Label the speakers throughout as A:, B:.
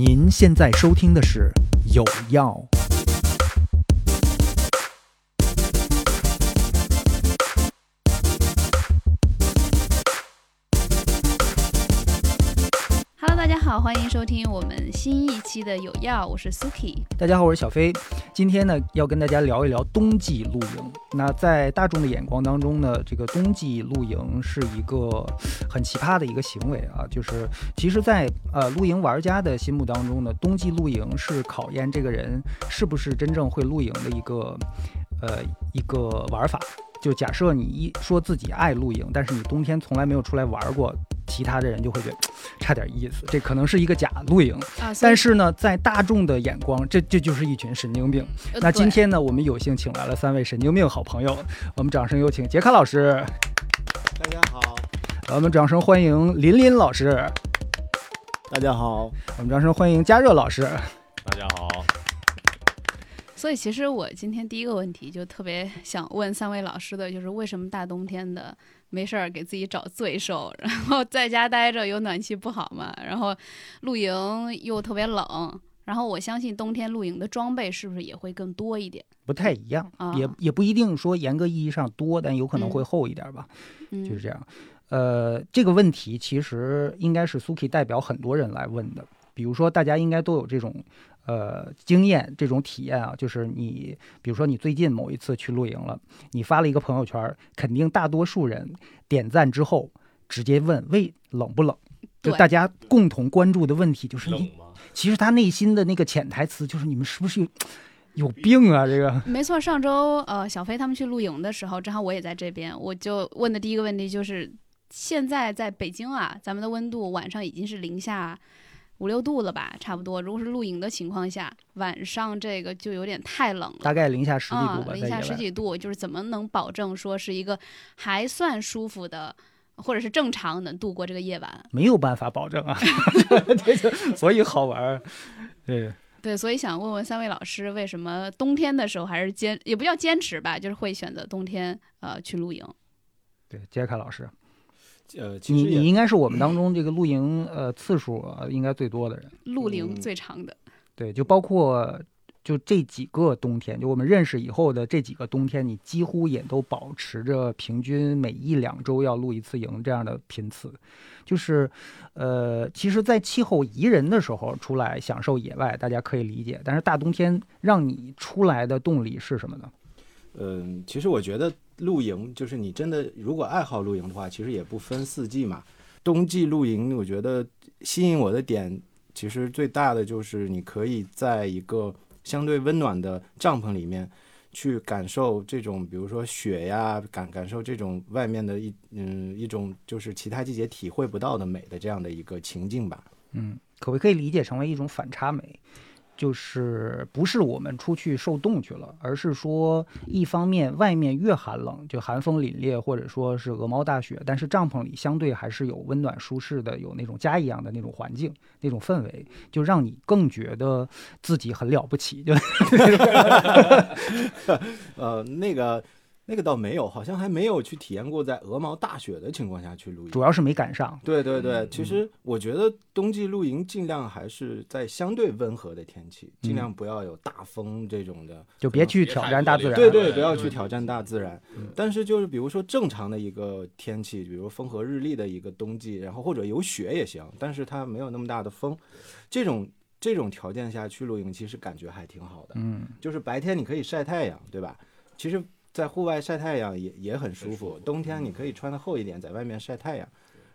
A: 您现在收听的是《有药》。
B: Hello，大家好，欢迎收听我们新一期的有药，我是 Suki。
A: 大家好，我是小飞。今天呢，要跟大家聊一聊冬季露营。那在大众的眼光当中呢，这个冬季露营是一个很奇葩的一个行为啊。就是其实在，呃露营玩家的心目当中呢，冬季露营是考验这个人是不是真正会露营的一个呃一个玩法。就假设你一说自己爱露营，但是你冬天从来没有出来玩过，其他的人就会觉得差点意思，这可能是一个假露营。
B: 啊，
A: 但是呢，在大众的眼光，这这就是一群神经病。
B: 呃嗯
A: 那今天呢，我们有幸请来了三位神经病好朋友，我们掌声有请杰卡老师，
C: 大家好，
A: 我们掌声欢迎林林老师，
C: 大家好，
A: 我们掌声欢迎加热老师。
D: 大家好，
B: 所以其实我今天第一个问题就特别想问三位老师的，就是为什么大冬天的没事儿给自己找罪受，然后在家待着有暖气不好嘛，然后露营又特别冷，然后我相信冬天露营的装备是不是也会更多一点？
A: 不太一样，
B: 啊
A: 也也不一定说严格意义上多，但有可能会厚一点吧，
B: 嗯，
A: 就是这样。呃，这个问题其实应该是 Suki 代表很多人来问的，比如说大家应该都有这种呃经验、这种体验啊，就是你比如说你最近某一次去露营了，你发了一个朋友圈儿，肯定大多数人点赞之后直接问为冷不冷。就
B: 对
A: 大家共同关注的问题就是
D: 冷
A: 你，
D: 吗？
A: 其实他内心的那个潜台词就是你们是不是有有病啊？这个
B: 没错，上周呃，小飞他们去露营的时候，正好我也在这边，我就问的第一个问题就是，现在在北京啊，咱们的温度晚上已经是零下五六度了吧，差不多。如果是露营的情况下，晚上这个就有点太冷了。
A: 大概零下十几
B: 啊
A: 度，吧，
B: 零
A: 在
B: 下
A: 野
B: 十
A: 外。
B: 几度，就是怎么能保证说是一个还算舒服的，或者是正常能度过这个夜晚？
A: 没有办法保证 啊，这就所以好玩儿。对，
B: 对，所以想问问三位老师，为什么冬天的时候还是坚，也不叫坚持吧，就是会选择冬天呃去露营？
A: 对，杰克老师，
D: 呃，
C: 嗯
D: 其
A: 你
D: 实
A: 你
D: 也
A: 应该是我们当中这个露营呃次数、呃应该最多的人。
B: 露营
D: 嗯
B: 最长的。
A: 对，就包括就这几个冬天，就我们认识以后的这几个冬天，你几乎也都保持着平均每一两周要露一次营这样的频次。就是，呃，其实，在气候宜人的时候出来享受野外，大家可以理解。但是大冬天让你出来的动力是什么呢？
C: 嗯，其实我觉得露营就是你真的如果爱好露营的话，其实也不分四季嘛。冬季露营，我觉得吸引我的点，其实最大的就是你可以在一个相对温暖的帐篷里面，去感受这种，比如说雪呀，感感受这种外面的一嗯一种就是其他季节体会不到的美的这样的一个情境吧。
A: 嗯，可不可以理解成为一种反差美？就是不是我们出去受冻去了，而是说，一方面外面越寒冷，就寒风凛冽，或者说是鹅毛大雪，但是帐篷里相对还是有温暖舒适的，有那种家一样的那种环境、那种氛围，就让你更觉得自己很了不起。就
C: 呃，那个那个倒没有，好像还没有去体验过在鹅毛大雪的情况下去露营。
A: 主要是没赶上，
C: 对对对，
D: 嗯
C: 其实我觉得冬季露营尽量还是在相对温和的天气，尽量不要有大风这种的。
A: 就别去挑战大自然。
D: 嗯
C: 对
D: 别太
C: 对，
D: 对
C: 不要
D: 对
C: 去挑战大自然
A: 嗯。
C: 但是就是比如说正常的一个天气，比如风和日丽的一个冬季，然后或者有雪也行，但是它没有那么大的风，这种这种条件下去露营，其实感觉还挺好的。
A: 嗯，
C: 就是白天你可以晒太阳，对吧？其实，在户外晒太阳也也很舒服。嗯冬天你可以穿的厚一点，在外面晒太阳。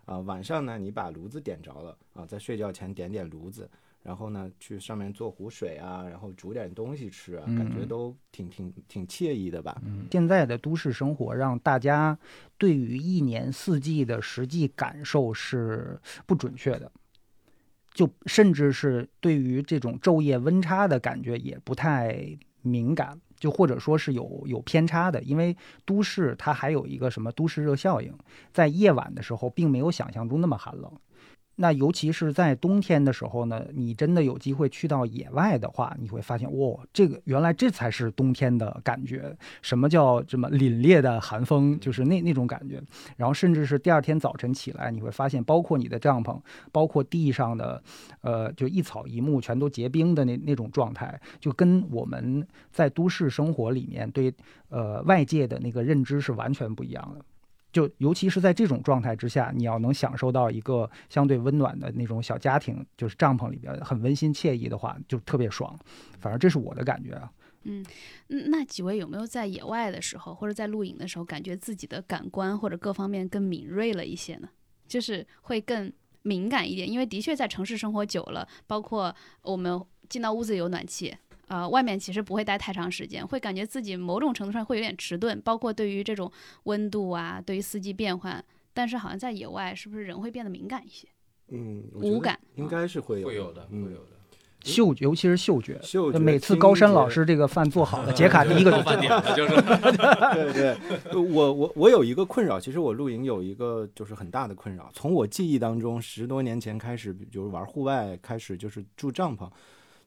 C: 啊、晚上呢，你把炉子点着了啊、在睡觉前点点炉子，然后呢，去上面做壶水啊，然后煮点东西吃啊，感觉
A: 嗯
C: 都挺挺挺惬意的吧。
A: 现在的都市生活让大家对于一年四季的实际感受是不准确的，就甚至是对于这种昼夜温差的感觉也不太敏感，就或者说是有有偏差的，因为都市它还有一个什么都市热效应，在夜晚的时候并没有想象中那么寒冷。那尤其是在冬天的时候呢，你真的有机会去到野外的话，你会发现，哇、这个原来这才是冬天的感觉。什么叫这么凛冽的寒风，就是那那种感觉。然后甚至是第二天早晨起来，你会发现，包括你的帐篷，包括地上的，呃，就一草一木全都结冰的那那种状态，就跟我们在都市生活里面对呃外界的那个认知是完全不一样的。就尤其是在这种状态之下，你要能享受到一个相对温暖的那种小家庭，就是帐篷里边很温馨惬意的话，就特别爽。反正这是我的感觉啊。
B: 嗯那几位有没有在野外的时候，或者在露营的时候，感觉自己的感官或者各方面更敏锐了一些呢？就是会更敏感一点，因为的确在城市生活久了，包括我们进到屋子有暖气。呃，外面其实不会待太长时间，会感觉自己某种程度上会有点迟钝，包括对于这种温度啊，对于四季变换。但是好像在野外，是不是人会变得敏感一些？
C: 嗯，我觉得
B: 无感
C: 应该是会有，
D: 会有的，会
C: 嗯
D: 有的。
A: 嗅，尤其是嗅觉。
C: 嗅觉
A: 每次
C: 听
A: 高山
C: 觉
A: 老师这个饭做好了，杰卡第一个就
D: 做
A: 知道。
D: 饭点了，就 是
C: 对对，呃我我我有一个困扰，其实我露营有一个就是很大的困扰，从我记忆当中，十多年前开始，比如玩户外开始，就是住帐篷，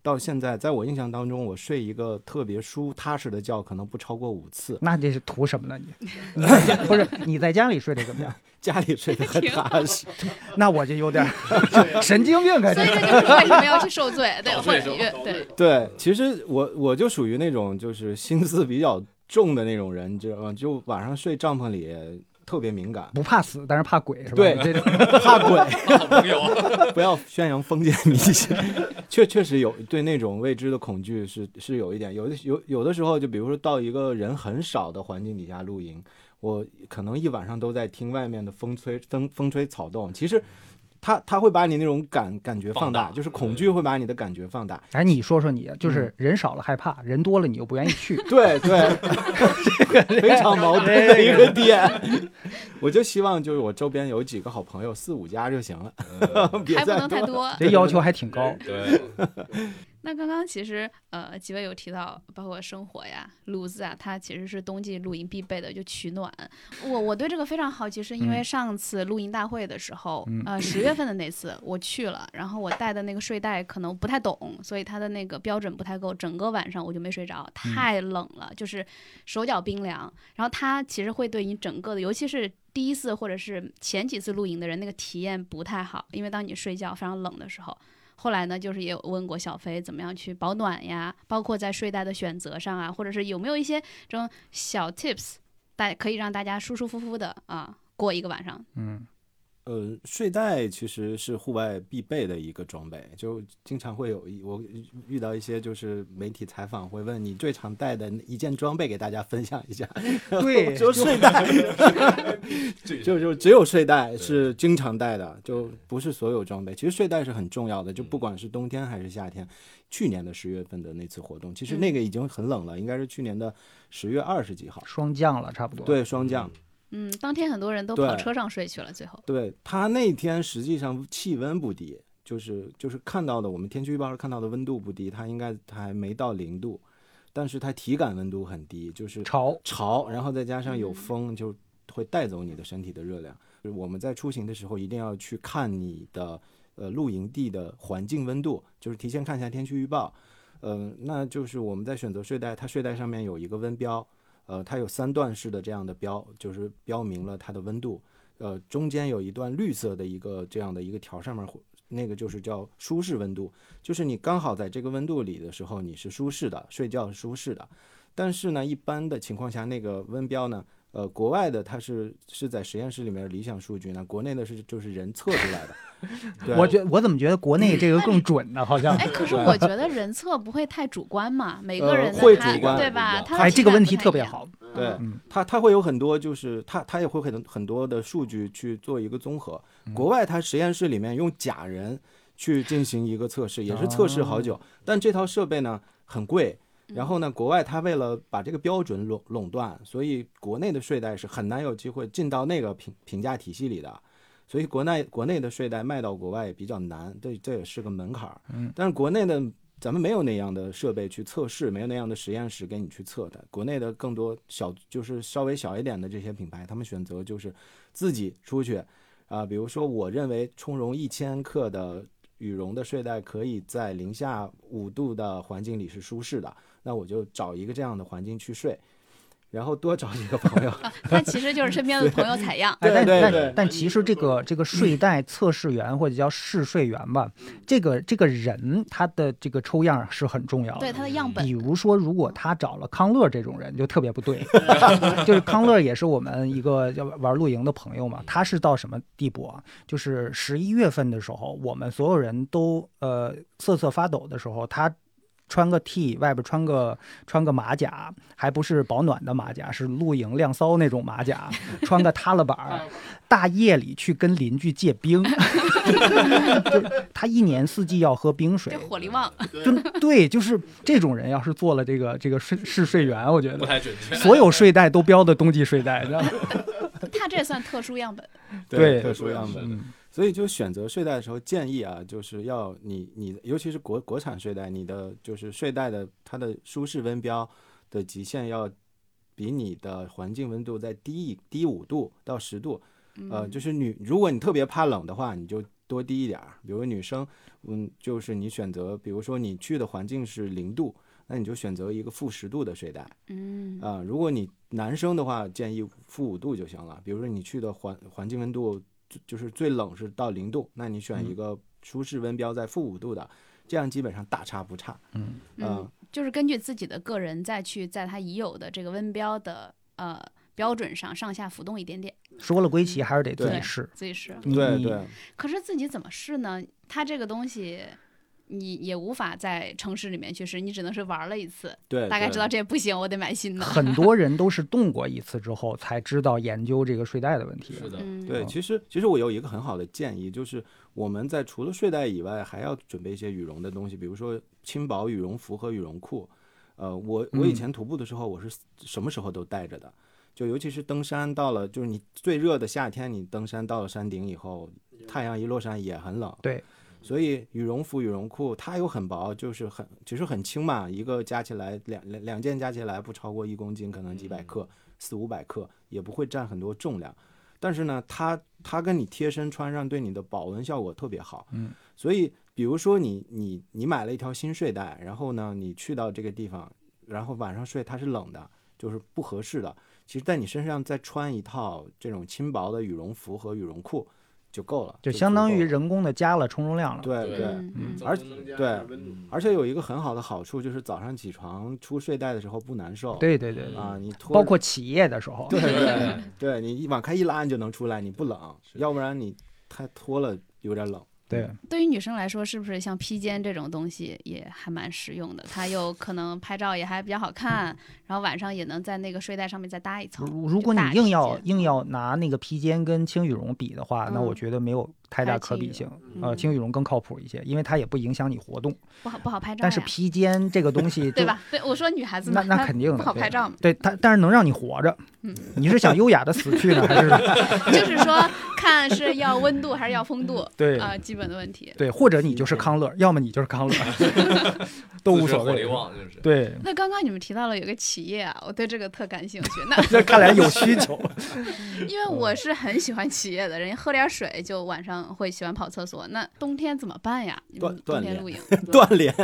C: 到现在，在我印象当中，我睡一个特别舒踏实的觉，可能不超过五次，
A: 那这是图什么呢？你 你在家不是你在家里睡得怎么样？
C: 家里睡得很
B: 挺好
C: 踏实。
A: 那我就有点儿 神经病感
B: 所以
A: 觉。
B: 这就是为什么要去受罪，对，
D: 哎 早
B: 或
D: 睡
B: 者
D: 是吧
B: 对对，
C: 对，其实我我就属于那种就是心思比较重的那种人，你知道吗？就晚上睡帐篷里特别敏感，
A: 不怕死，但是怕鬼是吧？
C: 对
A: 这种
C: 怕鬼。
D: 好朋友。
C: 不要宣扬封建迷信， 确确实有对那种未知的恐惧是是有一点，有的有有的时候就比如说到一个人很少的环境底下露营，我可能一晚上都在听外面的风吹风风吹草动，其实它它会把你那种感感觉放大，
D: 放大
C: 就是恐惧会把你的感觉放大，
A: 哎，你说说你，
C: 嗯
A: 就是人少了害怕，人多了你又不愿意 去。
C: 对对， 非常矛盾的一个点。 我就希望就是我周边有几个好朋友，四五家就 行了， 别
B: 还不
C: 再
B: 能太
C: 多
B: 多。
A: 这要求还挺高。
D: 对，
B: 那刚刚其实呃几位有提到，包括生火呀、炉子啊，它其实是冬季露营必备的，就取暖。我我对这个非常好奇，是因为上次露营大会的时候，
A: 嗯
B: 呃十月份的那次我去了，然后我带的那个睡袋可能不太懂，所以它的那个标准不太够，整个晚上我就没睡着，太冷了，就是手脚冰凉。然后它其实会对你整个的，尤其是。第一次或者是前几次露营的人，那个体验不太好，因为当你睡觉非常冷的时候，后来呢，就是也有问过小飞怎么样去保暖呀，包括在睡袋的选择上啊，或者是有没有一些这种小 tips，大可以让大家舒舒服服的啊过一个晚上。
A: 嗯，
C: 呃，睡袋其实是户外必备的一个装备，就经常会有一我遇到一些就是媒体采访会问你最常带的一件装备给大家分享一下，
A: 对，
C: 就睡袋，
D: 这
C: 就就只有睡袋是经常带的，就不是所有装备。其实睡袋是很重要的，就不管是冬天还是夏天。去年的十月份的那次活动，其实那个已经很冷了，应该是去年的十月二十几号，
A: 霜降了，差不多。，
C: 对双降。
B: 嗯，当天很多人都
C: 对
B: 跑车上睡去了，最 后
C: 对他那天实际上气温不低，就是就是看到的我们天气预报上看到的温度不低，它应该它还没到零度，但是它体感温度很低，就是
A: 潮。
C: 潮，然后再加上有风，就会带走你的身体的热量。就是我们在出行的时候一定要去看你的呃露营地的环境温度，就是提前看一下天气预报。呃，那就是我们在选择睡袋，它睡袋上面有一个温标，呃，它有三段式的这样的标，就是标明了它的温度。呃，中间有一段绿色的一个这样的一个条，上面会那个就是叫舒适温度，就是你刚好在这个温度里的时候，你是舒适的，睡觉是舒适的。但是呢，一般的情况下，那个温标呢，呃，国外的它是是在实验室里面的理想数据呢，国内的是就是人测出 来的。对
A: 我觉我怎么觉得国内这个更准呢？好像。
B: 哎，可是我觉得人测不会太主观嘛，每个人的
C: 呃会
B: 他
C: 主观
B: 对吧？他的
A: 哎，
B: 体
A: 这个
B: 感
A: 问
B: 不
A: 题
B: 太
A: 特
B: 一
A: 别
B: 样。
A: 好。
C: 对
A: 嗯，
C: 它它会有很多，就是它它也会很很多的数据去做一个综合。国外它实验室里面用假人去进行一个测试，也是测试好久，但这套设备呢很贵。然后呢，国外它为了把这个标准垄垄断，所以国内的睡袋是很难有机会进到那个评评价体系里的。所以国内国内的睡袋卖到国外也比较难，这这也是个门槛儿。
A: 嗯，。
C: 但是国内的咱们没有那样的设备去测试，没有那样的实验室给你去测的。国内的更多小就是稍微小一点的这些品牌，他们选择就是自己出去，啊、比如说我认为充绒一千克的羽绒的睡袋可以在零下五度的环境里是舒适的，那我就找一个这样的环境去睡，然后多找几个朋友，
B: 那其实就是身边的朋友采样
A: 哎，但
C: 对对
A: 但
C: 对
A: 但其实这个这个睡袋测试员或者叫试睡员吧，这个这个人他的这个抽样是很重要的。
B: 对它的样
A: 比
B: 本，
A: 如说，如果他找了康乐这种人，就特别不 对。就是康乐也是我们一个叫玩露营的朋友嘛，他是到什么地步啊？就是十一月份的时候，我们所有人都呃瑟瑟发抖的时候，他。穿个 T，外边穿个穿个马甲，还不是保暖的马甲，是露营晾骚那种马甲，穿个塌了板 儿，大夜里去跟邻居借冰， 就是他一年四季要喝冰水
B: 这，火力旺，
A: 就对，就是这种人，要是做了这个这个试试睡员，我觉
D: 不
A: 得
D: 太准确。
A: 所有睡袋都标的冬季睡袋，知道吗？
B: 它这算特殊样本。
A: 对
C: 特殊样本。
A: 嗯，
C: 所以就选择睡袋的时候，建议啊，就是要你你，尤其是国国产睡袋，你的就是睡袋的它的舒适温标的极限要比你的环境温度再低一低五度到十度。呃，就是女，如果你特别怕冷的话，你就多低一点儿。比如女生，嗯，就是你选择，比如说你去的环境是零度，那你就选择一个负十度的睡袋。
B: 嗯，
C: 啊、如果你男生的话，建议负五度就行了。比如说你去的环环境温度就就是最冷是到零度，那你
B: 嗯
C: 选一个舒适温标在负五度的，这样基本上大差不差。呃
B: 嗯，就是根据自己的个人再去在它已有的这个温标的呃标准上上下浮动一点点，
A: 说了归齐，还是得自己
C: 对
A: 试。
B: 自己试。
A: 你
C: 对
A: 你
C: 对
B: 可是自己怎么试呢？它这个东西。你也无法在城市里面去试，你只能是玩了一次，
C: 对，
B: 大概
C: 对
B: 知道。这不行，我得买新的。
A: 很多人都是动过一次之后才知道研究这个睡袋的问题。
D: 是的，
B: 嗯，
C: 对，其实其实我有一个很好的建议，就是我们在除了睡袋以外，还要准备一些羽绒的东西，比如说轻薄羽绒服和羽绒裤。呃，我
B: 嗯
C: 我以前徒步的时候，我是什么时候都带着的，就尤其是登山到了，就是你最热的夏天，你登山到了山顶以后，太阳一落山也很冷。
A: 对，
C: 所以羽绒服、羽绒裤它又很薄，就是很其实很轻嘛，一个加起来两两两件加起来不超过一公斤，可能几百
A: 嗯
C: 克、四五百克，也不会占很多重量。但是呢，它它跟你贴身穿上对你的保温效果特别好。
A: 嗯，
C: 所以比如说你你你买了一条新睡袋，然后呢你去到这个地方，然后晚上睡它是冷的，就是不合适的。其实，在你身上再穿一套这种轻薄的羽绒服和羽绒裤就够了，
A: 就
C: 足
A: 相当
C: 够
A: 于
C: 了
A: 人工的加了充容量了。
C: 对
D: 对
B: 嗯嗯
C: 而对
D: 温度
C: 而且有一个很好的好处就是早上起床出睡袋的时候不难受。
A: 对对对，
C: 啊，你脱
A: 包括起夜的时候，
C: 对对对，你一往开一拉你就能出来，你不冷，要不然你太脱了有点冷。
A: 对
B: 对于女生来说，是不是像披肩这种东西也还蛮实用的？它又可能拍照也还比较好看，然后晚上也能在那个睡袋上面再搭一层。
A: 如如果
B: 就
A: 你
B: 大
A: 硬
B: 披
A: 要
B: 肩
A: 硬要拿那个披肩跟轻羽绒比的话，那我
B: 嗯
A: 觉得没有太
B: 还
A: 大
B: 是
A: 可
B: 轻
A: 比
B: 羽
A: 性。
B: 嗯
A: 呃，轻羽绒更靠谱一些，因为它也不影响你活动。
B: 不好不好拍照呀，
A: 但是披肩这个东西，
B: 对？吧？对，我说女孩子
A: 那
B: 嘛，
A: 那
B: 她
A: 肯定
B: 不
A: 的，
B: 好
A: 对
B: 拍照嘛。嗯
A: 对它，但是能让你活着。你是想优雅的死去呢，还 是
B: 就是说，看是要温度还是要风度
A: 对
B: 啊、基本的问题。
A: 对？或者你就是康乐，要么你就是康乐，都无所
D: 自身火力
A: 谓。
D: 旺就是。
A: 对，
B: 那刚刚你们提到了有个企业啊，我对这个特感兴趣。那
A: 这看来有需求。
B: 因为我是很喜欢企业的人，喝点水就晚上会喜欢跑厕所。那冬天怎么办呀？你们
C: 锻
B: 冬
C: 锻
B: 天
C: 炼
B: 露营，
C: 锻炼，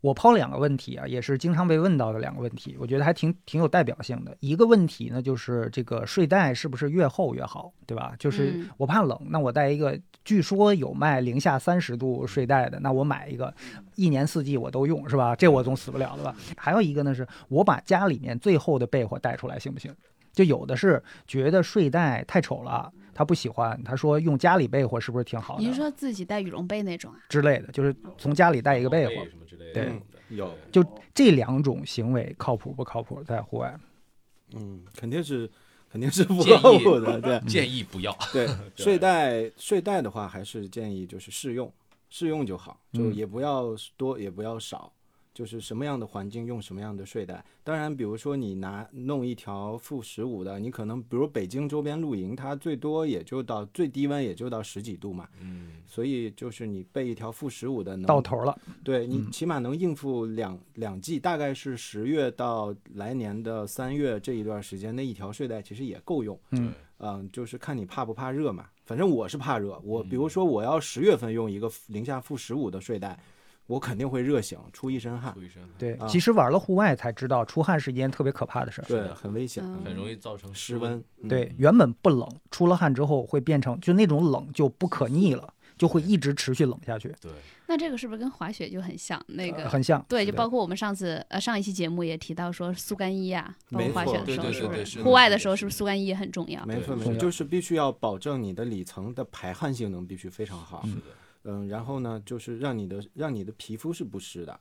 A: 我抛两个问题啊，也是经常被问到的两个问题，我觉得还挺挺有代表性的。一个问题呢，就是这个睡袋是不是越厚越好，对吧？就是
B: 嗯
A: 我怕冷，那我带一个，据说有卖零下三十度睡袋的，那我买一个，一年四季我都用，是吧？这我总死不了了吧？还有一个呢，是我把家里面最厚的被窝带出来，行不行？就有的是觉得睡袋太丑了，他不喜欢，他说用家里被窝是不是挺好的？
B: 您说自己带羽绒被那种啊？
A: 之类的，就是从家里带一个被窝
D: 什么之类的，
A: 对
D: 嗯
C: 有
A: 就这两种行为靠谱不靠谱？在户外，
C: 嗯，肯定是肯定是不
D: 建议
C: 靠谱的，对
D: 建议不要。
C: 对。睡袋睡袋的话，还是建议就是适用，适用就好，就
A: 嗯
C: 也不要多，也不要少，就是什么样的环境用什么样的睡袋。当然，比如说你拿弄一条负十五的，你可能比如北京周边露营，它最多也就到最低温也就到十几度嘛，
D: 嗯，
C: 所以就是你备一条负十五的能
A: 到头了，
C: 对你
A: 嗯
C: 起码能应付两两季，大概是十月到来年的三月这一段时间，那一条睡袋其实也够用。
A: 嗯，
C: 嗯，就是看你怕不怕热嘛。反正我是怕热，我
A: 嗯
C: 比如说我要十月份用一个零下负十五的睡袋，我肯定会热醒，出一身汗，
D: 出一身汗，
A: 对
C: 啊，
A: 其实玩了户外才知道，出汗是一件特别可怕的事儿。
C: 对，
D: 的
C: 很危险，
B: 嗯
D: 很容易造成
C: 失温。嗯
A: 对，原本不冷，出了汗之后会变成就那种冷就不可逆了，就会一直持续冷下去，
D: 对，
B: 那这个是不是跟滑雪就很像？那
A: 呃
B: 个
A: 很像。
B: 对，
A: 是
B: 就
A: 的
B: 包括我们上次呃上一期节目也提到说速干衣啊，包括
C: 没
B: 滑
C: 错
B: 雪的
C: 对
B: 时候
C: 对
B: 是
C: 对
B: 不
C: 对
D: 是
B: 是？
D: 的
B: 户外
D: 是
B: 的
D: 的
B: 时候
D: 是
B: 是不
D: 的
B: 是速干衣也很重要？
C: 没错
D: 对
A: 重
C: 没错，
A: 要
C: 就是必须要保证你的里层的排汗性能必须非常好。
D: 是的，
C: 嗯，然后呢，就是让你的让你的皮肤是不湿的，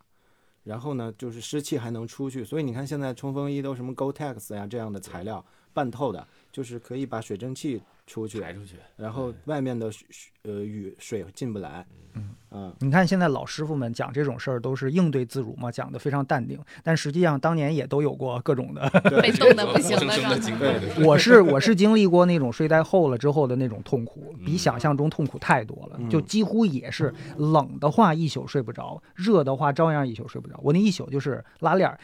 C: 然后呢，就是湿气还能出去。所以你看，现在冲锋衣都什么 Gore-Tex 呀、这样的材料，半透的，就是可以把水蒸气出去，
D: 排出去，
C: 然后外面的水水呃雨水进不来。嗯
A: 你看，现在老师傅们讲这种事儿都是应对自如嘛，讲得非常淡定。但实际上，当年也都有过各种的。
B: 被
C: 对，
B: 冻得不行
D: 生
B: 了，
D: 生
B: 让
D: 的
B: 他
D: 经历
C: 对
D: 对
A: 我是我是经历过那种睡袋厚了之后的那种痛苦，比
D: 嗯
A: 想象中痛苦太多了。就
C: 嗯
A: 几乎也是冷的话一宿睡不着，热的话照样一宿睡不着。我那一宿就是拉链儿，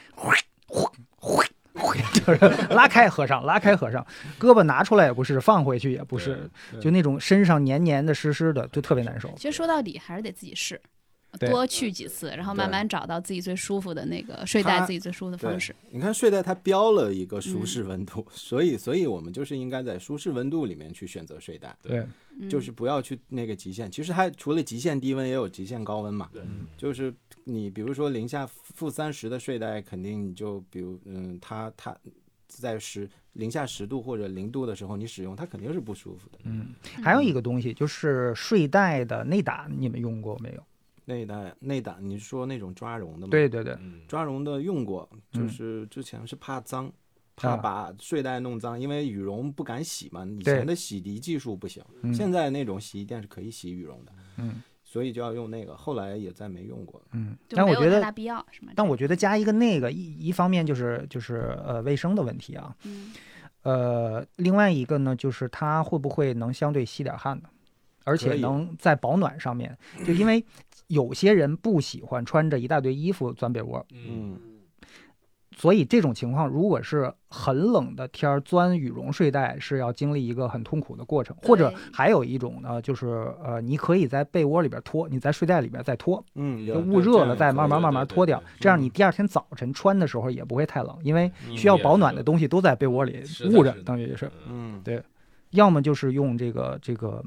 A: 就是拉开合上，拉开合上，胳膊拿出来也不是，放回去也不是，
C: 对
A: 就那种身上黏黏的、湿湿的，就特别难受。
B: 其实说到底还是得自己试，
A: 对
B: 多去几次，然后慢
C: 对
B: 慢找到自己最舒服的那个睡
C: 它
B: 袋，自己最舒服的方
C: 对
B: 式。
C: 你看睡袋它标了一个舒适温度，所以所以我们就是应该在舒适温度里面去选择睡袋，
A: 对，
B: 嗯
C: 就是不要去那个极限。其实它除了极限低温，也有极限高温嘛。
D: 对
C: 就是你比如说零下负三十的睡袋，肯定你就比如嗯，它它在十零下十度或者零度的时候，你使用它肯定是不舒服的。
A: 嗯，还有一个东西就是睡袋的内胆，你们用过没有？
C: 嗯内胆内胆，你是说那种抓绒的吗？
A: 对，对对，
D: 嗯，
C: 抓绒的用过，就
A: 嗯啊
C: 是之前是怕脏。怕把睡袋弄脏，因为羽绒不敢洗嘛。以
A: 对
C: 前的洗涤技术不行，
A: 嗯
C: 现在那种洗衣店是可以洗羽绒的，
A: 嗯
C: 所以就要用那个。后来也再没用过了。
A: 嗯，
B: 就
A: 但我
B: 没有
A: 觉
B: 太
A: 得
B: 大。必要是吗？
A: 但我觉得加一个那个一一方面就是就是呃卫生的问题啊，
B: 嗯
A: 呃，另外一个呢就是它会不会能相对吸点汗呢？而且
C: 可以
A: 能在保暖上面，就因为有些人不喜欢穿着一大堆衣服钻被窝，
D: 嗯，
C: 嗯，
A: 所以这种情况如果是很冷的天儿钻羽绒睡袋是要经历一个很痛苦的过程，或者
B: 对
A: 还有一种呢就是呃你可以在被窝里边脱，你在睡袋里边再脱，
C: 嗯，
A: 就
C: 有
A: 捂
C: 对
A: 热
C: 这
A: 了
C: 样
A: 再
C: 也可
A: 慢
C: 以
A: 慢
D: 对
A: 慢慢
D: 对
A: 脱
D: 对
A: 掉，这样你第二天早晨穿的时候也不会太冷，因为
D: 嗯
A: 需要保暖的
D: 也
A: 东西都在被窝里
D: 是的
A: 捂着
D: 是，的
A: 等于是，
D: 嗯
C: 嗯
A: 要么就是用这个这个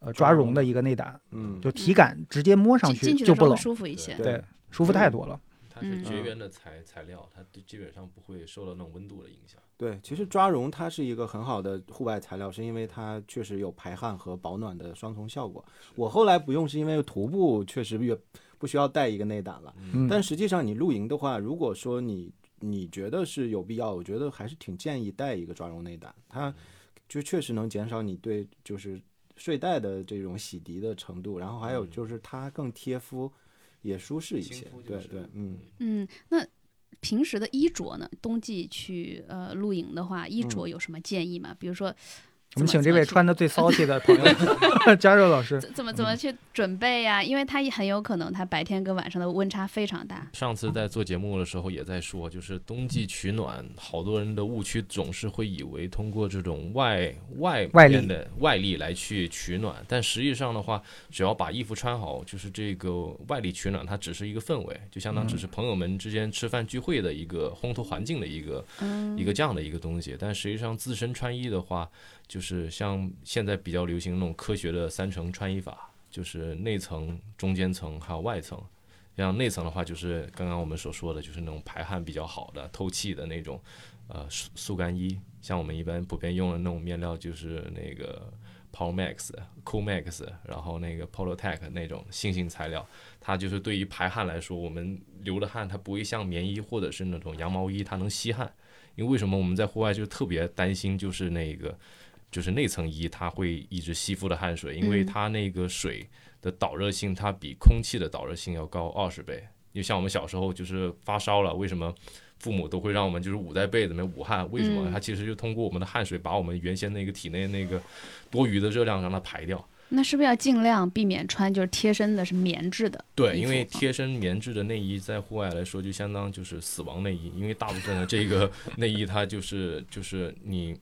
A: 呃抓
C: 抓绒
A: 绒的一个内胆，
C: 嗯，
A: 就体感直接摸上
B: 进
A: 去
B: 进去
A: 就
B: 的时
A: 不
B: 候会
A: 冷，
B: 舒服一些。
A: 对，舒服太多了。
D: 它是
B: 嗯
D: 绝
C: 嗯
D: 缘的材材料，它对基本上不会受到那种温度的影响。
C: 对，其实抓绒它是一个很好的户外材料，是因为它确实有排汗和保暖的双重效果。我后来不用是因为徒步确实越不需要带一个内胆了，
A: 嗯，
C: 但实际上你露营的话，如果说你你觉得是有必要，我觉得还是挺建议带一个抓绒内胆，
D: 嗯
C: 它就确实能减少你对就是睡袋的这种洗涤的程度，然后还有就是它更贴肤，也舒适一些
D: 嗯轻。肤就
C: 对
D: 是
C: 对，嗯。
B: 嗯，那平时的衣着呢？冬季去呃露营的话，衣着有什么建议吗？比如说，
A: 我
B: 怎
A: 们
B: 么
A: 请
B: 怎
A: 这
B: 么
A: 位
B: 去
A: 穿的最骚气的朋友加热老师，
B: 怎怎么怎么去准备呀、因为它也很有可能它白天跟晚上的温差非常大。
D: 上次在做节目的时候也在说，就是冬季取暖，好多人的误区总是会以为通过这种外外
A: 外力
D: 面的外力来去取暖，但实际上的话，只要把衣服穿好，就是这个外力取暖，它只是一个氛围，就相当只
A: 嗯
D: 是朋友们之间吃饭聚会的一个烘托环境的一个、一个这样的一个东西。但实际上自身穿衣的话，就是像现在比较流行那种科学的三层穿衣法，就是内层、中间层还有外层。像内层的话，就是刚刚我们所说的，就是那种排汗比较好的、透气的那种，呃，速速干衣。像我们一般普遍用的那种面料，就是那个 Power Max、Cool Max，然后那个 Polo Tech 那种新型材料，它就是对于排汗来说，我们流的汗它不会像棉衣或者是那种羊毛衣，它能吸汗。因为为什么我们在户外就特别担心，就是那个就是内层衣它会一直吸附的汗水，因为
B: 嗯
D: 它那个水的导热性它比空气的导热性要高二十倍，就像我们小时候就是发烧了，为什么父母都会让我们就是捂在被子里面捂汗？为什么？
B: 嗯
D: 它其实就通过我们的汗水把我们原先那个体内那个多余的热量让它排掉。
B: 那是不是要尽量避免穿就是贴身的是棉质的？
D: 对，
B: 衣
D: 因
B: 服
D: 为
B: 吗
D: 贴身棉质的内衣在户外来说就相当就是死亡内衣，因为大部分的 这个内衣它就是就是你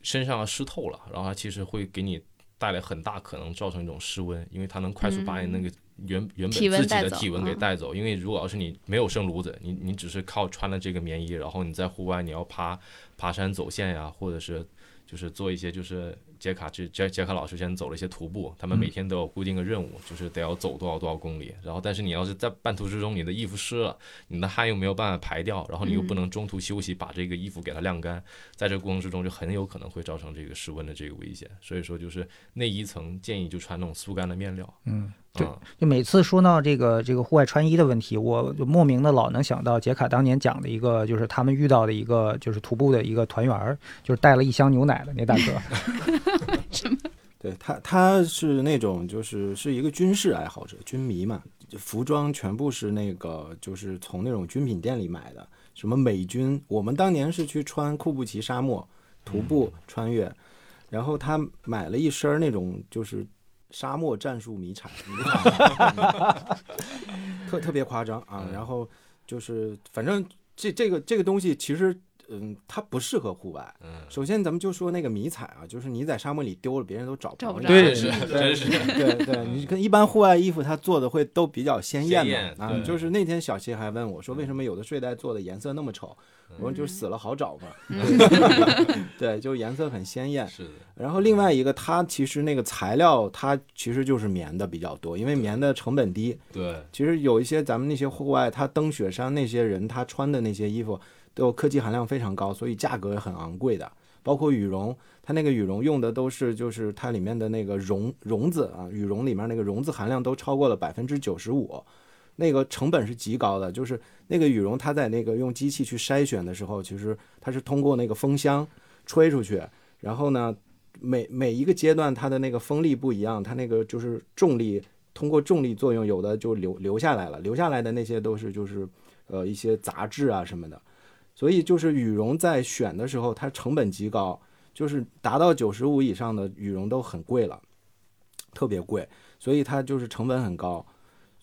D: 身上湿透了，然后它其实会给你带来很大可能造成一种失温，因为它能快速把你那个原、原
B: 嗯
D: 本
B: 体温
D: 自己
B: 带
D: 的
B: 走
D: 体温给
B: 嗯
D: 带走。因为如果要是你没有生炉子，你你只是靠穿了这个棉衣，然后你在户外你要爬爬山走线呀，或者是就是做一些就是杰卡之杰杰卡老师先走了一些徒步，他们每天都有固定的任务，就是得要走多少多少公里。然后，但是你要是在半途之中你的衣服湿了，你的汗又没有办法排掉，然后你又不能中途休息把这个衣服给它晾干，在这个过程之中就很有可能会造成这个失温的这个危险。所以说，就是内衣层建议就穿那种速干的面料。
A: 嗯，对
D: 啊，
A: 就每次说到这个这个户外穿衣的问题，我就莫名的老能想到杰卡当年讲的一个，就是他们遇到的一个就是徒步的一个团员儿，就是带了一箱牛奶的那大哥。
C: 对他，他是那种就是是一个军事爱好者，军迷嘛，就服装全部是那个就是从那种军品店里买的，什么美军，我们当年是去穿库布齐沙漠徒步穿越，然后他买了一身儿那种就是沙漠战术迷彩，你知道吗特特别夸张啊，
D: 嗯
C: 然后就是反正这这个这个东西其实嗯，它不适合户外。
D: 嗯，
C: 首先，咱们就说那个迷彩啊，就是你在沙漠里丢了，别人都找不
B: 找
C: 着
B: 不
C: 你。
B: 着对
D: 是真
C: 对
D: 是
C: 对对，你跟一般户外衣服，它做的会都比较鲜艳
D: 鲜艳
C: 嘛。啊
D: 对，
C: 就是那天小七还问我说，为什么有的睡袋做的颜色那么丑？我说就是死了好找嘛。
B: 嗯
C: 对，就是颜色很鲜艳。
D: 是的，
C: 然后另外一个，它其实那个材料，它其实就是棉的比较多，因为棉的成本低。
D: 对，
C: 其实有一些咱们那些户外，他登雪山那些人，他穿的那些衣服都有科技含量非常高，所以价格也很昂贵的。包括羽绒，它那个羽绒用的都是就是它里面的那个绒绒子啊，羽绒里面那个绒子含量都超过了百分之九十五，那个成本是极高的。就是那个羽绒，它在那个用机器去筛选的时候，其实它是通过那个风箱吹出去，然后呢，每每一个阶段它的那个风力不一样，它那个就是重力通过重力作用，有的就留留下来了，留下来的那些都是就是呃一些杂质啊什么的，所以就是羽绒在选的时候，它成本极高，就是达到九十五以上的羽绒都很贵了，特别贵，所以它就是成本很高。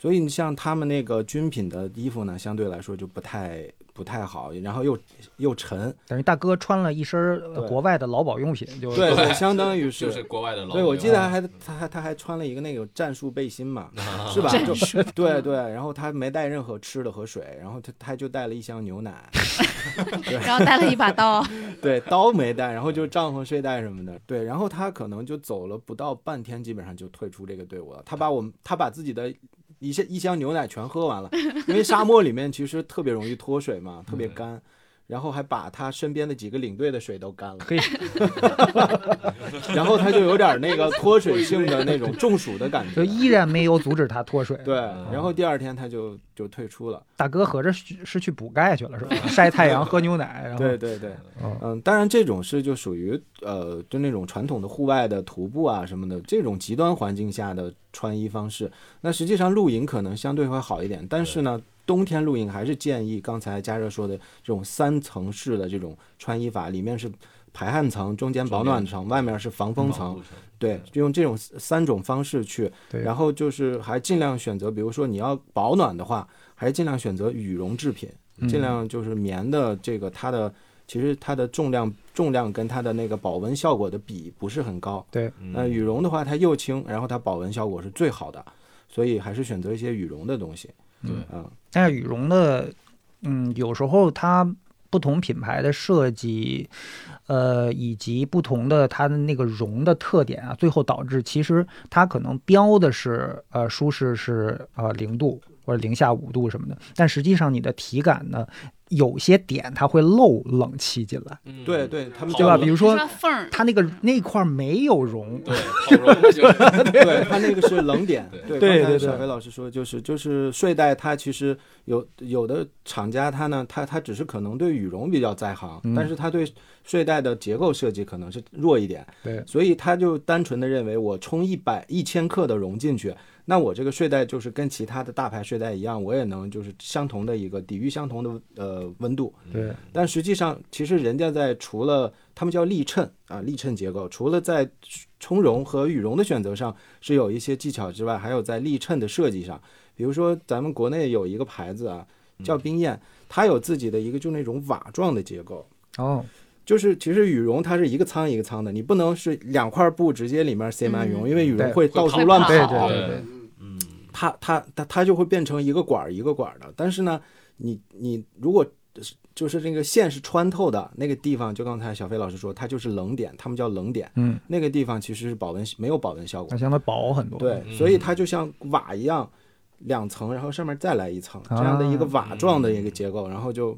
C: 所以你像他们那个军品的衣服呢，相对来说就不太不太好，然后又又沉，
A: 等于大哥穿了一身儿呃
C: 对
A: 国外的劳保用品，就
C: 对，对相当于是
D: 就是国外的老啊
C: 对，我记
D: 牛
C: 得还他还他还穿了一个那种战术背心嘛，
A: 啊
C: 是吧？就对对，然后他没带任何吃的和水，然后他他就带了一箱牛奶，
B: 然后带了一把 刀，
C: 对，刀没带，然后
A: 嗯
C: 就帐篷睡袋什么的，对，然后他可能就走了不到半天，基本上就退出这个队伍了。他把我们他把自己的一些一箱牛奶全喝完了，因为沙漠里面其实特别容易脱水嘛，特别
A: 嗯
C: 干。然后还把他身边的几个领队的水都干了，
A: 可以
C: 然后他就有点那个脱水性的那种中暑的感觉
A: 就，依然没有嗯阻止他脱水。
C: 对，然后第二天他就就退出了。
A: 大哥合着是是去补钙去了是吧？晒太阳、喝牛奶，然后
C: 对对对，
A: 嗯
C: 啊嗯，当然这种是就属于呃，就那种传统的户外的徒步啊什么的，这种极端环境下的穿衣方式。那实际上露营可能相对会好一点，但是呢，冬天露营还是建议刚才嘉热说的这种三层式的这种穿衣法，里面是排汗层，中间保暖层，外面是防风层。对，就用这种三种方式去，
A: 对
C: 然后就是还尽量选择，比如说你要保暖的话，还尽量选择羽绒制品，
A: 嗯
C: 尽量就是棉的这个它的其实它的重量重量跟它的那个保温效果的比不是很高，
A: 对，
D: 嗯
C: 那羽绒的话它又轻，然后它保温效果是最好的，所以还是选择一些羽绒的东西，
D: 对
C: 嗯，
A: 但是羽绒的，嗯，有时候它不同品牌的设计，呃，以及不同的它的那个绒的特点啊，最后导致其实它可能标的是呃舒适是呃零度或者零下五度什么的，但实际上你的体感呢，有些点它会漏冷气进来，
D: 嗯
C: 对对他们
D: 好
A: 对吧？
D: 冷
A: 比如
B: 说
A: 说
B: 缝儿，
A: 它那个那块儿没有绒，
D: 对，好容易就是
C: 对他那个是冷点 对
D: 对，
A: 对
C: 刚才
A: 对
C: 小
A: 对
C: 飞老师说，就是就是睡袋，它其实有有的厂家它呢，它它只是可能对羽绒比较在行，
A: 嗯
C: 但是它对睡袋的结构设计可能是弱一点，
A: 对
C: 所以他就单纯的认为我充一百一千克的绒进去，那我这个睡袋就是跟其他的大牌睡袋一样，我也能就是相同的一个抵御相同的呃温度，
A: 对，
C: 但实际上，其实人家在除了他们叫立衬啊，立衬结构，除了在充绒和羽绒的选择上是有一些技巧之外，还有在立衬的设计上，比如说咱们国内有一个牌子啊，叫冰燕，它有自己的一个就那种瓦状的结构。
A: 哦，
C: 就是其实羽绒它是一个仓一个仓的，你不能是两块布直接里面塞满羽绒，
B: 嗯
C: 因为羽绒
A: 对
C: 会到处
B: 会
C: 乱
B: 跑
C: 跑。
A: 对
B: 好
A: 对对对，
D: 嗯，
C: 它它它它就会变成一个管儿一个管儿的。但是呢，你你如果就是那个线是穿透的那个地方，就刚才小飞老师说，它就是冷点，他们叫冷点，
A: 嗯，
C: 那个地方其实是保温没有保温效果
A: 那，相对薄很多，
C: 对，
D: 嗯
C: 所以它就像瓦一样，两层，然后上面再来一层，这样的一个瓦状的一个结构，然后就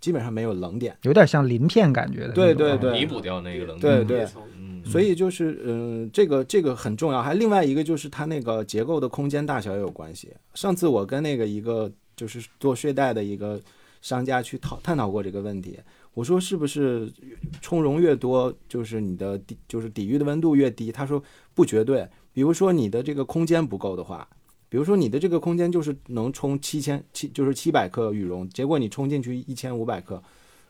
C: 基本上没有冷点。
A: 有点像鳞片感觉的那种
C: 对
A: 啊，
C: 对对
D: 弥补掉那个冷
C: 对
D: 点，
C: 对，
D: 嗯，
C: 所以就是，嗯、这个这个很重要。还另外一个就是它那个结构的空间大小也有关系。上次我跟那个一个就是做睡袋的一个商家去讨探讨过这个问题，我说是不是充绒越多，就是你的抵就是抵御的温度越低？他说不绝对，比如说你的这个空间不够的话。比如说你的这个空间就是能充七千七，就是七百克羽绒，结果你充进去一千五百克，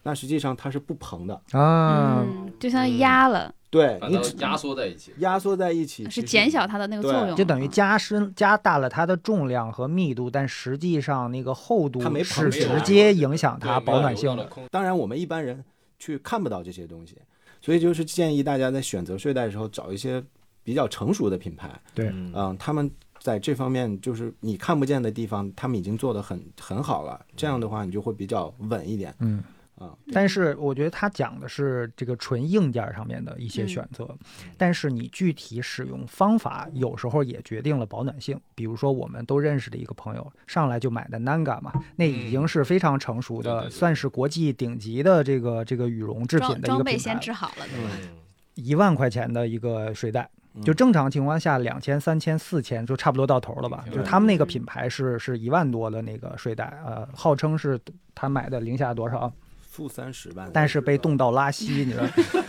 C: 那实际上它是不膨的，
A: 啊，
B: 嗯，就像压了，
C: 对
D: 反
C: 你
D: 倒
C: 只
D: 压缩在一起，
C: 压缩在一起
B: 啊是
C: 嗯其实
B: 减小它的那个
C: 对
B: 作用了，啊
A: 就等于加深加大了它的重量和密度，但实际上那个厚度
C: 它没
A: 是
C: 膨起来
A: 直接影响它
D: 对
A: 保暖性
D: 没有
A: 的
D: 流。动的。
C: 当然，我们一般人去看不到这些东西，所以就是建议大家在选择睡袋的时候找一些比较成熟的品牌，
A: 对啊
D: 嗯
C: 嗯，他们在这方面就是你看不见的地方，他们已经做得很很好了。这样的话，你就会比较稳一点。
A: 嗯
C: 啊
A: 但是我觉得他讲的是这个纯硬件上面的一些选择，但是你具体使用方法有时候也决定了保暖性。比如说我们都认识的一个朋友，上来就买的 Nanga 嘛，那已经是非常成熟
D: 嗯对
A: 的，
D: 对对
A: 算是国际顶级的这个这个羽绒制品的
B: 装
A: 一个
B: 装备
A: 品
B: 先
A: 牌，
B: 制好了，对吧
D: 嗯
A: 一万块钱的一个睡袋。
C: 嗯
A: 就正常情况下，两千、三千、四千就差不多到头了吧？
D: 对
A: 就是他们那个品牌是是一万多的那个睡袋，呃，号称是他买的零下多少啊？
C: 负三十万，
A: 但是被冻到拉稀，你知道，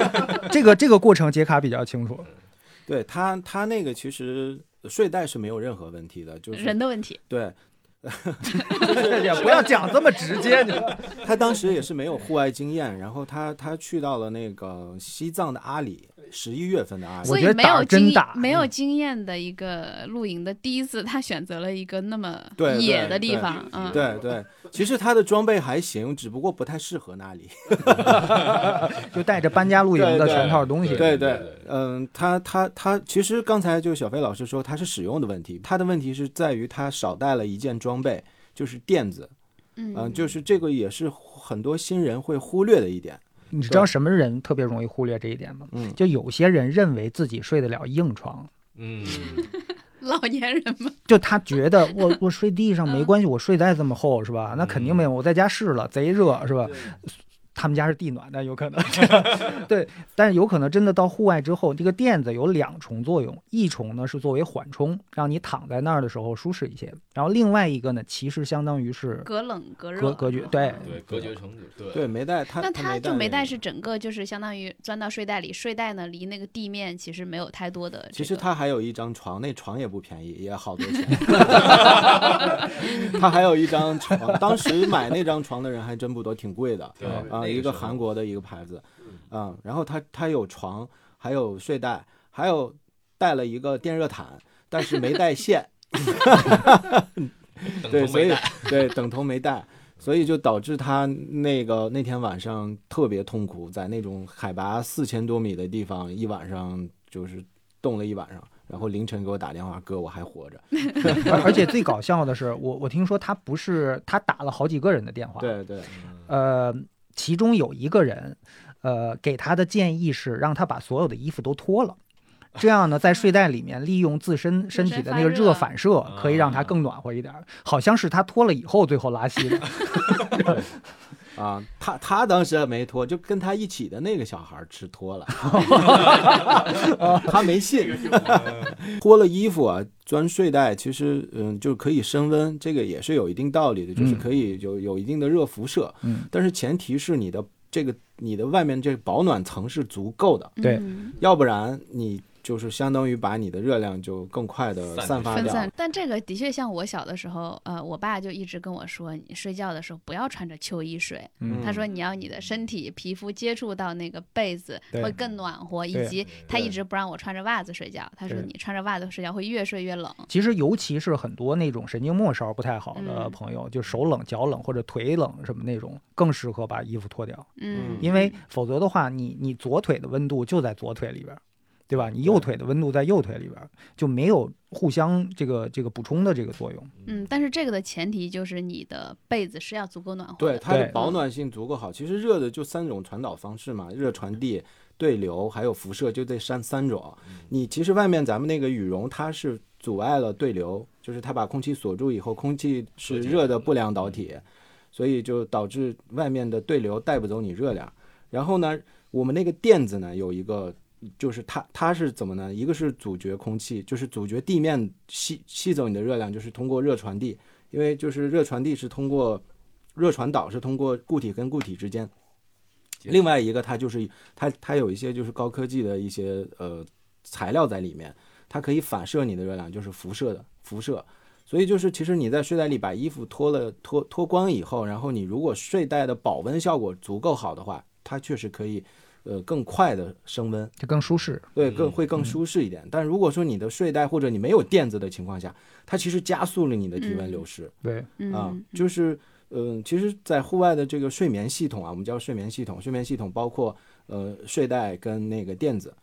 A: 这个这个过程杰卡比较清楚。
C: 对他他那个其实睡袋是没有任何问题的，就是
B: 人的问题，
C: 对
A: 也不要讲这么直接，你知道。
C: 他当时也是没有户外经验，然后他他去到了那个西藏的阿里，十一月份的阿
A: 我
C: 里，
B: 所以
A: 觉得
B: 没
A: 胆儿
B: 有
A: 真
B: 经验
A: 大嗯
B: 没有经验的一个露营的第一次，他选择了一个那么
C: 对对
B: 野的地
C: 对
B: 方，嗯，
C: 对对，其实他的装备还行，只不过不太适合那里。
A: 就带着搬家露营的全套东西。
C: 对对
D: 对对，
C: 嗯，他他他，其实刚才就小飞老师说他是使用的问题，他的问题是在于他少带了一件装备，就是垫子，
B: 嗯
C: 嗯、就是这个也是很多新人会忽略的一点，
A: 你知道什么人特别容易忽略这一点吗？
C: 嗯
A: 就有些人认为自己睡得了硬床，
D: 嗯，
B: 老年人嘛，
A: 就他觉得我我睡地上没关系，我睡袋这么厚是吧？那肯定没有，我在家试了，贼热是吧？他们家是地暖的，有可能， 对，但是有可能真的到户外之后，这个垫子有两重作用，一重呢是作为缓冲，让你躺在那儿的时候舒适一些，然后另外一个呢，其实相当于是
B: 隔冷隔热，
A: 隔隔绝，对，
D: 对，隔绝成就对
C: 对，没带他，
B: 嗯那
C: 他
B: 它就没
C: 没
B: 带
C: 带那个。
B: 是整个就是相当于钻到睡袋里，睡袋呢离那个地面其实没有太多的这个、
C: 其实他还有一张床，那床也不便宜，也好多 钱。 他还有一张床，当时买那张床的人还真不多，挺贵的。
D: 对
C: 啊，一个韩，国的一个牌子，嗯，然后它它有床，还有睡袋，还有带了一个电热毯，但是没带 线，
D: 那
C: 对，
D: 个时候等同
C: 所
D: 没
C: 以
D: 带
C: 对等同没带，所以就导致他那个那天晚上特别痛苦，在那种海拔四千多米的地方一晚上就是冻了一晚上，然后凌晨给我打电话，哥我还活着，
A: 而而且最搞笑的是，我我听说他不是他打了好几个人的电话，，
C: 对对，
A: 呃，其中有一个人，呃，给他的建议是让他把所有的衣服都脱了。这样呢，在睡袋里面利用自身身体的那个
B: 热
A: 热反射， 可以让它更暖和一点儿。好像是他脱了以后，最后拉稀的。
C: 啊，他他当时还没脱，就跟他一起的那个小孩儿吃脱了，啊他没信， 脱了衣服啊，钻睡袋，其实嗯，就是可以升温，这个也是有一定道理的，就是
A: 嗯
C: 可以有有一定的热辐射，
A: 嗯，
C: 但是前提是你的这个你的外面这个保暖层是足够的，
A: 对
B: 嗯
C: 要不然你就是相当于把你的热量就更快的
D: 散
C: 散发
B: 分
C: 掉
B: 散。但这个的确像我小的时候，呃，我爸就一直跟我说，你睡觉的时候不要穿着秋衣睡。
A: 嗯
B: 他说你要你的身体皮肤接触到那个被子
A: 对
B: 会更暖和，以
A: 对
B: 及他
C: 对
B: 一直不让我穿着袜子睡觉。他说
A: 对
B: 你穿着袜子睡觉会越睡越冷。
A: 其实，尤其是很多那种神经末梢不太好的
B: 嗯
A: 朋友，就手冷、脚冷或者腿冷什么那种，更适合把衣服脱掉，
B: 嗯，
A: 因为否则的话，你你左腿的温度就在左腿里边儿，对吧？你右腿的温度在右腿里边儿，就没有互相这个这个补充的这个作用。
B: 嗯，但是这个的前提就是你的被子是要足够暖和
C: 对
B: 的。
C: 它的
A: 对
C: 保暖性足够好。其实热的就三种传导方式嘛，热传递、对流还有辐射，就这三三种。你其实外面咱们那个羽绒，它是阻碍了对流，就是它把空气锁住以后，空气是热的不良导体，所以就导致外面的对流带不走你热量。然后呢，我们那个垫子呢有一个。就是它，它是怎么呢？一个是阻绝空气，就是阻绝地面吸吸走你的热量，就是通过热传递，因为就是热传递是通过热传导是通过固体跟固体之间，另外一个它就是它它有一些就是高科技的一些呃材料在里面，它可以反射你的热量，就是辐射的辐射。所以就是，其实你在睡袋里把衣服脱了脱脱光以后，然后你如果睡袋的保温效果足够好的话，它确实可以，呃，更快的升温。
A: 就更舒适。
C: 对，更会更舒适一点。但如果说你的睡袋或者你没有垫子的情况下，它其实加速了你的体温流失
A: 对，
B: 嗯，
C: 啊、就是，嗯、其实，在户外的这个睡眠系统啊，我们叫睡眠系统，睡眠系统包括呃睡袋跟那个垫子。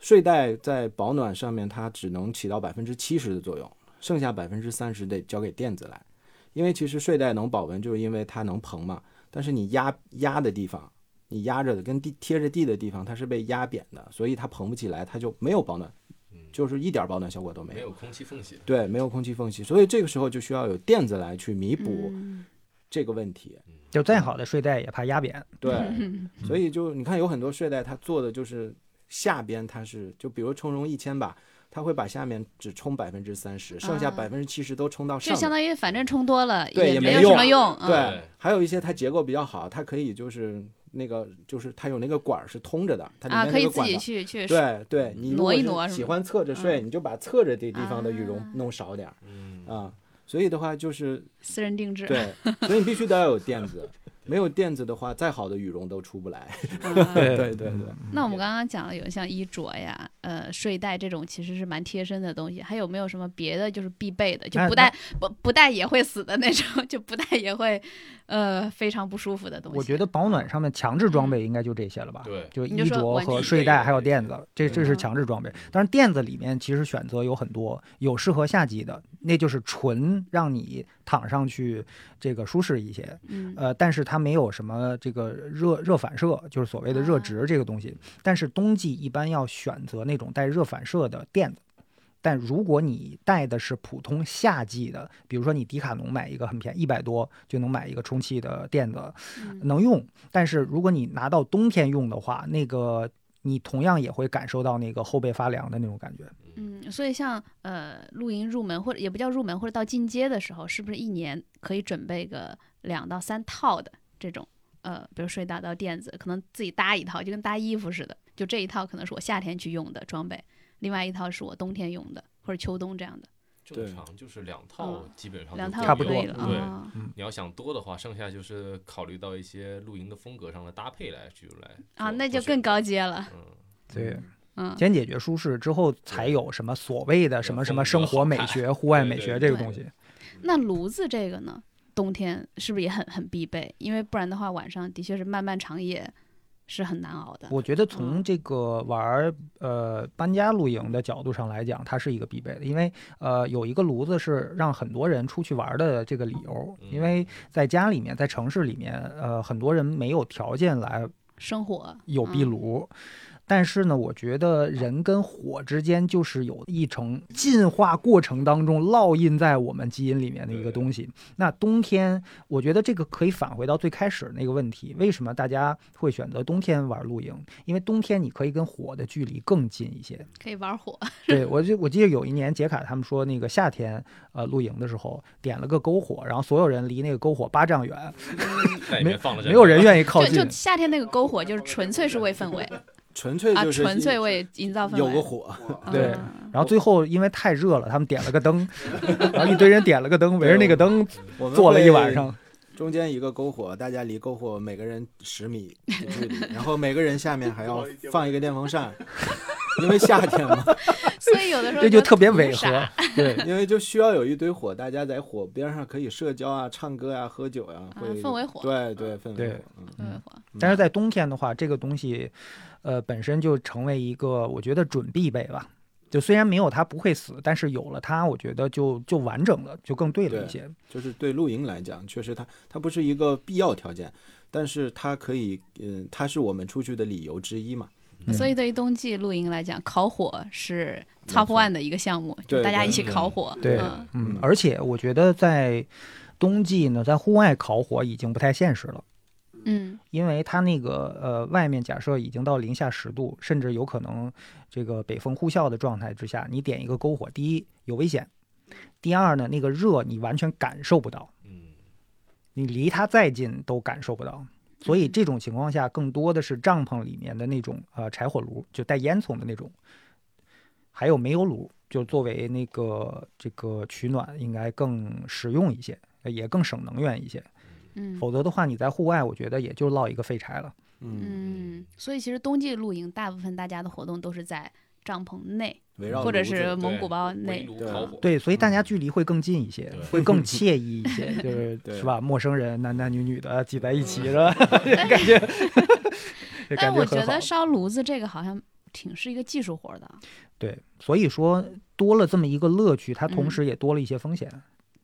C: 睡袋在保暖上面，它只能起到百分之七十的作用，剩下百分之三十得交给垫子来。因为其实睡袋能保温，就是因为它能膨嘛。但是你压压的地方，你压着的跟地贴着地的地方，它是被压扁的，所以它膨不起来，它就没有保暖，就是一点儿保暖效果都没
D: 没
C: 有。
D: 有空气缝隙。
C: 对，没有空气缝隙，所以这个时候就需要有垫子来去弥补
B: 嗯
C: 这个问 题。
A: 就再好的睡袋也怕压扁。
C: 对，
B: 嗯
C: 所以就你看，有很多睡袋它做的就是下边它是，就比如充绒一千吧，它会把下面只充百分之三十，剩下
B: 啊
C: 百分之七十都充到
B: 就
C: 上
B: 相
C: 面。
B: 当于反正充多了
C: 对也
B: 没
C: 没
B: 有什
C: 用
B: 么用。嗯
C: 对
D: 对，
C: 还有一些它结构比较好，它可以就是那个就是它有那个管儿是通着的，它
B: 啊，
C: 里
B: 可
C: 面那
B: 以
C: 个
B: 自
C: 管
B: 己
C: 子。
B: 去去
C: 对对，你如
B: 挪
C: 果
B: 一挪
C: 是
B: 是
C: 喜
B: 吗
C: 欢侧着睡，你就把侧着这地方的羽绒
B: 嗯啊
C: 弄少点儿
D: 嗯，
C: 啊。所以的话就是
B: 私人定制。
C: 对，所以你必须得要有垫子，没有垫子的话，再好的羽绒都出不来。
A: 嗯
B: 啊
C: 对对对，
B: 那我们刚刚讲了有像衣着呀、呃睡袋这种其实是蛮贴身的东西，还有没有什么别的就是必备的，就
A: 那
B: 不带不不带也会死的那种， 就不带也会呃非常不舒服的东西。
A: 我觉得保暖上面强制装备应该就这些了吧？
D: 对
A: 就
B: 你
A: 衣
B: 就说
A: 着
B: 玩具
A: 和
D: 类
A: 睡
D: 的
A: 袋还有
D: 这
A: 垫子，这这是
B: 嗯
A: 强制装备。但是垫子里面其实选择有很多，有适合夏季的，那就是纯让你躺上去这个舒适一些。
B: 嗯
A: 呃，但是它没有什么这个热热反射，就是所谓的热
B: 啊
A: 值这个东西。但是冬季一般要选择那种带热反射的垫子。但如果你带的是普通夏季的，比如说你迪卡侬买一个很便宜，一百多就能买一个充气的垫子，
B: 嗯
A: 能用。但是如果你拿到冬天用的话，那个你同样也会感受到那个后背发凉的那种感觉。
B: 嗯，所以像呃露营入门或者也不叫入门或者到进阶的时候，是不是一年可以准备个两到三套的这种呃，比如睡袋到垫子，可能自己搭一套，就跟搭衣服似的，就这一套可能是我夏天去用的装备，另外一套是我冬天用的或者秋冬这样的。
D: 正常就是两套
B: 嗯，
D: 基本上
B: 两
D: 就
B: 套
D: 够
A: 差不
D: 用
A: 多
B: 了
D: 对，
B: 啊。
D: 你要想多的话，剩下就是考虑到一些露营的风格上的搭配来去来
B: 啊，
D: 做
B: 那就
D: 做选
B: 更
D: 择
B: 高阶了。
D: 嗯，
A: 对，
B: 嗯，
A: 先解决舒适之后，才有什么所谓的什么什么生活美学、户外美学这个东西。
B: 那炉子这个呢，冬天是不是也很很必备？因为不然的话，晚上的确是漫漫长夜是很难熬的。
A: 我觉得从这个玩儿呃搬家露营的角度上来讲，它是一个必备的，因为呃有一个炉子是让很多人出去玩儿的这个理由，
D: 嗯
A: 因为在家里面，在城市里面，呃很多人没有条件来
B: 生火
A: 有壁，炉，但是呢，我觉得人跟火之间就是有一层进化过程当中烙印在我们基因里面的一个东西。那冬天，我觉得这个可以返回到最开始那个问题：为什么大家会选择冬天玩露营？因为冬天你可以跟火的距离更近一些。
B: 嗯可以玩火，
A: 对我就我记得有一年杰卡他们说那个夏天呃露营的时候点了个篝火，然后所有人离那个篝火八丈远，
D: 在里面放了这
A: 没有人愿意靠
B: 就
A: 近
B: 就。夏天那个篝火就是纯粹是为氛 围
E: 纯粹
B: 啊，
E: 就是
B: 纯粹
E: 一
B: 为营造氛围。
E: 有个火，
A: 对
B: 啊
A: 然后最后因为太热了，他们点了个灯，然后一堆人点了个灯，围着那个灯
E: 我们
A: 坐了一
E: 会
A: 晚上。
E: 中间一个篝火，大家离篝火每个人十米的距离，然后每个人下面还要放一个电风扇，因为夏天嘛，
B: 所以有的时候
A: 这就特别
B: 图
A: 违
B: 啥
A: 和。对，
E: 因为就需要有一堆火，大家在火边上可以社交啊、唱歌啊、喝酒呀、
B: 啊
E: 会
B: 氛围火
E: 对对，氛围
A: 对
E: 火。嗯
B: 氛围火。
A: 但是在冬天的话，这个东西，呃，本身就成为一个我觉得准必备吧。就虽然没有它不会死，但是有了它，我觉得就就完整了，就更对了一
E: 对
A: 些。
E: 就是对露营来讲，确实它它不是一个必要条件，但是它可以，嗯，它是我们出去的理由之一嘛。
A: 嗯
B: 所以对于冬季露营来讲，烤火是
E: 没
B: top
E: 错
B: one 的一个项目，就
E: 对
B: 大家
E: 对
B: 一起
D: 对
B: 烤火。
A: 对
B: 嗯
A: 嗯
E: 嗯，
A: 而且我觉得在冬季呢，在户外烤火已经不太现实了。
B: 嗯，
A: 因为它那个呃，外面假设已经到零下十度，甚至有可能这个北风呼啸的状态之下，你点一个篝火，第一有危险，第二呢，那个热你完全感受不到，
D: 嗯，
A: 你离它再近都感受不到。所以这种情况下，更多的是帐篷里面的那种呃柴火炉，就带烟囱的那种，还有煤油炉，就作为那个这个取暖应该更实用一些，呃也更省能源一些。
B: 嗯
A: 否则的话，你在户外，我觉得也就落一个废柴了。
E: 嗯，
B: 嗯，所以其实冬季露营，大部分大家的活动都是在帐篷内，
E: 围绕
B: 或者
E: 炉子
B: 是蒙
D: 对
B: 古包
D: 嗯围
B: 内。
D: 炉
E: 对
D: 烤火，
A: 对，所以
C: 嗯
A: 大家距离会更近一些
D: 对，
A: 会 更惬意一些，就是
E: 对
A: 是吧？陌生人男男女女的挤在一
C: 嗯
A: 起是 吧？感觉，这
B: 但
A: 感
B: 我
A: 很
B: 觉
A: 好
B: 得。烧炉子这个好像挺是一个技术活儿的，
A: 对，所以说多了这么一个乐趣，它
B: 嗯
A: 同时也多了一些风险。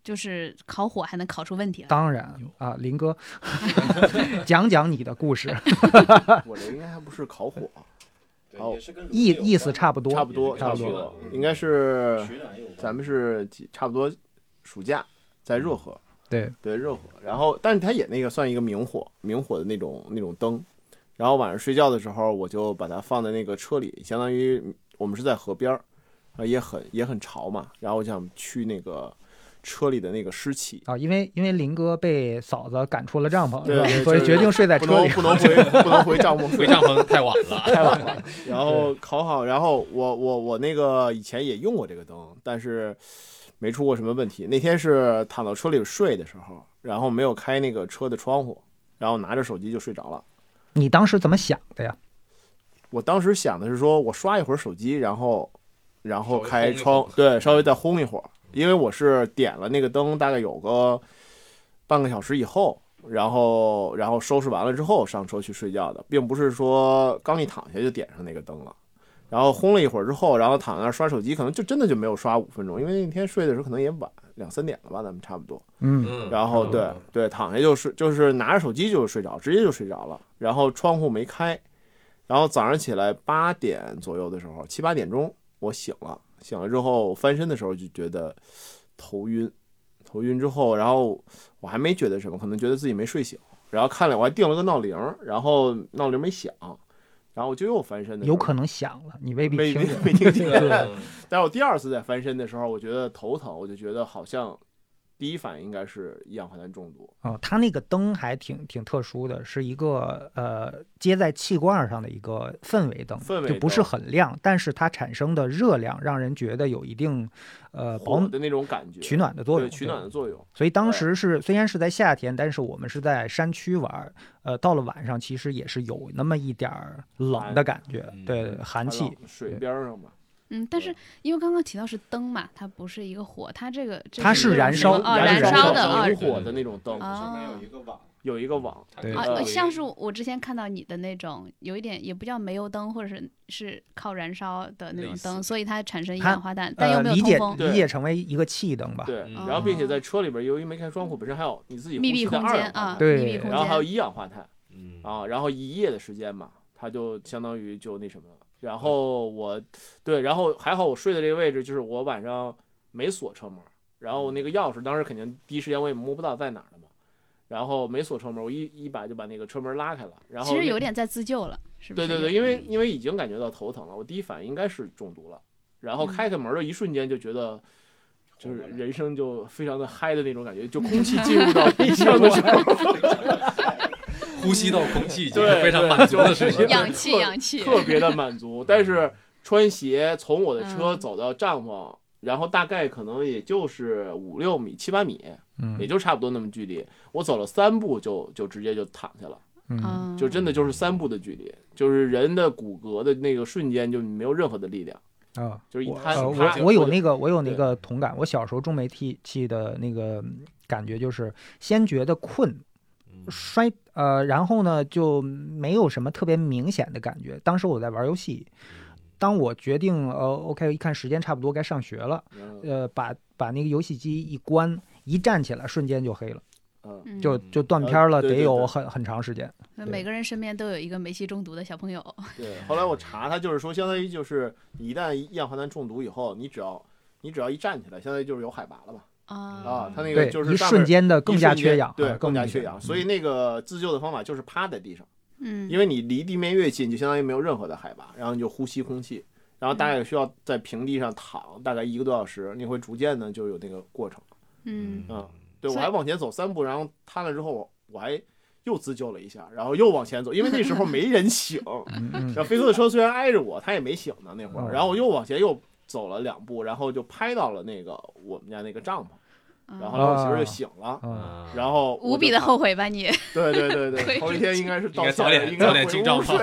B: 就是烤火还能烤出问题来。
A: 当然啊，林哥， 讲讲你的故 事，
C: 我这应该还不是烤 火，
D: 对，也是跟炉
A: 意
D: 子有
A: 意思
D: 关
A: 差不多，
C: 差不多，
A: 差
C: 差
A: 不
C: 不
A: 多
C: 多，
E: 嗯
C: 应该是
D: 取暖也有关
C: 咱们是几差不多暑假在热河，
A: 对，
C: 对热火，然后但是它也那个算一个明火，明火的那种那种灯。然后晚上睡觉的时候，我就把它放在那个车里，相当于我们是在河边儿，啊也很也很潮嘛。然后我想去那个车里的那个湿气，
A: 啊，因为因为林哥被嫂子赶出了帐篷，
C: 对
A: 是吧
C: 对
A: 所以
C: 就是
A: 决定睡在
C: 不
A: 车
C: 能
A: 里。
C: 不能回 不能回帐篷
D: 回帐篷太晚 了，
C: 太晚了。然后烤好，然后我我我那个以前也用过这个灯，但是没出过什么问题。那天是躺到车里睡的时候，然后没有开那个车的窗户，然后拿着手机就睡着了。
A: 你当时怎么想的呀？
C: 我当时想的是说，我刷一会儿手机，然后然后开
D: 稍微
C: 窗
D: 轰一，
C: 对，稍微再轰一会儿，因为我是点了那个灯，大概有个半个小时以后。然后，然后收拾完了之后上车去睡觉的，并不是说刚一躺下就点上那个灯了。然后轰了一会儿之后，然后躺在那儿刷手机，可能就真的就没有刷五分钟，因为那天睡的时候可能也晚，两三点了吧，咱们差不多。
A: 嗯，
D: 嗯，
C: 然后对对，躺下就睡，就是拿着手机就睡着，直接就睡着了。然后窗户没开，然后早上起来八点左右的时候，七八点钟我醒了，醒了之后翻身的时候就觉得头晕，头晕之后，然后我还没觉得什么，可能觉得自己没睡醒，然后看了我还定了个闹铃儿，然后闹铃没响，然后我就又翻身的时候，
A: 有可能想了，你未必
C: 没
A: 听
C: 没
A: 见。
C: 没听见。
D: 嗯
C: 但是我第二次在翻身的时候，我觉得头疼，我就觉得好像第一反应应该是一氧化碳中毒。
A: 啊、它那个灯还挺挺特殊的，是一个呃接在气罐儿上的一个氛围灯，
C: 氛围
A: 就不是
C: 灯
A: 很亮，但是它产生的热量让人觉得有一定呃保
C: 火
A: 暖
C: 的那种感觉，
A: 取暖的作用。
C: 对取暖的作用。
A: 所以当
C: 对
A: 时是虽然是在夏天，但是我们是在山区玩儿，呃，到了晚上其实也是有那么一点儿冷
C: 寒
A: 的感觉，
D: 嗯
A: 对寒
C: 还
A: 气
C: 有。水边儿上嘛，
B: 嗯，但是
C: 对
B: 因为刚刚提到是灯嘛，它不是一个火，它这个这
A: 它
B: 是
A: 是
B: 一种
A: 燃
B: 什
A: 烧
B: 么哦，
A: 它是
B: 燃
A: 燃
B: 烧
A: 烧
B: 的
D: 的
B: 哦
C: 引火的那种灯，
B: 啊
E: 上面有一个网，
C: 有一个网，
A: 对
B: 啊，
C: 呃
B: 呃
C: 有
B: 像是我之前看到你的那种，有一点也不叫煤油灯，或者是是靠燃烧的那种
D: 类似
B: 灯，所以它产生一
A: 它
B: 氧化碳，但又
A: 呃，
B: 没有
A: 理
B: 通
A: 解
B: 风。
A: 理解成为一个气灯吧。
C: 对，
D: 嗯
C: 然后并且在车里边，由于没开窗户，本身还有你自己呼
B: 哦密闭
C: 吸的
B: 空
C: 二
B: 间
C: 氧化
B: 啊，
C: 碳，
A: 对
B: 密闭空
C: 然后还有
B: 间，
C: 一氧化碳
D: 嗯，
C: 啊，然后一夜的时间嘛，它就相当于就那什么了。然后我对，然后还好我睡的这个位置就是我晚上没锁车门，然后那个钥匙当时肯定第一时间我也摸不到在哪儿了嘛，然后没锁车门，我一一把就把那个车门拉开了，然后
B: 其实
C: 那
B: 有点在自救了，是不
C: 对
B: 是？
C: 对对，因为因为已经感觉到头疼了，我第一反应应该是中毒了，然
A: 嗯
C: 后开开门的一瞬间就觉 得。就是人生就非常的嗨的那种感 觉，就空气进入到鼻腔的时候，
D: 呼吸到空气已经
C: 对
D: 是非常满足的事情
C: 对。
B: 氧气氧气，
C: 特别的满足。但
A: 嗯
C: 是穿鞋从我的车走到帐篷，然后大概可能也就是五六米、七八米，也
A: 嗯
C: 就差不多那么距离。我走了三步就就直接就躺下了，
A: 嗯
B: 嗯，
C: 就真的就是三步的距离，就是人的骨骼的那个瞬间就没有任何的力量，
A: 啊。
C: 就是一
E: 我
C: 瘫。
A: 呃，
C: 啪
A: 我我有那个我有那
C: 对
A: 个同感，我小时候中煤气气的那个感觉就是先觉得困，
D: 嗯
A: 摔呃，然后呢就没有什么特别明显的感觉。当时我在玩游戏，当我决定呃 OK 一看时间差不多该上学了，
C: 嗯
A: 呃把把那个游戏机一关，一站起来瞬间就黑了，
C: 嗯，
B: 嗯
A: 就
D: 嗯
A: 就断片儿了，
C: 呃对
A: 得
C: 对
A: 有
C: 对
A: 很很长时间。
B: 那每个人身边都有一个煤气中毒的小朋 友，
C: 对。后来我查，它就是说，相当于就是你一旦一氧化碳中毒以后，你只要你只要一站起来，相当于就是有海拔了嘛。
B: 啊
C: 啊，它那个
A: 对，
C: 就是
A: 一
C: 上
A: 瞬
C: 面
A: 间的更
C: 一
A: 加
C: 瞬
A: 缺
C: 间
A: 氧，
C: 对
A: 啊，
C: 更加
A: 明
C: 缺
A: 显
C: 氧。所以那个自救的方法就是趴在地上，
B: 嗯，
C: 因为你离地面越近，就相当于没有任何的海拔，然后你就呼吸空气，然后大概需要在平地上躺大概一个多小时，你会逐渐的就有那个过程。
B: 嗯
C: 嗯，对我
B: 所以
C: 还往前走三步，然后瘫了之后，我我还又自救了一下，然后又往前走，因为那时候没人醒，
A: 嗯嗯
C: 然后飞哥的车虽然挨着我，他也没醒呢那会
A: 嗯
C: 儿，然后我又往前又走了两步，然后就拍到了那个我们家那个帐篷，
B: 啊
C: 然后呢我媳妇儿就醒了。
A: 嗯
D: 啊
C: 然后我
B: 无
C: 就
B: 比的
C: 躺
B: 后悔吧你，
C: 对对对
B: 可以
C: 对，头一天应该是道
D: 应该
C: 歉，
D: 早点
C: 应该
D: 早点
C: 回
D: 进帐
C: 屋
D: 篷
C: 睡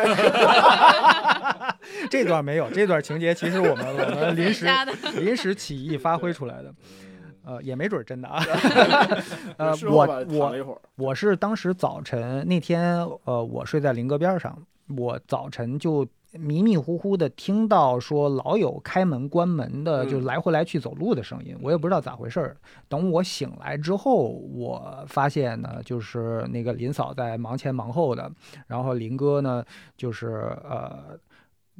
A: 这段没有，这段情节其实我们我们临时
B: 家的
A: 临时起意发挥出来的，呃，也没准儿真的啊。 呃，
C: 事后吧
A: 我
C: 躺了
A: 我
C: 一会儿，
A: 我是当时早晨那天，呃，我睡在林哥边儿上，我早晨就迷迷糊糊的听到说老有开门关门的，
C: 嗯
A: 就来回来去走路的声音，我也不知道咋回事儿。等我醒来之后，我发现呢，就是那个林嫂在忙前忙后的，然后林哥呢，就是呃。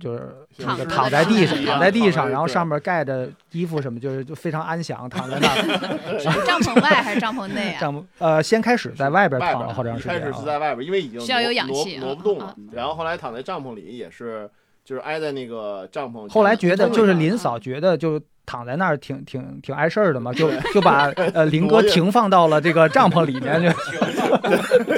A: 就是那个
B: 躺
A: 躺
B: 着
A: 在
B: 的
A: 地上
B: 姿，势
A: 躺在地
C: 躺
A: 上，
C: 着
A: 然后
C: 对
A: 上面盖着衣服什么，就是就非常安详，躺 在那儿
B: 是帐篷外还是帐篷内啊？
A: 帐篷。呃，先开始在外边
C: 外
A: 躺
C: 边
A: 了
C: 儿
A: 好长
C: 一
A: 时间
C: 开始
A: 啊
C: 是在外边儿，因为已经
B: 需要
C: 挪
B: 有氧
C: 挪
B: 气
C: 挪
B: 啊
C: 不动了
B: 啊。
C: 然后后来躺在帐篷里也是，就是挨在那个帐篷。
A: 后来觉得就是
C: 临，
A: 林嫂觉得就躺在那儿挺挺挺碍事儿的嘛，就就 把呃林哥
C: 挪着
A: 停放到了这个帐篷里 面去。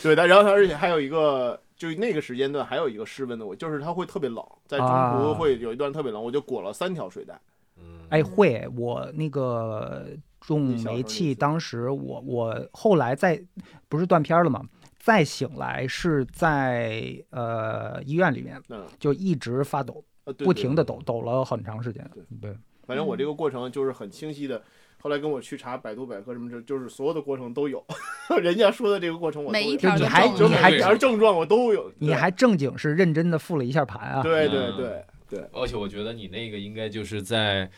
C: 对的。然后他而且还有一个，就是那个时间段还有一个湿温的，我就是它会特别冷，在中
A: 啊
C: 途会有一段特别冷，我就裹了三条睡袋。
D: 嗯
A: 哎，会我那个中
C: 你小时候
A: 煤
C: 那
A: 气，
C: 次
A: 当时我我后来再不是断片儿了嘛。再醒来是在呃医院里面，
C: 嗯，
A: 就一直发抖，
C: 呃对
A: 不
C: 对
A: 停的抖，抖了很长时间。对，
C: 反正我
B: 嗯
C: 这个过程就是很清晰的。后来跟我去查百度百科什么这，就是所有的过程都有， 人家说的这个过程我都
B: 每一
C: 有，
B: 条
A: 就
B: 都
A: 你还
B: 中
C: 就
A: 你
C: 每
A: 还
C: 一条症状我都有。
A: 你
C: 对
A: 还正经是认真的复了一下盘啊。
C: 对对
D: 嗯
C: 对，
D: 而且我觉得你那个应该就是在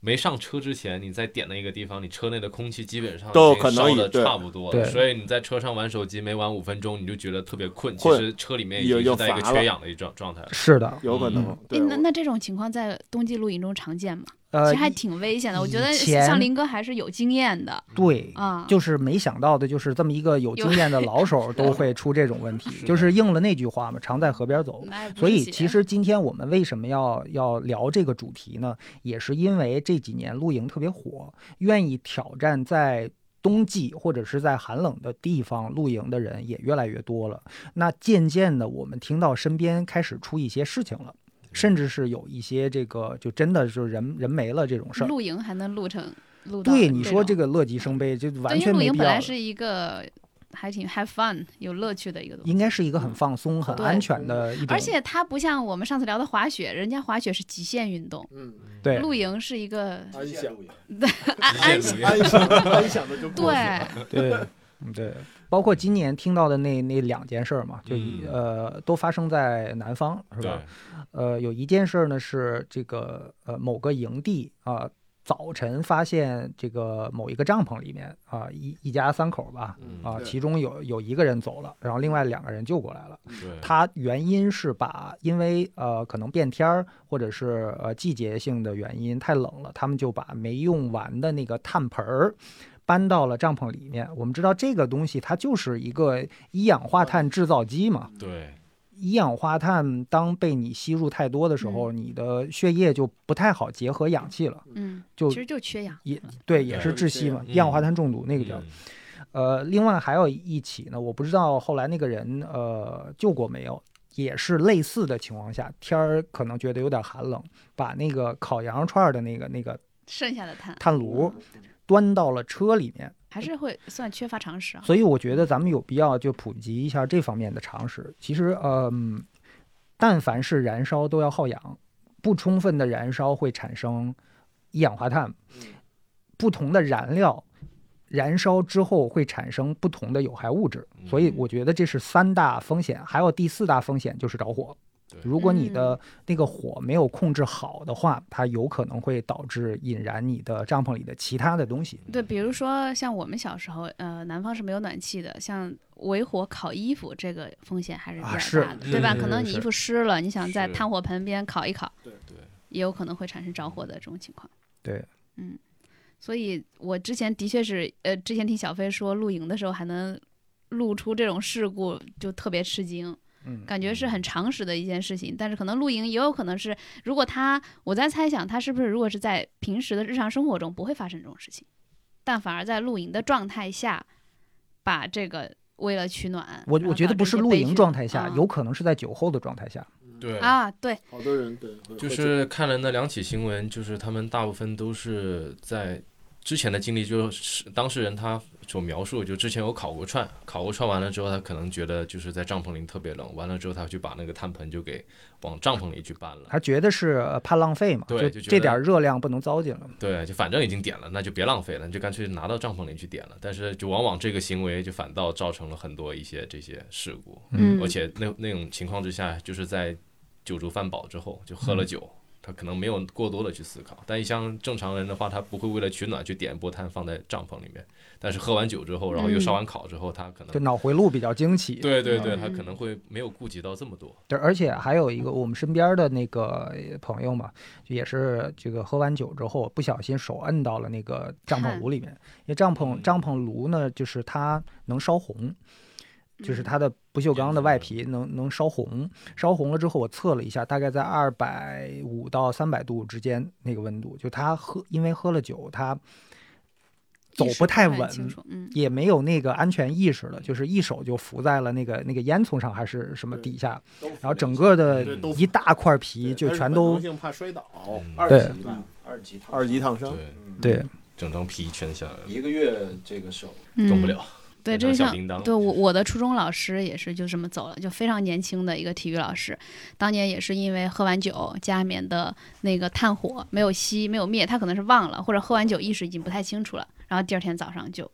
D: 没上车之前，你在点的一个地方，你车内的空气基本上
C: 都有
D: 已经
C: 可能
D: 烧
C: 已
D: 的
C: 对
D: 差不多
A: 对
D: 了，所以你在车上玩手机没玩五分钟，你就觉得特别困，其
C: 困
D: 实车里面已
C: 有
D: 经
C: 有
D: 是在一个
C: 乏
D: 缺
C: 了
D: 氧的一状状态了。
A: 是的，
C: 有可能
A: 嗯。
C: 对
B: 哎，那那这种情况在冬季露营中常见吗？其
A: 呃
B: 实，还挺危险的，我觉得
A: 以前
B: 像林哥还是有经验的
A: 对，
B: 啊。
A: 就是没想到的，就是这么一个有经验的老手都会出这种问题，就是应了那句话嘛，常在河边走。
B: 那也不是
A: 所以，
B: 写
A: 其实今天我们为什么要要聊这个主题呢？也是因为这几年露营特别火，愿意挑战在冬季或者是在寒冷的地方露营的人也越来越多了。那渐渐的，我们听到身边开始出一些事情了，甚至是有一些这个就真的就是人人没了这种事儿。
B: 露营还能露成露到
A: 对你说这
B: 个，
A: 个乐极生悲，就
B: 对，
A: 完
B: 因为
A: 全
B: 露
A: 没
B: 营
A: 必
B: 本
A: 要
B: 来
A: 了。
B: 是一个还挺 have fun 有乐趣的一个东西，
A: 应该是一个很放松、很
B: 对
A: 安全的一种，
B: 而且它不像我们上次聊的滑雪，人家滑雪是极限运动，
C: 嗯，
A: 对
B: 露营是一个
C: 安详
B: 安啊安
D: 极限露营
C: 安详安详的就过去了。
B: 对，
A: 对嗯对，包括今年听到的那那两件事儿嘛，就一、
D: 嗯
A: 呃都发生在南方是
D: 对
A: 吧？呃，有一件事儿呢是这个呃某个营地啊、早晨发现这个某一个帐篷里面啊，一一家三口吧，
D: 嗯
A: 啊，
C: 对
A: 其中有有一个人走了，然后另外两个人救过来了。
D: 对，
A: 它原因是把，因为呃可能变天儿或者是呃季节性的原因太冷了，他们就把没用完的那个炭盆儿搬到了帐篷里面。我们知道这个东西它就是一个一氧化碳制造机嘛，
D: 对，
A: 一氧化碳当被你吸入太多的时候，你的血液就不太好结合氧气了，
B: 嗯，
A: 就
B: 其实就缺氧，
A: 也对，也是窒息嘛，
D: 嗯
A: 一氧化碳中毒那个叫。
D: 嗯
A: 呃，另外还有一起呢，我不知道后来那个人呃救过没有，也是类似的情况下，天儿可能觉得有点寒冷，把那个烤羊肉串儿的那个那个
B: 剩下的碳
A: 炭
C: 哦
A: 炉端到了车里面。
B: 还是会算缺乏常识啊。
A: 所以我觉得咱们有必要就普及一下这方面的常识。其实，嗯，但凡是燃烧都要耗氧，不充分的燃烧会产生一氧化碳
C: 嗯，
A: 不同的燃料。燃烧之后会产生不同的有害物质，所以
D: 嗯
A: 我觉得这是三大风险，还有第四大风险就是着火
D: 对。
A: 如果你的那个火没有控制好的话，它有可能会导致引燃你的帐篷里的其他的东西。
B: 对，比如说像我们小时候，呃，南方是没有暖气的，像围火烤衣服，这个风险还是比
A: 啊
B: 较
A: 是
B: 大的，
D: 是
B: 对吧？
A: 是
B: 可能你
A: 是
B: 衣服湿了，你想在
D: 是
B: 炭火盆边烤一烤，
D: 对，
B: 也有可能会产生着火的这种情况。
A: 对，
B: 嗯，所以我之前的确是，呃，之前听小飞说露营的时候还能露出这种事故，就特别吃惊。
A: 嗯，
B: 感觉是很常识的一件事情，但是可能露营也有可能是，如果他，我在猜想他是不是如果是在平时的日常生活中不会发生这种事情，但反而在露营的状态下，把这个为了取暖，
A: 我
B: 然后
A: 我觉
B: 导
A: 得不
B: 致一
A: 是啊
B: 些
A: 露
B: 悲
A: 营
B: 剧
A: 状态下，
B: 嗯
A: 有可能是在酒后的状态下。
D: 对，
B: 啊，对，
C: 好多人对，会
D: 就是看了那两起新闻，就是他们大部分都是在之前的经历，就是当事人他所描述，就之前有烤过串，烤过串完了之后，他可能觉得就是在帐篷里特别冷，完了之后他就把那个炭盆就给往帐篷里去搬了，
A: 他觉得是呃怕浪费嘛，
D: 对
A: 就
D: 就觉
A: 这
D: 得嗯
A: 点热量不能糟践了。
D: 对，就反正已经点了，那就别浪费了，你就干脆拿到帐篷里去点了。但是就往往这个行为就反倒造成了很多一些这些事故，
B: 嗯
D: 而且那那种情况之下，就是在酒足饭饱之后就
B: 嗯
D: 喝了酒，他可能没有过多的去思考。但一像正常人的话，他不会为了取暖去点一波炭放在帐篷里面，但是喝完酒之后，然后又烧完烤之后，他可
A: 就
D: 能。
A: 脑回路比较惊奇，
D: 对对对，
B: 嗯
D: 他可能会没有顾及到这么多。
A: 对，而且还有一个我们身边的那个呃朋友嘛，就也是这个喝完酒之后不小心手摁到了那个帐篷
B: 汗
A: 炉里面，因为帐篷
D: 嗯
A: 帐篷炉呢，就是它能烧红，就是
B: 嗯
A: 它的不锈钢的外
D: 嗯
A: 皮能能烧红，烧红了之后我测了一下，大概在二百五到三百度之间那个温度，就它喝因为喝了酒，它走
B: 意识
A: 不太
B: 很
A: 稳，
B: 清楚嗯，
A: 也没有那个安全意识了，就是一手就扶在了那个那个烟囱上还是什么底下，然后整个的
C: 对都
A: 一大块皮就全都
C: 性怕摔倒，
A: 哦
D: 嗯
C: 二
A: 对
C: 级吧，
F: 二级烫，
C: 二级烫伤，
D: 对，
F: 嗯，
A: 对，
D: 整张皮全下来了，
F: 一个月这个手
D: 动
B: 嗯
D: 不了。
B: 对，
D: 变
B: 这
D: 成小
B: 像
D: 叮当
B: 对我我的初中老师也是就这么走了，就非常年轻的一个体育老师，当年也是因为喝完酒，家里面的那个炭火没有熄没有灭，他可能是忘了，或者喝完酒意识已经不太清楚了，然后第二天早上就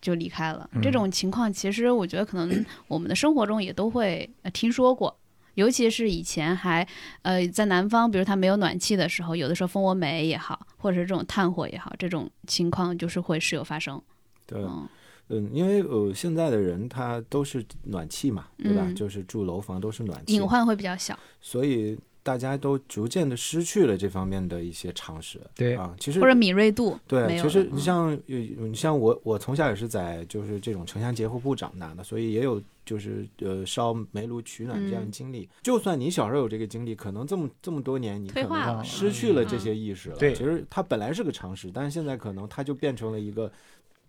B: 就离开了。这
A: 嗯
B: 种情况其实我觉得可能我们的生活中也都会呃听说过。尤其是以前还，呃，在南方，比如它没有暖气的时候，有的时候蜂窝煤也好，或者是这种炭火也好，这种情况就是会时有发生。
E: 对，
B: 嗯，
E: 嗯，因为呃，现在的人他都是暖气嘛，对吧？
B: 嗯
E: 就是住楼房都是暖气
B: 隐，患会比较小。
E: 所以大家都逐渐的失去了这方面的一些常识。
A: 对
E: 啊，其实
B: 或者敏锐度没
E: 对，
B: 有
E: 其实
B: 了嗯
E: 你像呃你像我，我从小也是在就是这种城乡结合部长大的，所以也有就是呃烧煤炉取暖这样的
B: 嗯
E: 经历。就算你小时候有这个经历，可能这么这么多年你
B: 退
E: 可能
B: 化
A: 了
E: 失去了这
B: 嗯
E: 些意识了。
A: 对
E: 其实它本来是个常识，但是现在可能它就变成了一个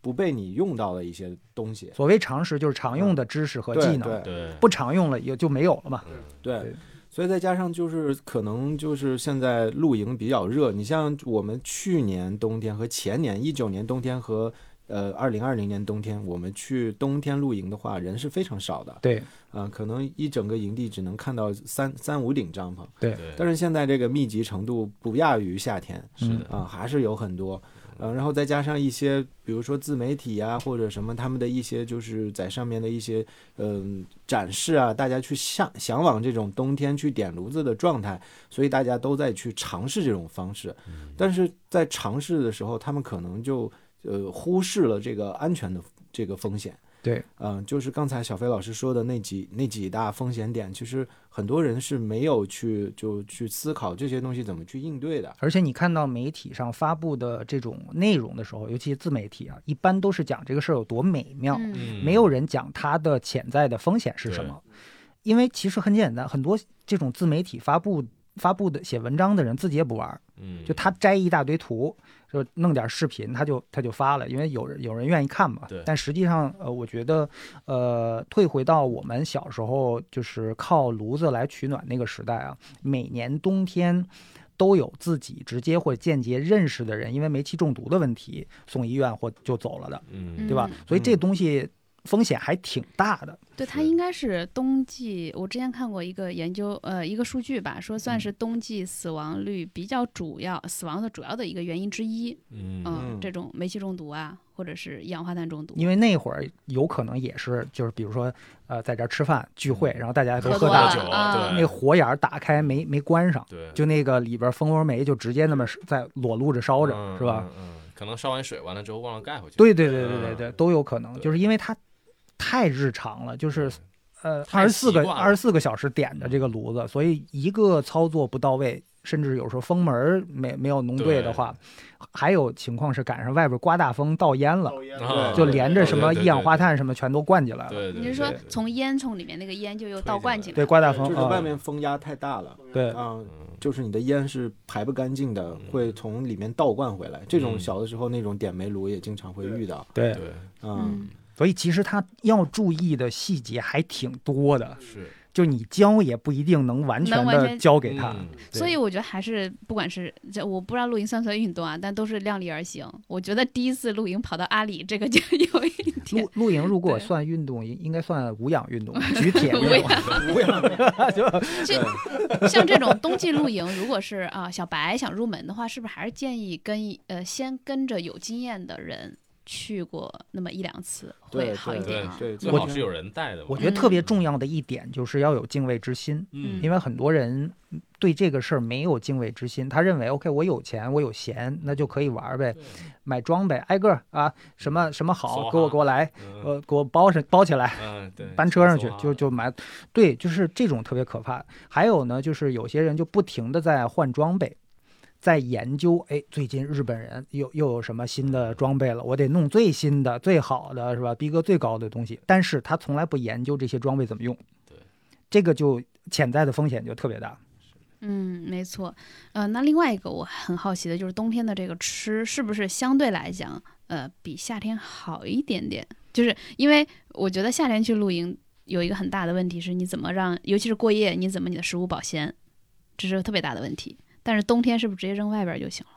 E: 不被你用到的一些东西。
A: 所谓常识就是常用的知识和技
E: 嗯对
A: 能，
E: 对
D: 对，
A: 不常用了也就没有了嘛。对
E: 对。所以再加上就是可能就是现在露营比较热，你像我们去年冬天和前年一九年冬天和呃二零二零年冬天，我们去冬天露营的话，人是非常少的，
A: 对，
E: 啊、可能一整个营地只能看到三三五顶帐篷，
D: 对
E: 但是现在这个密集程度不亚于夏天，
A: 嗯
D: 是的，
E: 啊、还是有很多。呃，然后再加上一些，比如说自媒体呀、或者什么他们的一些就是在上面的一些嗯、展示啊，大家去向向往这种冬天去点炉子的状态，所以大家都在去尝试这种方式，但是在尝试的时候，他们可能就呃忽视了这个安全的这个风险。
A: 对，
E: 嗯、就是刚才小飞老师说的那几那几大风险点，其实很多人是没有去就去思考这些东西怎么去应对的。
A: 而且你看到媒体上发布的这种内容的时候，尤其自媒体啊，一般都是讲这个事儿有多美妙，
B: 嗯
D: 嗯
A: 没有人讲它的潜在的风险是什么。因为其实很简单，很多这种自媒体发布发布的写文章的人自己也不玩儿，
D: 嗯，
A: 就他摘一大堆图，就弄点视频，他就他就发了，因为有人有人愿意看嘛
D: 对。
A: 但实际上，呃，我觉得，呃，退回到我们小时候就是靠炉子来取暖那个时代啊，每年冬天。都有自己直接或间接认识的人，因为煤气中毒的问题送医院或就走了的，
D: 嗯
A: 对吧
B: 嗯？
A: 所以这东西风险还挺大的。
B: 对，它
D: 是
B: 应该是冬季。我之前看过一个研究，呃，一个数据吧，说
D: 嗯
B: 算是冬季死亡率比较主要、死亡的主要的一个原因之一。
D: 嗯
B: 嗯，
E: 嗯
B: 这种煤气中毒啊，或者是一氧化碳中毒，
A: 因为那会儿有可能也是，就是比如说，呃，在这儿吃饭聚会，然后大家都
B: 喝
A: 喝
B: 多
A: 大
B: 了
A: 酒，
B: 啊
D: 对
A: 那火眼儿打开没没关上，
D: 对，
A: 就那个里边蜂窝煤就直接那么是在裸露着烧着，
D: 嗯
A: 是吧？？
D: 嗯，嗯可能烧完水完了之后忘了盖回去。
A: 对对对对对对，
D: 嗯
A: 都有可能，
D: 对
A: 就是因为它太日常了，就是呃二
D: 太
A: 十四
D: 习
A: 个
D: 惯了
A: 二十四个小时点着这个炉子，所以一个操作不到位，甚至有时候封门儿没没有弄对的
D: 对
A: 话，还有情况是赶上外边刮大风倒烟了，
D: 啊
A: 就连着什么
D: 对对
A: 一氧化碳什么全都灌进来了。
D: 对对，
B: 你是说从烟囱里面那个烟就又
D: 推
B: 倒
D: 进
B: 灌
D: 来
B: 进来
A: 对，
B: 了？
A: 刮大
D: 哦
A: 风，
E: 就是
A: 啊
E: 外面风压太大了，
A: 对
C: 啊
E: 嗯，
D: 嗯
E: 就是你的烟是排不干净的，会从里面倒灌回来。这种
D: 嗯
E: 小的时候那种点煤炉也经常会遇到，
A: 对，
D: 对
E: 嗯，
B: 嗯，
A: 所以其实他要注意的细节还挺多的，
E: 嗯
D: 是
A: 就你教也不一定能完全
B: 能完
A: 的
B: 全
A: 教给他。
D: 嗯
A: 对
B: 所以我觉得还是不管是这，我不知道露营算不算运动啊，但都是量力而行。我觉得第一次露营跑到阿里，这个就 有一点
A: 露露营如果
B: 对
A: 算运动，应应该算无氧运动，举铁
B: 无
A: 运动。
E: 无氧
B: 这像这种冬季露营，如果是啊小白想入门的话，是不是还是建议跟呃先跟着有经验的人去过那么一两次会
E: 对
B: 好一点啊？
E: 对，
D: 最好是有人带的嘛。
A: 我觉得特别重要的一点就是要有敬畏之心，
D: 嗯
A: 因为很多人对这个事儿没有敬畏之心，他认为 OK，我有钱，我有闲，那就可以玩儿呗，
D: 对
A: 买装备挨个儿啊，什么什么好，
D: 梭
A: 给我
D: 哈
A: 给我来，
D: 嗯
A: 呃，给我包上包起来。
D: 嗯对，
A: 搬车上去
D: 轻松啊
A: 就就买，对，就是这种特别可怕。还有呢，就是有些人就不停的在换装备，在研究，哎，最近日本人又又有什么新的装备了，我得弄最新的、最好的，是吧？逼格最高的东西，但是他从来不研究这些装备怎么用，
D: 对，
A: 这个就潜在的风险就特别大。
B: 嗯，没错。呃，那另外一个我很好奇的就是冬天的这个吃是不是相对来讲，呃，比夏天好一点点？就是因为我觉得夏天去露营有一个很大的问题是，你怎么让，尤其是过夜，你怎么你的食物保鲜，这是个特别大的问题。但是冬天是不是直接扔外边儿就行了，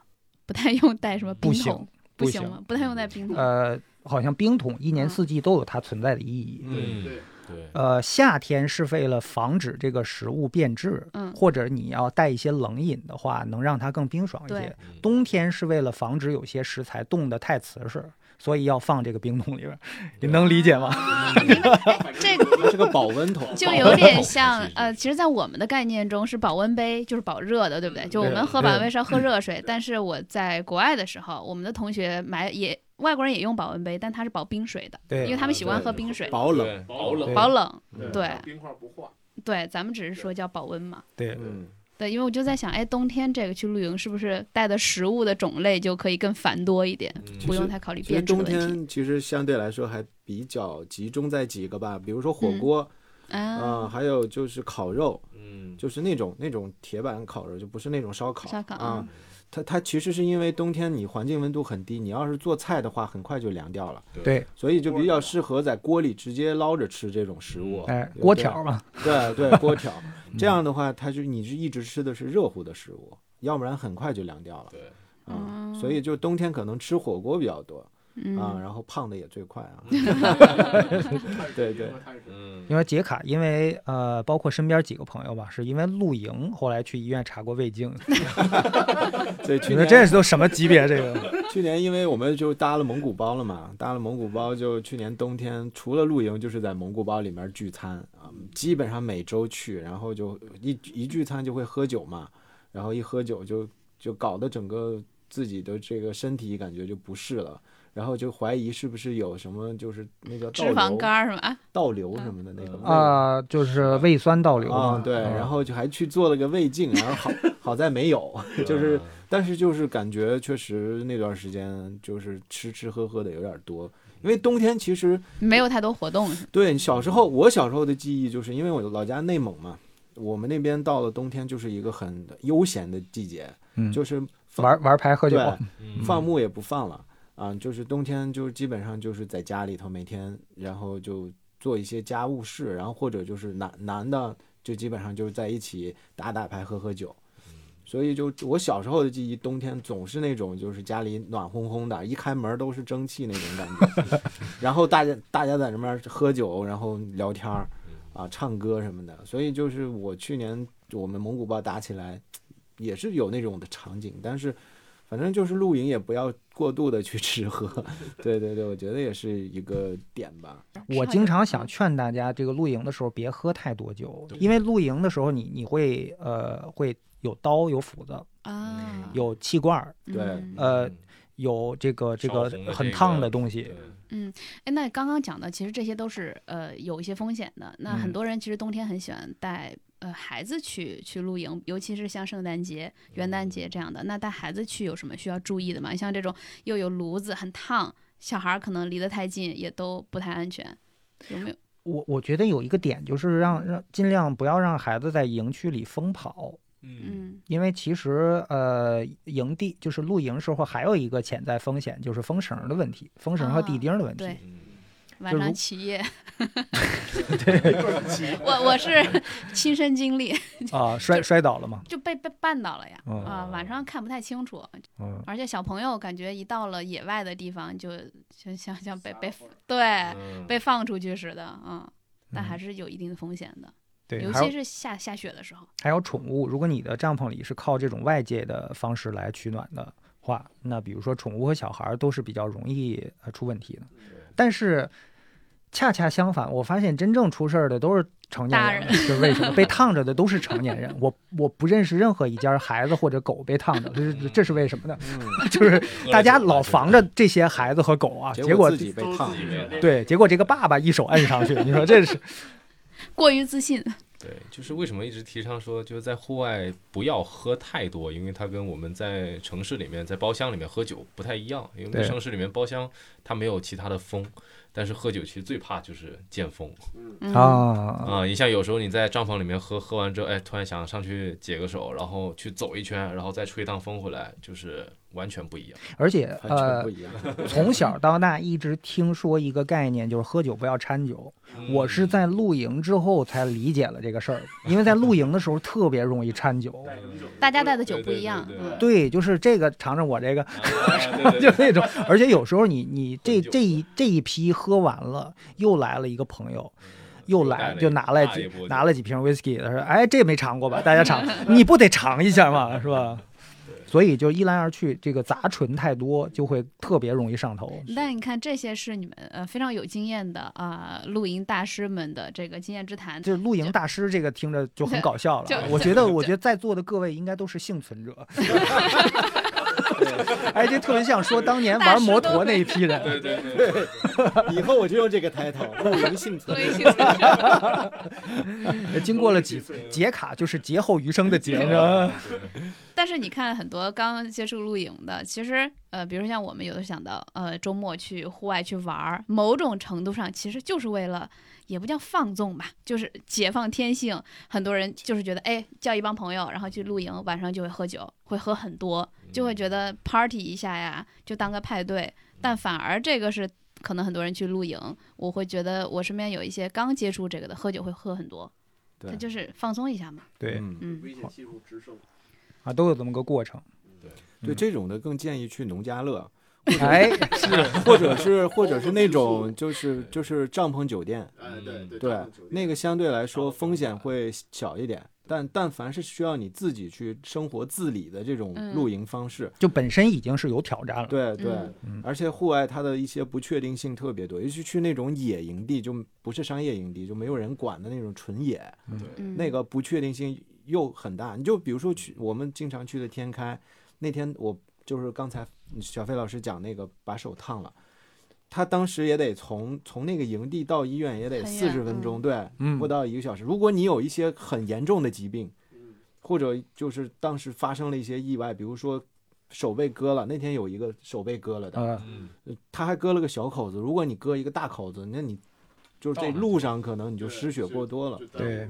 B: 不太用带什么
A: 不
B: 冰
A: 行
B: 桶？
A: 不
B: 行
A: 行
B: 吗？不太用带冰桶。
A: 呃，好像冰桶一年
B: 嗯
A: 四季都有它存在的意义。
D: 嗯
C: 对
D: 对
A: 呃，夏天是为了防止这个食物变质，
B: 嗯
A: 或者你要带一些冷饮的话，能让它更冰爽一
B: 对
A: 些。
D: 嗯
A: 冬天是为了防止有些食材冻得太瓷实，所以要放这个冰桶里边，你
D: 对
A: 能理解吗？
B: 啊明白 哎这个
E: 它是个保温 桶，
B: 就有点
D: 是
B: 像
D: 是
B: 呃，其实，在我们的概念中是保温杯，就是保热的，对不对？就我们喝
A: 对
B: 保温杯是要
E: 嗯
B: 喝热水，但是我在国外的时候，我们的同学买也外国人也用保温杯，但它是保冰水的，
A: 对
B: 因为他们喜欢
E: 对
B: 喝冰水，
E: 保冷，
D: 对保冷
A: 对
B: 保冷。
E: 对嗯
B: 对
C: 冰块不化。
B: 对，咱们只是说叫保温嘛。
A: 对
E: 嗯，
B: 对，因为我就在想，哎，冬天这个去露营是不是带的食物的种类就可以更繁多一点，
D: 嗯
B: 不
E: 实
B: 用太考虑
E: 其实
B: 编制的
E: 冬
B: 问题。
E: 天其实相对来说还比较集中在几个吧，比如说火
B: 嗯
E: 锅，嗯，
B: 啊，
E: 还有就是烤肉，
D: 嗯
E: 就是那种那种铁板烤肉，就不是那种烧烤。
B: 烧烤
E: 啊、它它其实是因为冬天你环境温度很低，你要是做菜的话，很快就凉掉了，
A: 对，
E: 所以就比较适合在锅里直接捞着吃这种
D: 嗯
E: 食物。
A: 哎，
E: 对
A: 锅条嘛，
E: 对对，锅条。这样的话，它就你是一直吃的是热乎的食物，要不然很快就凉掉了。
D: 对
E: 啊、所以就冬天可能吃火锅比较多。
B: 嗯
E: 啊，然后胖的也最快 啊。对对，
D: 嗯，
A: 因为解卡，因为呃，包括身边几个朋友吧，是因为露营，后来去医院查过胃镜，
E: 对，去
A: 你 说
E: 年
A: 这都什么级别？这个
E: 去年因为我们就搭了蒙古包了嘛，搭了蒙古包就去年冬天除了露营就是在蒙古包里面聚餐啊、基本上每周去，然后就一一聚餐就会喝酒嘛，然后一喝酒就就搞得整个自己的这个身体感觉就不适了，然后就怀疑是不是有什么就是那个
B: 脂
E: 倒
B: 肪
E: 流
B: 肝儿是吧？啊
E: 倒流什么的那种
A: 啊、就是胃酸倒流
E: 啊、
A: 嘛。
E: 对，
A: 嗯
E: 然后就还去做了个胃镜，然后好好在没有，就是但是就是感觉确实那段时间就是吃吃喝喝的有点多，因为冬天其实
B: 没有太多活动，
E: 对小时候我小时候的记忆就是因为我老家内蒙嘛，我们那边到了冬天就是一个很悠闲的季节，
A: 嗯
E: 就是放
A: 玩玩牌喝酒，
E: 对
D: 嗯
E: 放牧也不放了啊，就是冬天就基本上就是在家里头每天，然后就做一些家务事，然后或者就是男男的就基本上就是在一起打打牌、喝喝酒。所以就我小时候的记忆，冬天总是那种就是家里暖烘烘的，一开门都是蒸汽那种感觉，然后大家大家在那边喝酒，然后聊天儿啊，唱歌什么的。所以就是我去年我们蒙古包打起来，也是有那种的场景，但是反正就是露营也不要过度的去吃喝，对对对，我觉得也是一个点吧。
A: 我经常
B: 嗯
A: 想劝大家，这个露营的时候别喝太多酒，因为露营的时候你你会呃会有刀有斧子
B: 啊，
A: 有气罐儿
B: 嗯
E: 对
A: 呃有这个这个
D: 烧红的
A: 很
D: 这个
A: 烫的东西，
B: 哎，那刚刚讲的其实这些都是呃有一些风险的。那很
A: 嗯
B: 多人其实冬天很喜欢带呃孩子去去露营，尤其是像圣诞节、元旦
A: 嗯
B: 节这样的。那带孩子去有什么需要注意的吗？像这种又有炉子，很烫，小孩儿可能离得太近也都不太安全，有没有？
A: 我我觉得有一个点就是让让尽量不要让孩子在营区里疯跑，
D: 嗯
B: 嗯
A: 因为其实呃营地就是露营时候还有一个潜在风险就是风绳的问题，风绳和地
B: 啊
A: 钉的问题。
B: 对
D: 嗯
B: 晚
A: 就
B: 上
A: 如
B: 起 夜，我我是亲身经历，
A: 啊、摔摔倒了嘛，
B: 就被被绊到了呀啊、
A: 哦
B: 晚上看不太清楚，
A: 嗯，
B: 而且小朋友感觉一到了野外的地方就，就像像被被对
D: 嗯
B: 哎被放出去似的，嗯，但还
A: 是
B: 是有一定的风险的，
A: 对，
B: 尤
A: 还有
B: 其是下下雪的时候。
A: 还有宠物，如果你的帐篷里是靠这种外界的方式来取暖的话，那比如说宠物和小孩儿都是比较容易呃出问题的。但是恰恰相反，我发现真正出事儿的都是成年人，
B: 大
A: 就是为什么被烫着的都是成年人。我我不认识任何一家孩子或者狗被烫的，这是这是为什么呢？
E: 嗯，
A: 就是
D: 喝了
A: 大家
D: 酒了
A: 老
D: 就
A: 防着这些孩子和狗啊，结
E: 结果
A: 果
E: 自己被烫
D: 自己被
E: 了。
A: 对，结果这个爸爸一手摁上去，你说这 是
B: 过于自信，
D: 对，就是为什么一直提倡说，就是在户外不要喝太多，因为它跟我们在城市里面、在包厢里面喝酒不太一样。因为在
A: 对
D: 城市里面包厢它没有其他的风，但是喝酒其实最怕就是见风
B: 嗯，
A: 啊，
D: 啊、你像有时候你在帐篷里面喝，喝完之后，哎，突然想上去解个手，然后去走一圈，然后再吹一趟风回来，就是完全不一样。
A: 而且
E: 完全
A: 呃
E: 不，一样，
A: 从小到大一直听说一个概念，就是喝酒不要掺酒。
D: 嗯
A: 我是在露营之后才理解了这个事儿，因为在露营的时候特别容易掺酒。
B: 大家带的酒不
D: 对
B: 一样，
D: 对对
B: 嗯，
A: 对，就是这个尝尝我这 个，
D: 啊对对
A: 就
D: 对
A: 那种。而且有时候你 你这
D: 混酒
A: 这一这一批喝完了，又来了一个朋友，又
D: 嗯带
A: 来
D: 了一
A: 就拿来
D: 大一
A: 几
D: 波酒
A: 拿了几瓶 whisky，他说：“哎，这没尝过吧？大家 尝，你不得尝一下嘛，是吧？”所以就一来二去，这个杂醇太多就会特别容易上头。
B: 但你看，这些是你们呃非常有经验的啊、露营大师们的这个经验之 谈。
A: 就是露营大师这个听着就很搞笑了
B: 就
A: 啊。我觉得，我觉得在座的各位应该都是幸存者。哎，这特别像说当年玩摩托那一批人，
D: 对对对对，
E: 以后我就用这个 title，露营幸存
B: 所。以其实
A: 经过了几解卡，就是劫后余生的劫呢。
B: 但是你看，很多刚刚接触露营的，其实呃，比如像我们有的想到，呃，周末去户外去玩儿，某种程度上其实就是为了，也不叫放纵吧，就是解放天性。很多人就是觉得，哎，叫一帮朋友，然后去露营，晚上就会喝酒，会喝很多，就会觉
E: 嗯
B: 得 party 一下呀，就当个派对。但反而这个是可能很多人去露营，我会觉得我身边有一些刚接触这个的，喝酒会喝很多，
E: 对
B: 他就是放松一下嘛。
A: 对
E: 嗯，
B: 嗯
C: 危险系数直升。
A: 啊，都有这么个过程。
E: 对
A: 嗯
E: 这种的更建议去农家乐。
A: 哎，
E: 或者是或者是那种就是就是帐篷酒店，
C: 哎，
A: 嗯
C: 对对
E: 对，那个相对来说
C: 帐篷
E: 风险会小一点。但但凡是需要你自己去生活自理的这种
B: 嗯
E: 露营方式，
A: 就本身已经是有挑战了。
E: 对对
A: 嗯，
E: 而且户外它的一些不确定性特别多，尤其去那种野营地，就不是商业营地，就没有人管的那种纯野，
B: 嗯
E: 那个不确定性又很大。你就比如说去我们经常去的天开，那天我就是刚才小飞老师讲那个把手烫了，他当时也得从从那个营地到医院也得
B: 很
E: 四
B: 远
E: 十分钟，对，
A: 嗯
E: 不到一个小时。如果你有一些很严重的疾病，或者就是当时发生了一些意外，比如说手被割了，那天有一个手被割了的，
A: 呃，
D: 嗯，
E: 他还割了个小口子。如果你割一个大口子，那你就是这
D: 到哪
E: 路上可能你
C: 你
E: 就失血过多了。
A: 对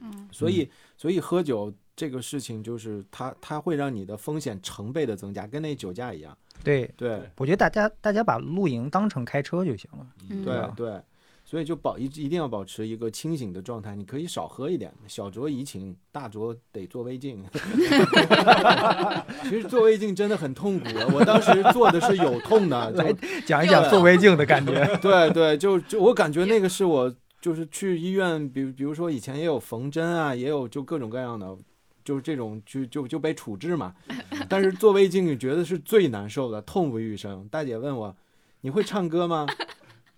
B: 嗯
E: 所以，所以喝酒这个事情就是它它会让你的风险成倍的增加，跟那酒驾一样。
A: 对，
E: 对
A: 我觉得大家大家把露营当成开车就行了。
B: 嗯
E: 对
A: 嗯
E: 对，所以就保一一定要保持一个清醒的状态。你可以少喝一点，小酌怡情，大酌得做胃镜。 其实做胃镜真的很痛苦，啊我当时做的是有痛的，就
A: 讲一讲做胃镜的感觉。
E: 对对，就就我感觉那个是我就是去医院，比如比如说以前也有缝针啊，也有就各种各样的，就是这种就就就被处置嘛。但是做胃镜，你觉得是最难受的，痛不欲生。大姐问我，你会唱歌吗？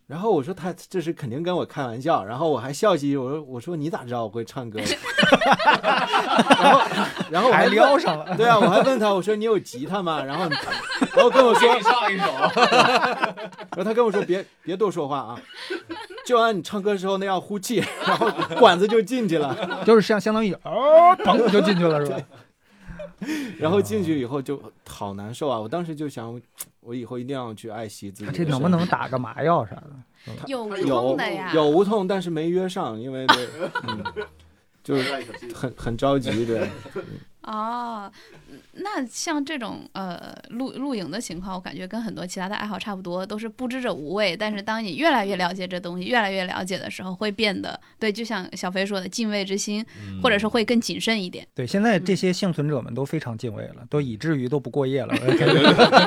E: 然后我说她这是肯定跟我开玩笑，然后我还笑嘻嘻，我说我说你咋知道我会唱歌？ 然后然后我
A: 还
E: 问
A: 撩上 了，
E: 对啊，我还问他，我说你有吉他吗？然后你，然后跟我说，
D: 唱一首，
E: 然后他跟我说别别多说话啊，就按你唱歌时候那样呼气，然后管子就进去了，
A: 就是相相当于哦，嘣就进去了，是吧？
E: 然后进去以后就好难受啊！我当时就想，我以后一定要去爱惜自己的身
A: 这
E: 体。
A: 能不能打个麻药啥的？
B: 有无
E: 有
B: 痛的呀，
E: 有无痛，但是没约上，因为那、嗯、就是很很着急，对，
B: 哦，嗯那像这种呃露露营的情况，我感觉跟很多其他的爱好差不多，都是不知者无畏。但是当你越来越了解这东西，越来越了解的时候，会变得对，就像小飞说的，敬畏之心，
D: 嗯
A: 嗯
B: 或者是会更谨慎一点。
A: 对，现在这些幸存者们都非常敬畏了，都以至于都不过夜了。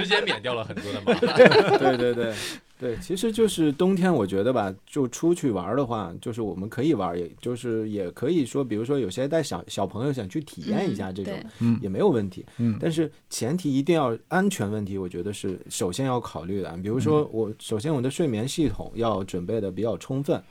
D: 直接免掉了很多的麻烦。
E: 对对 对对，其实就是冬天，我觉得吧，就出去玩儿的话，就是我们可以玩儿，也就是也可以说，比如说有些带小小朋友想去体验一下这种，
B: 嗯
A: 嗯
E: 也没有问题。
A: 嗯，
E: 但是前提一定要安全问题，我觉得是首先要考虑的。比如说我，首先我的睡眠系统要准备的比较充分，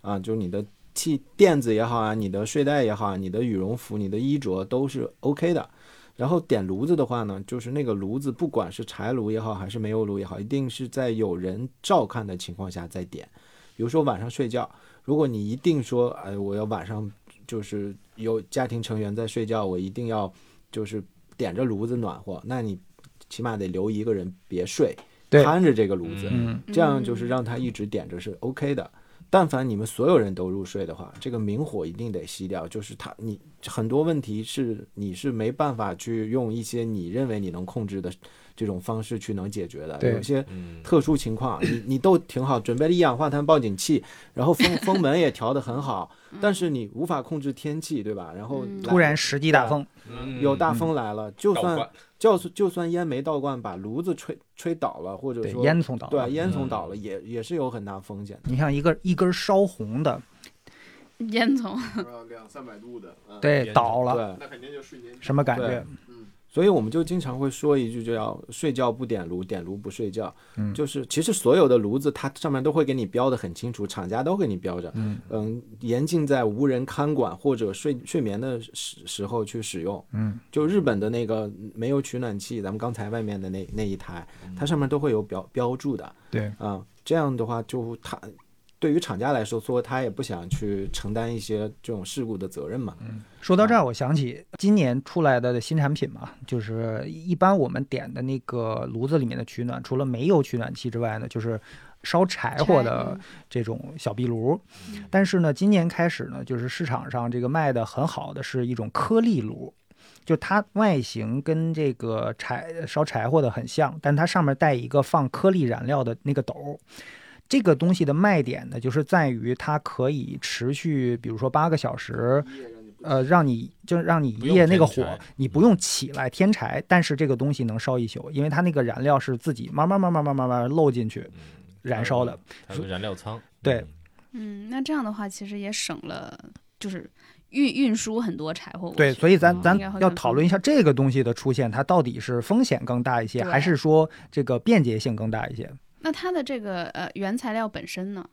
E: 啊，就是你的气垫子也好啊，你的睡袋也好啊，你的羽绒服、你的衣着都是 OK 的。然后点炉子的话呢，就是那个炉子，不管是柴炉也好，还是煤油炉也好，一定是在有人照看的情况下再点。比如说晚上睡觉，如果你一定说，哎，我要晚上就是有家庭成员在睡觉，我一定要就是点着炉子暖和，那你起码得留一个人别睡，
A: 对
E: 看着这个炉子，
A: 嗯，
B: 嗯
E: 这样就是让它一直点着是 OK 的。但凡你们所有人都入睡的话，这个明火一定得熄掉。就是它，你很多问题是你是没办法去用一些你认为你能控制的这种方式去能解决的。
A: 对
E: 有些
D: 嗯，
E: 特殊情况，你你都挺好，准备了一氧化碳报警器，然后风风门也调得很好，但是你无法控制天气，对吧？然后
B: 嗯
E: 来
A: 突然十级大风，
D: 嗯
E: 有大风来了，就
D: 倒
E: 算
D: 灌
E: 就算就算烟没倒灌，把炉子吹吹倒了，或者
A: 对，
E: 说
A: 烟嗯囱倒了
E: 对。烟囱倒了，也也是有很大风险的。
A: 你像一个一根烧红
E: 啊
A: 的，
B: 烟囱，
C: 两三百度的，嗯，
A: 对，
D: 烟囱
A: 倒了，
E: 对，
C: 那肯定就瞬间
A: 什么感
E: 对
A: 觉？
E: 所以我们就经常会说一句，就要睡觉不点炉，点炉不睡觉。
A: 嗯
E: 就是其实所有的炉子，它上面都会给你标的很清楚，厂家都给你标着。
A: 嗯
E: 严禁在无人看管或者睡睡眠的时时候去使用。
A: 嗯，
E: 就日本的那个没有取暖器，咱们刚才外面的那那一台，
A: 嗯
E: 它上面都会有标标注的。
A: 对，
E: 啊、这样的话就他对于厂家来说，说他也不想去承担一些这种事故的责任嘛。
A: 说
E: 啊
A: 到这儿，我想起今年出来的新产品嘛，就是一般我们点的那个炉子里面的取暖，除了没有取暖器之外呢，就是烧柴火的这种小壁炉。但是呢，今年开始呢，就是市场上这个卖的很好的是一种颗粒炉。就它外形跟这个柴烧柴火的很像，但它上面带一个放颗粒燃料的那个斗儿，这个东西的卖点呢，就是在于它可以持续，比如说八个小时，呃，让你就是让你
D: 不用
A: 夜那个
D: 添
A: 火
D: 柴，嗯
A: 你不用起来添柴，但是这个东西能烧一宿，因为它那个燃料是自己慢慢慢慢慢慢慢慢漏进去燃烧的。，
D: 它嗯有个燃料仓，
A: 对
D: 嗯，
B: 嗯，那这样的话其实也省了，就是运运输很多柴火过去。
A: 对，所以咱
D: 嗯
A: 咱
B: 应该会
A: 要
B: 更
A: 讨论一下这个东西的出现，它到底是风险更大一些，
B: 对
A: 还是说这个便捷性更大一些？
B: 那它的这个呃原材料本身呢，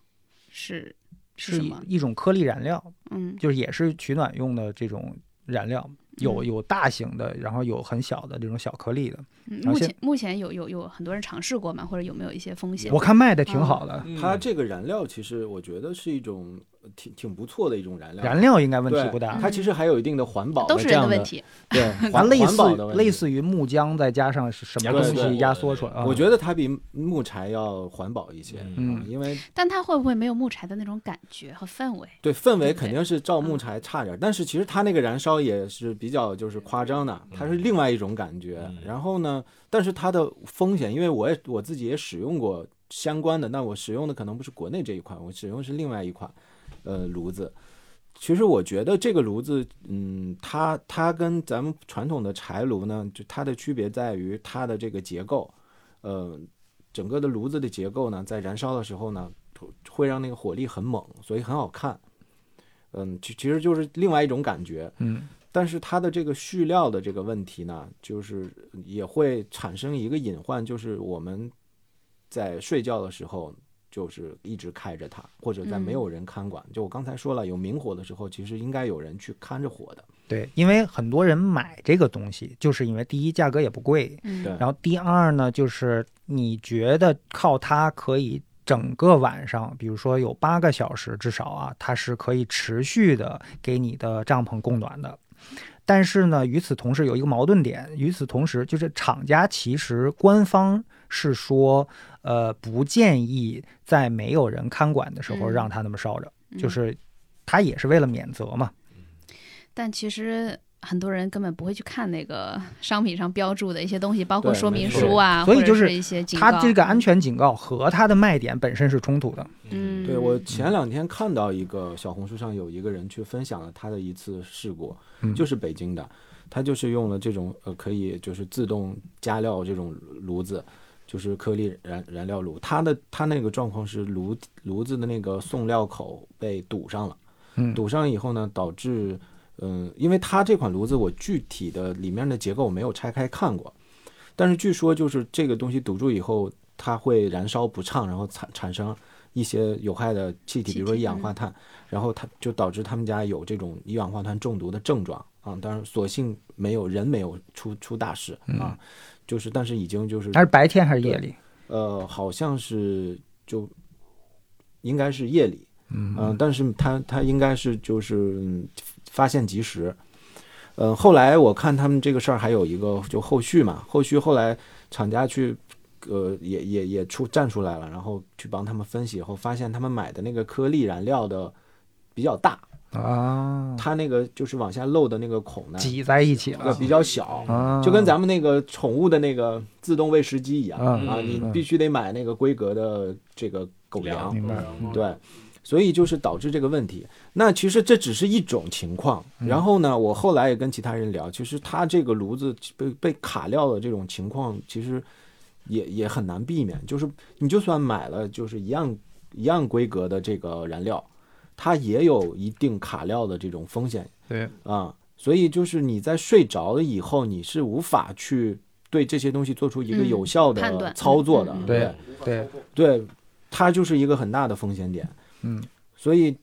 B: 是是
A: 是
B: 什
A: 一
B: 么？
A: 一种颗粒燃料，
B: 嗯
A: 就是也是取暖用的这种燃料，有有大型的，然后有很小的这种小颗粒的。
B: 嗯，
A: 而
B: 目
A: 且
B: 前目前有有有很多人尝试过吗？或者有没有一些风险？
A: 我看卖的挺好的，
D: 嗯
E: 它这个燃料其实我觉得是一种呃挺挺不错的一种燃料，
A: 燃料应该问题
E: 对
A: 不大。
E: 它其实还有一定的环保
B: 都是
E: 这
B: 人
E: 样
B: 的问，题。
E: 对，
A: 它
E: 环
A: 类
E: 环保
A: 似
E: 的问题
A: 类。似于木浆，再加上是什么
D: 压
A: 东
E: 缩
A: 西压缩出来啊？
E: 我觉得它比木柴要环保一些，啊
D: 嗯
A: 嗯
E: 因为
B: 但它会不会没有木柴的那种感觉和氛围？
E: 对氛
B: 对
E: 围肯定是照
B: 嗯
E: 木柴差点儿，但是其实它那个燃烧也是比较就是夸张的，它是另外一种感觉
D: 嗯。
E: 然后呢，但是它的风险，因为我也我自己也使用过相关的，那我使用的可能不是国内这一款，我使用是另外一款，呃，炉子。其实我觉得这个炉子，嗯，它它跟咱们传统的柴炉呢，就它的区别在于它的这个结构，呃，整个的炉子的结构呢，在燃烧的时候呢，会让那个火力很猛，所以很好看。嗯，其其实就是另外一种感觉，
A: 嗯，
E: 但是它的这个蓄料的这个问题呢，就是也会产生一个隐患，就是我们在睡觉的时候，就是一直开着它，或者在
B: 嗯
E: 没有人看管。就我刚才说了，有明火的时候，其实应该有人去看着火的。
A: 对，因为很多人买这个东西，就是因为第一价格也不贵，
B: 嗯
E: 对
A: 然后第二呢，就是你觉得靠它可以整个晚上，比如说有八个小时至少啊，它是可以持续的给你的帐篷供暖的。但是呢，与此同时有一个矛盾点，与此同时就是厂家其实官方是说，呃，不建议在没有人看管的时候
B: 嗯
A: 让它那么烧着，
B: 嗯
A: 就是它也是为了免责嘛。
B: 但其实很多人根本不会去看那个 商品上标注的一些东西，包括
E: 对
B: 说
E: 没
B: 明
E: 错
B: 书啊，
A: 所以
B: 或者
A: 就是
B: 一些警告。
A: 它这个安全警告和它的卖点本身是冲突的。
B: 嗯，
E: 对我前两天看到一个小红书上有一个人去分享了他的一次事故，
A: 嗯
E: 就是北京的，他就是用了这种呃可以就是自动加料这种炉子，就是颗粒燃燃料炉，他的他那个状况是炉炉子的那个送料口被堵上了，
A: 嗯
E: 堵上以后呢，导致嗯、因为它这款炉子我具体的里面的结构我没有拆开看过，但是据说就是这个东西堵住以后，它会燃烧不畅，然后产产生一些有害的气体，
B: 气
E: 比如说
B: 体
E: 一氧化碳，然后它就导致他们家有这种一氧化碳中毒的症状啊。当然，所幸没有人没有出出大事啊，就是但是已经就是
A: 它是白天还是夜里？
E: 呃，好像是就应该是夜里，
A: 嗯
E: 嗯、但是他他应该是就是嗯发现及时。呃，后来我看他们这个事儿还有一个就后续嘛，后续后来厂家去，呃，也也也出站出来了，然后去帮他们分析以后，发现他们买的那个颗粒燃料的比较大，
A: 啊，
E: 它那个就是往下漏的那个孔呢，
A: 挤在一起
E: 呃
A: 了
E: 比较
C: 嗯
E: 小，
A: 啊，
E: 就跟咱们那个宠物的那个自动喂食机一样
A: 嗯
E: 啊，
D: 嗯
E: 你
A: 嗯
E: 必须得买那个规格的这个狗粮，
A: 明白
E: 嗯
A: 嗯
E: 对，所以就是导致这个问题。那其实这只是一种情况，然后呢，我后来也跟其他人聊，其实它这个炉子被被卡料的这种情况，其实也也很难避免。就是你就算买了，就是一样一样规格的这个燃料，它也有一定卡料的这种风险。
A: 对
E: 啊，所以就是你在睡着了以后，你是无法去对这些东西做出一个
B: 嗯
E: 有效
B: 判
E: 的
B: 断
E: 操作的
B: 嗯嗯。
A: 对对，
E: 对，它就是一个很大的风险点。
A: 嗯，
E: 所以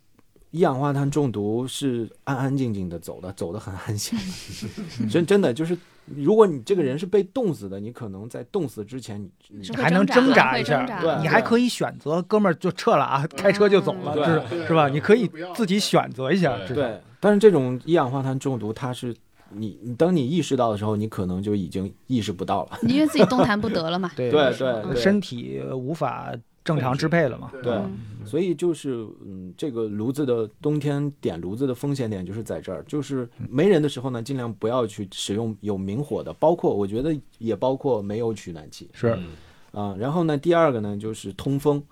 E: 一氧化碳中毒是安安静静的走的，走的很安详。 真真的就是，如果你这个人是被冻死的，你可能在冻死之前你，你
B: 是
A: 还能挣扎一下，
E: 对
A: 你还可以选择，哥们儿就撤了啊，开车就走了，
E: 对
A: 是是吧？你可以自己选择一下，
D: 对
A: 是吧
E: 对，但是这种一氧化碳中毒，它是你你等你意识到的时候，你可能就已经意识不到了。
B: 你因为自己动弹不得了 嘛。
A: 对
E: 对
B: 是吧
E: 对对
A: 身体无法正常支配了嘛，
E: 对，
C: 啊
B: 嗯
E: 所以就是，嗯，这个炉子的冬天点炉子的风险点就是在这儿，就是没人的时候呢，尽量不要去使用有明火的，包括我觉得也包括没有取暖器
A: 是
D: 嗯
E: 啊、然后呢，第二个呢就是通风，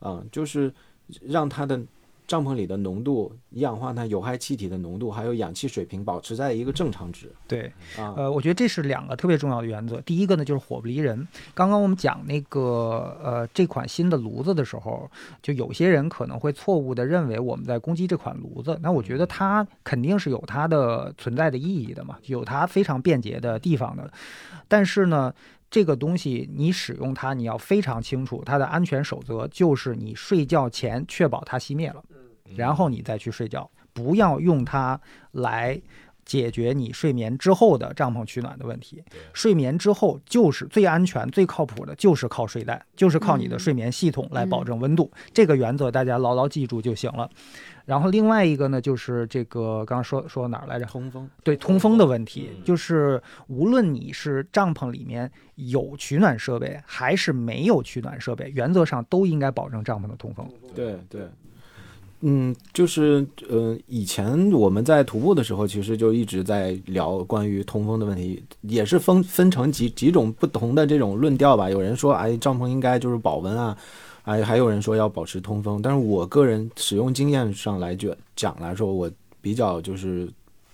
E: 啊、就是让它的帐篷里的浓度、一氧化碳、有害气体的浓度，还有氧气水平保持在一个正常值
A: 对，
E: 啊。
A: 呃，我觉得这是两个特别重要的原则。第一个呢，就是火不离人。刚刚我们讲那个呃这款新的炉子的时候，就有些人可能会错误的认为我们在攻击这款炉子。那我觉得它肯定是有它的存在的意义的嘛，有它非常便捷的地方的。但是呢，这个东西你使用它，你要非常清楚它的安全守则，就是你睡觉前确保它熄灭了，
D: 嗯
A: 然后你再去睡觉，不要用它来解决你睡眠之后的帐篷取暖的问题。睡眠之后就是最安全、最靠谱的，就是靠睡袋，就是靠你的
B: 嗯
A: 睡眠系统来保证温度。这个原则大家牢牢记住就行了。然后另外一个呢，就是这个刚刚说说哪儿来着？
E: 通风，
A: 对通风的问题，
D: 嗯
A: 就是无论你是帐篷里面有取暖设备还是没有取暖设备，原则上都应该保证帐篷的通风。
E: 对对，嗯，就是呃，以前我们在徒步的时候，其实就一直在聊关于通风的问题，也是分分成几几种不同的这种论调吧。有人说，哎，帐篷应该就是保温啊，哎，还有人说要保持通风。但是我个人使用经验上来觉讲来说，我比较就是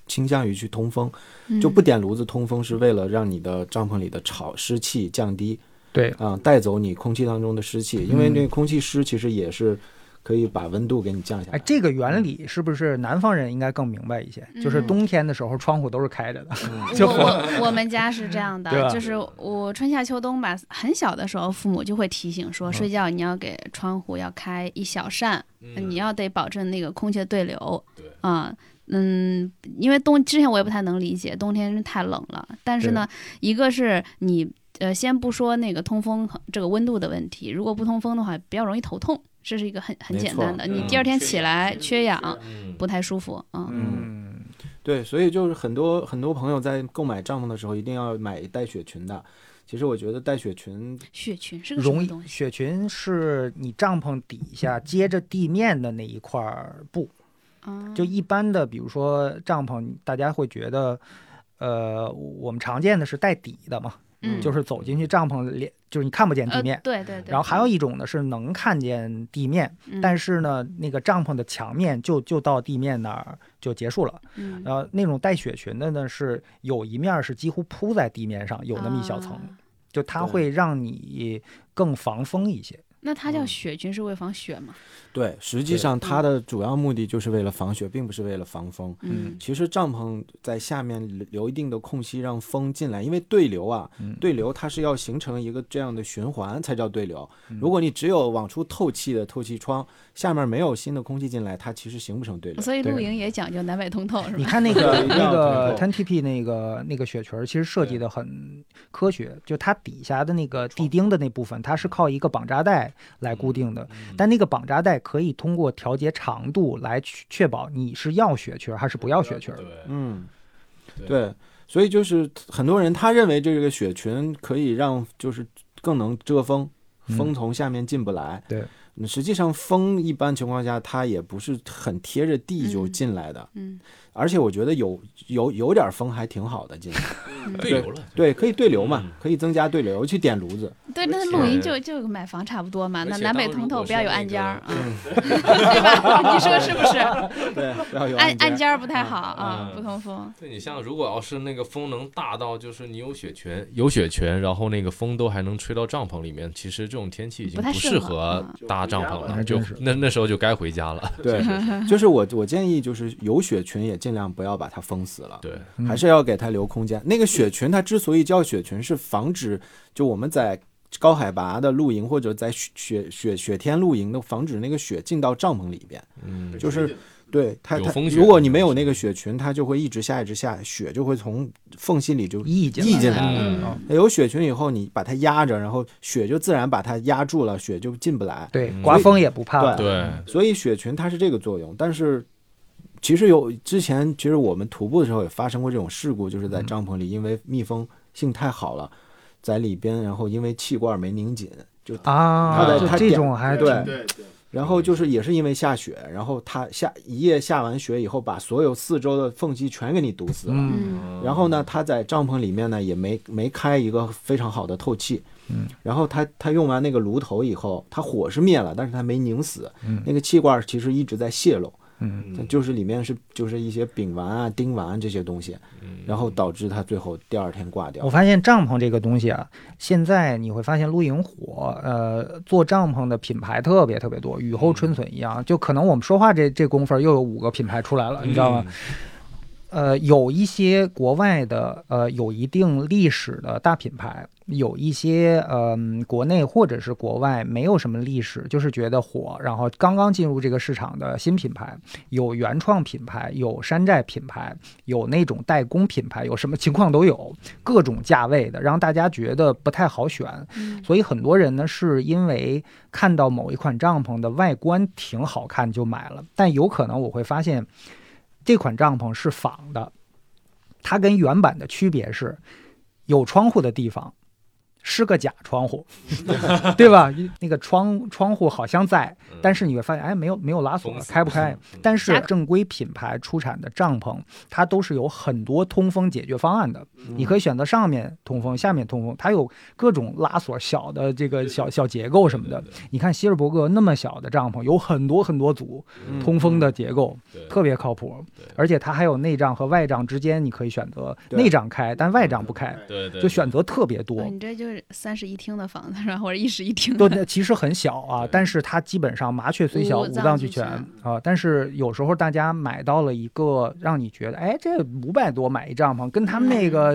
E: 倾向于去通风，
B: 嗯
E: 就不点炉子通风是为了让你的帐篷里的潮湿气降低。
A: 对，
E: 啊、带走你空气当中的湿气，因为
A: 嗯
E: 那个空气湿其实也是可以把温度给你降下来。
A: 哎，这个原理是不是南方人应该更明白一些？就是
B: 嗯
A: 冬天的时候窗户都是开着的，就
B: 我我我们家是这样
A: 对吧
B: 的，就是我春夏秋冬吧，很小的时候父母就会提醒
A: 嗯
B: 说，睡觉你要给窗户要开一小扇，
D: 嗯
A: 嗯
B: 你要得保证那个空气的对流。
D: 对
B: 啊。嗯，因为冬之前我也不太能理解，冬天是太冷了。但是呢，一个是你呃，先不说那个通风和这个温度的问题，如果不通风的话，比较容易头痛，这是一个很很
E: 没
B: 简
E: 错
B: 单的。你
D: 嗯
B: 第二天
D: 缺
B: 起
D: 氧
B: 来缺氧，
D: 嗯
B: 不太舒服。嗯
A: 嗯，
E: 对，所以就是很多很多朋友在购买帐篷的时候，一定要买带雪裙的。其实我觉得带雪裙，
B: 血群是个什
A: 容
B: 么
A: 易
B: 东西？嗯
A: 雪裙是你帐篷底下接着地面的那一块儿布，
B: 啊
A: 就一般的，比如说帐篷，大家会觉得，呃，我们常见的是带底的嘛，
B: 嗯
A: 就是走进去帐篷连，就是你看不见地面
B: 呃、。对对对。嗯
A: 然后还有一种呢是能看见地面，但
B: 是、
A: 是呢，那个帐篷的墙面就就到地面那儿就结束了。
B: 嗯、
A: 然后那种带雪裙的呢，是有一面是几乎铺在地面上，有那么一小层，
B: 啊
A: 就它
E: 对
A: 会让你更防风一些。
B: 那它叫
E: 嗯
B: 雪裙是为防雪嘛？
A: 嗯
E: 对，实际上它的主要目的就是为了防雪，并不是为了防风。
A: 嗯
E: 其实帐篷在下面留一定的空隙让风进来，因为对流啊，
A: 嗯
E: 对流它是要形成一个这样的循环才叫对流
A: 嗯。
E: 如果你只有往出透气的透气窗，下面没有新的空气进来，它其实形不成对流。
B: 所以
A: 对
B: 露营也讲究南北通透是
A: 你
B: 吧？
A: 看那个
E: 对
A: 那个
E: 一定要
A: Ten TP 那个那个雪裙，儿，其实设计的很科学，就它底下的那个地钉的那部分，它是靠一个绑扎带来固定
D: 嗯
A: 的，但那个绑扎带可以通过调节长度来去确保你是要雪裙儿还是不要雪裙儿。
D: 对，
E: 嗯，
D: 对
E: 对，所以就是很多人他认为这个雪裙可以让就是更能遮风，
A: 嗯
E: 风从下面进不来。
A: 对
E: 嗯，实际上风一般情况下它也不是很贴着地就
B: 嗯
E: 进来的，
B: 嗯，
E: 而且我觉得有有有点风还挺好的进来，
D: 对
E: 对
D: 流了，
E: 对，可以对流嘛
D: 嗯，
E: 可以增加对流，尤其点炉子。
B: 嗯对，那
D: 而
B: 露营
D: 且
B: 就就买房差不多嘛，
D: 而
B: 那
D: 且
B: 南北
D: 当
B: 通
D: 如
B: 透，
D: 果
B: 不要
D: 是
B: 有
D: 那
B: 暗间儿啊，
D: 个嗯
B: 对吧？你 说是不是？
E: 对，不要有
B: 暗暗
E: 暗
B: 间儿不太好啊，
D: 嗯
B: 不通风。
D: 对你像如果要是那个风能大到，就是你有雪裙，有雪裙，然后那个风都还能吹到帐篷里面，其实这种天气已经
B: 不太
D: 不
B: 适
D: 适
B: 合
D: 合
B: 嗯
D: 搭帐篷了，
A: 还
D: 就
A: 真是
D: 那那时候就该回家了。
E: 对， 就是我我建议就是有雪裙也尽量不要把它封死了。
D: 对，
A: 嗯
E: 还是要给它留空间。那个
D: 嗯
E: 雪裙，它之所以叫雪裙，是防止就我们在高海拔的露营或者在雪雪雪雪天露营的，防止那个雪进到帐篷里边。
D: 嗯，
E: 就是对它，
D: 有
E: 它
D: 风雪
E: 如果你没有那个雪裙，它就会一直下一直下，雪就会从缝隙里就
A: 意见
E: 溢进来了。
D: 嗯
A: 嗯
E: 有雪裙以后，你把它压着，然后雪就自然把它压住了，雪就进不来。
A: 对
D: 嗯
A: 刮风也不怕了。
D: 对，
E: 所以雪裙它是这个作用，但是其实有之前其实我们徒步的时候也发生过这种事故，就是在
A: 嗯
E: 帐篷里因为密封性太好了，在里边然后因为气罐没拧紧，就
A: 啊，
E: 它的
A: 就
E: 它
A: 这
E: 点
A: 种还
E: 对
A: 挺
C: 对对，
E: 然后就是也是因为下雪，然后它下一夜下完雪以后，把所有四周的缝隙全给你堵死了。
B: 嗯
E: 然后呢，他在帐篷里面呢也没没开一个非常好的透气，
A: 嗯，
E: 然后他他用完那个炉头以后，他火是灭了，但是他没拧死，
A: 嗯
E: 那个气罐其实一直在泄漏，
A: 嗯
D: 嗯
E: 就是里面是就是一些丙烷啊、丁烷这些东西，
A: 嗯
E: 然后导致他最后第二天挂掉
A: 我。发现帐篷这个东西啊，现在你会发现露营火，呃，做帐篷的品牌特别特别多，雨后春笋一样。就可能我们说话这这功夫儿又有五个品牌出来了，你知道吗？？呃，有一些国外的呃有一定历史的大品牌，有一些嗯、国内或者是国外没有什么历史，就是觉得火，然后刚刚进入这个市场的新品牌，有原创品牌，有山寨品牌，有那种代工品牌，有什么情况都有，各种价位的，让大家觉得不太好选。
B: 嗯
A: 所以很多人呢是因为看到某一款帐篷的外观挺好看就买了，但有可能我会发现这款帐篷是仿的，它跟原版的区别是有窗户的地方。是个假窗户，对吧？那个窗窗户好像在，
D: 嗯
A: 但是你会发现，哎，没有没有拉锁，开不开？？但是正规品牌出产的帐篷，它都是有很多通风解决方案的。
D: 嗯
A: 你可以选择上面通风，下面通风，它有各种拉锁小的这个小小结构
D: 嗯
A: 什么的。你看希尔伯格那么小的帐篷，有很多很多组
C: 嗯
A: 通风的结构，
D: 对
A: 特别靠谱
D: 对。
A: 而且它还有内帐和外帐之间，你可以选择
E: 对
A: 内帐开，但外嗯帐不开，
D: 对对，
A: 就选择特别多
B: 哦。你这就是三室一厅的房子，然后或者一室一 厅。
A: 都那其实很小啊
D: 对，
A: 但是它基本上麻雀虽小，
B: 五
A: 五
B: 脏
A: 脏
B: 俱
A: 俱全
B: 全
A: 啊。但是有时候大家买到了一个让你觉得，哎，这五百多买一帐篷，跟他们那个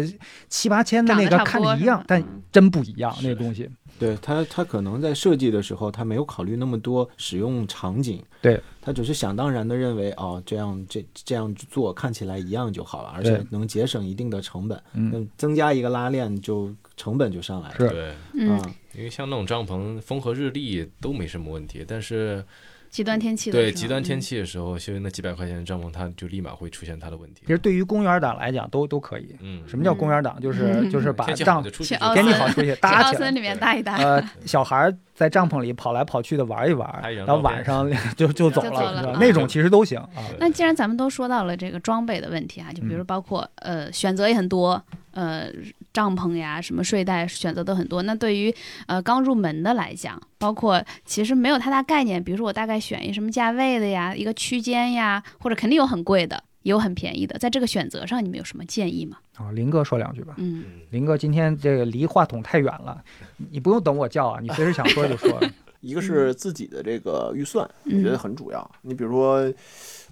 A: 七八千的那
B: 嗯
A: 个
B: 长得差
A: 看
B: 不多
A: 着一样
B: 是吧，
A: 但
B: 嗯
A: 真不一样
D: 是
A: 那东西。
E: 对他，他可能在设计的时候，他没有考虑那么多使用场景，
A: 对
E: 他只是想当然的认为，哦，这样这这样做看起来一样就好了，而
A: 对
E: 且能节省一定的成本。
A: 嗯，
E: 那增加一个拉链就成本就上来了。
A: 是
D: 对，
B: 嗯，
E: 啊，
D: 因为像那种帐篷，风和日丽都没什么问题，但是
B: 极端天气的时
D: 对
B: 候
D: 极端天
B: 嗯
D: 气的时候，修那几百块钱的帐篷，它就立马会出现它的问题
A: 其。实对于公园党来讲，都都可以。
D: 嗯，
A: 什么叫公园党？就是
B: 嗯
A: 就是把
D: 天气好
A: 帐
D: 就出
B: 去
D: 去
B: 奥
D: 就
A: 天气
B: 森
A: 好 出去
B: 去
A: 搭
B: 奥
A: 起来
B: 森。里面
D: 对
B: 搭一搭，
A: 呃，小孩儿在帐篷里跑来跑去的玩一玩
D: 拍一，张
A: 然后
D: 照
A: 晚
D: 片
A: 上 就就走
B: 就走
A: 了，你知
B: 了
A: 道
B: 啊
A: 那种其实都行啊。
D: 对
B: 那既然咱们都说到了这个装备的问题啊，就比如包括、呃选择也很多，呃帐篷呀、什么睡袋选择都很多。那对于呃刚入门的来讲，包括其实没有太大概念，比如说我大概选一什么价位的呀，一个区间呀，或者肯定有很贵的，也有很便宜的，在这个选择上你们有什么建议吗？
A: 啊，林哥说两句吧。
B: 嗯，
A: 林哥，今天这个离话筒太远了，你不用等我叫啊，你随时想说就说。
C: 一个是自己的这个预算，我
B: 嗯
C: 觉得很主要。你比如说，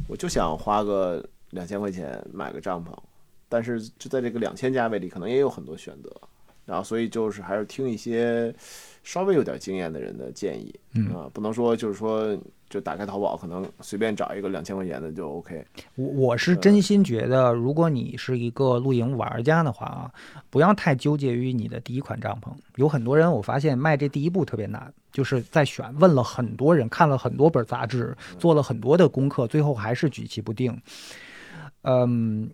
C: 我就想花个两千块钱买个帐篷，但是就在这个两千价位里，可能也有很多选择。然后，所以就是还是听一些稍微有点经验的人的建议
A: 嗯
C: 啊、不能说就是说就打开淘宝，可能随便找一个两千块钱的就 OK。
A: 我我是真心觉得，如果你是一个露营玩家的话啊，不要太纠结于你的第一款帐篷。有很多人我发现迈这第一步特别难，就是在选，问了很多人，看了很多本杂志，做了很多的功课，最后还是举棋不定。嗯。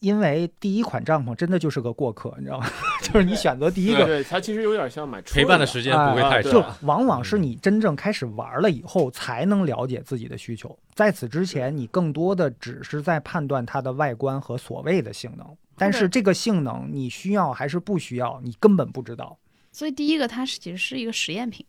A: 因为第一款帐篷真的就是个过客，你知道吗？ 就是你选择第一个，
C: 对，它其实有点像买
D: 陪伴的时间不会太
C: 对
A: 就
D: 长。
A: 往往是你真正开始玩了以后，才能了解自己的需求。在此之前，你更多的只是在判断它的外观和所谓的性能，但是这个性能你需要还是不需要，你根本不知道，
B: 所以第一个它是其实是一个实验品，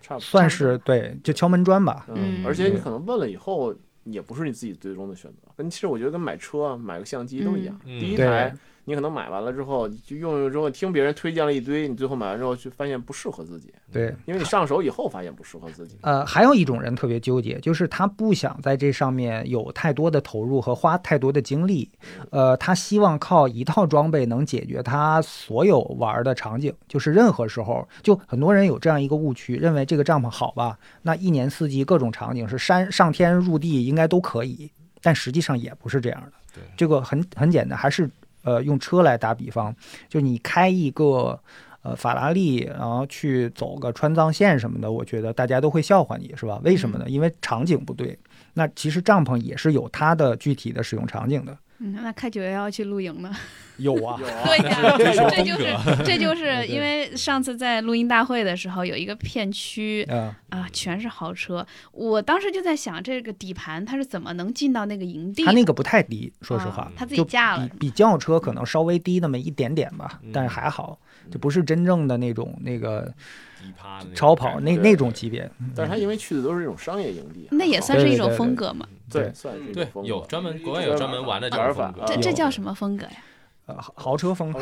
C: 差不多。
A: 算是对，就敲门砖吧。
B: 嗯
C: 而且你可能问了以后，也不是你自己最终的选择。跟其实我觉得跟买车啊、买个相机都一样，
D: 嗯
C: 第一
D: 嗯
C: 台
A: 对
C: 你可能买完了之后，就用用之后听别人推荐了一堆，你最后买完之后就发现不适合自己，
A: 对，
C: 因为你上手以后发现不适合自己。
A: 呃，还有一种人特别纠结，就是他不想在这上面有太多的投入和花太多的精力，呃，他希望靠一套装备能解决他所有玩儿的场景，就是任何时候，就很多人有这样一个误区，认为这个帐篷好吧，那一年四季各种场景是山上天入地应该都可以，但实际上也不是这样的
D: 对。
A: 这个很很简单，还是呃用车来打比方，就你开一个呃法拉利，然后去走个川藏线什么的，我觉得大家都会笑话你，是吧？
B: 嗯
A: 为什么呢？因为场景不对。那其实帐篷也是有它的具体的使用场景的，
B: 嗯， 那开九幺幺去露 营呢？
A: 有啊，
C: 有啊
B: 对，呀，这
D: 这
B: 就是是
D: 风
B: 这就是因为上次在录音大会的时候，有一个片区
A: 嗯，
B: 啊，全是豪车，我当时就在想，这个底盘它是怎么能进到那个营地？
A: 它那个不太低，说实话
B: 啊，他自己
A: 就
B: 架了嗯
A: 比，比轿车可能稍微低那么一点点吧，但是还好，就不是真正的那种那个
D: 低趴的那种
A: 超跑
D: 感
A: 那
D: 觉
A: 那种级别。
C: 但是他因为去的都是这种商业营地，
B: 那也算是一种
A: 对对对
B: 风格嘛。
C: 对，算是一种
D: 对
C: 风，格
D: 有专门国外有专门玩的这
C: 玩
D: 种
C: 法
D: 风格，
B: 这
C: 啊
B: 这
A: 有
B: 叫什么风格呀？
A: 呃，豪豪车风，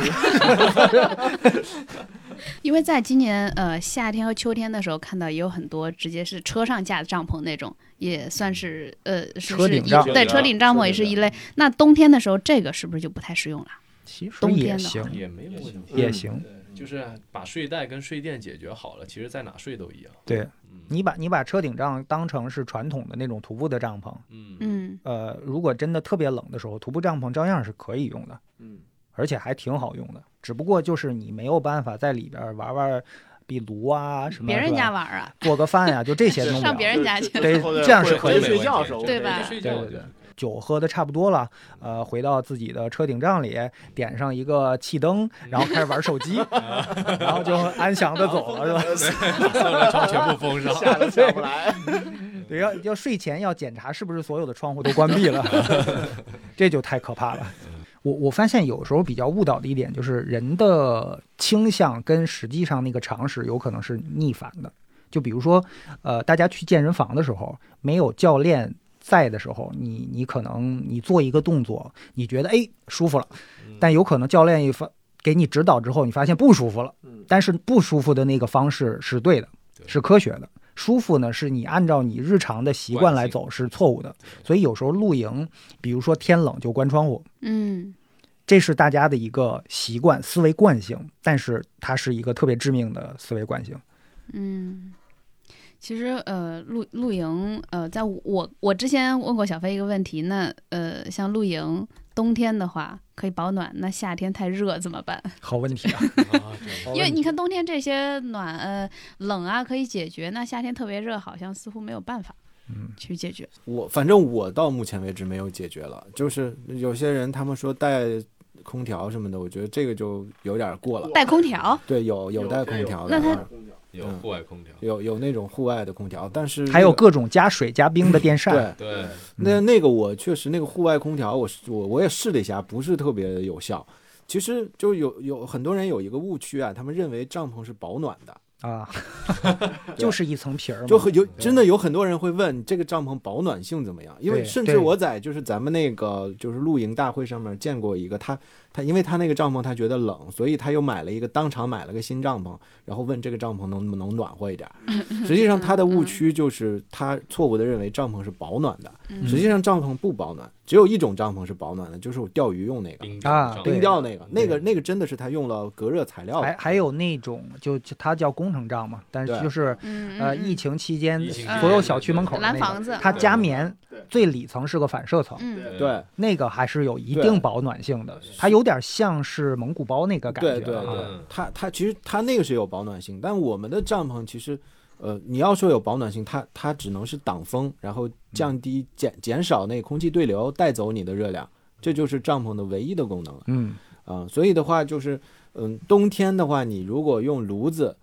B: 因为在今年呃夏天和秋天的时候，看到也有很多直接是车上架帐篷那种，也算是呃是
A: 嗯车
B: 是
A: 顶
B: 一
A: 帐篷
B: 对
C: 车顶
B: 车顶帐篷也是一类。那冬天的时候，这个是不是就不太适用了？
A: 其实
B: 冬
A: 也
B: 天的
A: 行，
D: 也没有问题。
A: 也行。
D: 对，就是把睡袋跟睡垫解决好了，其实在哪睡都一样。
A: 对
D: 嗯
A: 你把你把车顶帐当成是传统的那种徒步的帐篷，
D: 嗯
B: 嗯，
A: 呃，如果真的特别冷的时候，徒步帐篷照样是可以用的，
C: 嗯，
A: 而且还挺好用的。只不过就是你没有办法在里边玩玩壁炉啊什么，
B: 嗯别人
A: 是吧
B: 家玩儿啊，
A: 做个饭呀、就这 些弄不
B: 上别
A: 了。
B: 人家去
C: 对
A: 对
C: 最后的
A: 这样是
C: 会
A: 可以
C: 会
A: 的
C: 睡觉的时候，
B: 对吧
D: 睡觉
A: 对对对酒喝的差不多了，呃，回到自己的车顶帐里，点上一个气灯，然后开始玩手机，然后就安详的走了，是吧？
D: 窗全部封上。
C: 下都下不来。
A: 对，要要睡前要检查是不是所有的窗户都关闭了，这就太可怕了。我我发现有时候比较误导的一点就是人的倾向跟实际上那个常识有可能是逆反的。就比如说，呃，大家去健身房的时候，没有教练在的时候，你你可能你做一个动作，你觉得哎舒服了，但有可能教练一发给你指导之后，你发现不舒服了。
C: 嗯，
A: 但是不舒服的那个方式是对的，
D: 对
A: 是科学的。舒服呢，是你按照你日常的习惯来走是错误的。所以有时候露营，比如说天冷就关窗户，
B: 嗯，
A: 这是大家的一个习惯、思维惯性，但是它是一个特别致命的思维惯性。
B: 嗯，其实呃，露露营呃，在我我之前问过小飞一个问题，那呃，像露营冬天的话可以保暖，那夏天太热怎么办？
A: 好问题啊！
D: 啊对
B: 因为你看冬天这些暖呃冷啊可以解决，那夏天特别热好像似乎没有办法
A: 嗯
B: 去解决。
E: 我反正我到目前为止没有解决了，就是有些人他们说带空调什么的，我觉得这个就有点过了。
B: 嗯带空调，
E: 对，有有带空调的，
B: 那它
E: 嗯
D: 有户外空调，
E: 有有那种户外的空调，但 是
A: 还有
E: 那个
A: 各种加水加冰的电扇，嗯
E: 对，
D: 对，
E: 那那个我确实那个户外空调我是，我我我也试了一下，不是特别有效。其实就有有很多人有一个误区啊，他们认为帐篷是保暖的，
A: 啊， 就是一层皮儿嘛，
E: 就很有真的有很多人会问这个帐篷保暖性怎么样？因为
A: 对
E: 甚至
A: 对
E: 我在就是咱们那个就是露营大会上面见过一个，他他因为他那个帐篷他觉得冷，所以他又买了一个当场买了个新帐篷，然后问这个帐篷能不能暖和一点儿。实际上他的误区就是他错误的认为帐篷是保暖的，
B: 嗯
E: 实际上帐篷不保暖，只有一种帐篷是保暖的，就是我钓鱼用那个
D: 冰
A: 啊对
D: 冰
E: 冰
D: 钓
E: 钓那个，那个那个真的是他用了隔热材料的
A: 还还有那种就就它叫工程帐嘛，但是
E: 对
A: 就是
B: 嗯，
A: 呃
B: 嗯
A: 疫情期间
D: 疫情期
A: 所有
D: 间
A: 小区门口的那
B: 蓝
A: 个
B: 房子，
A: 它加
D: 对
A: 棉
C: 对，
A: 最里层是个反射层，
B: 嗯，
D: 对
E: 对。
A: 那个还是有一
E: 对
A: 定保暖性的，它有点像是蒙古包那个感觉
E: 对对
A: 啊
E: 对
D: 嗯，
E: 它它其实它那个是有保暖性，但我们的帐篷其实，呃，你要说有保暖性，它它只能是挡风，然后降低减减少那空气对流，带走你的热量，这就是帐篷的唯一的功能了
A: 嗯，
E: 啊、所以的话就是，嗯，冬天的话，你如果用炉子。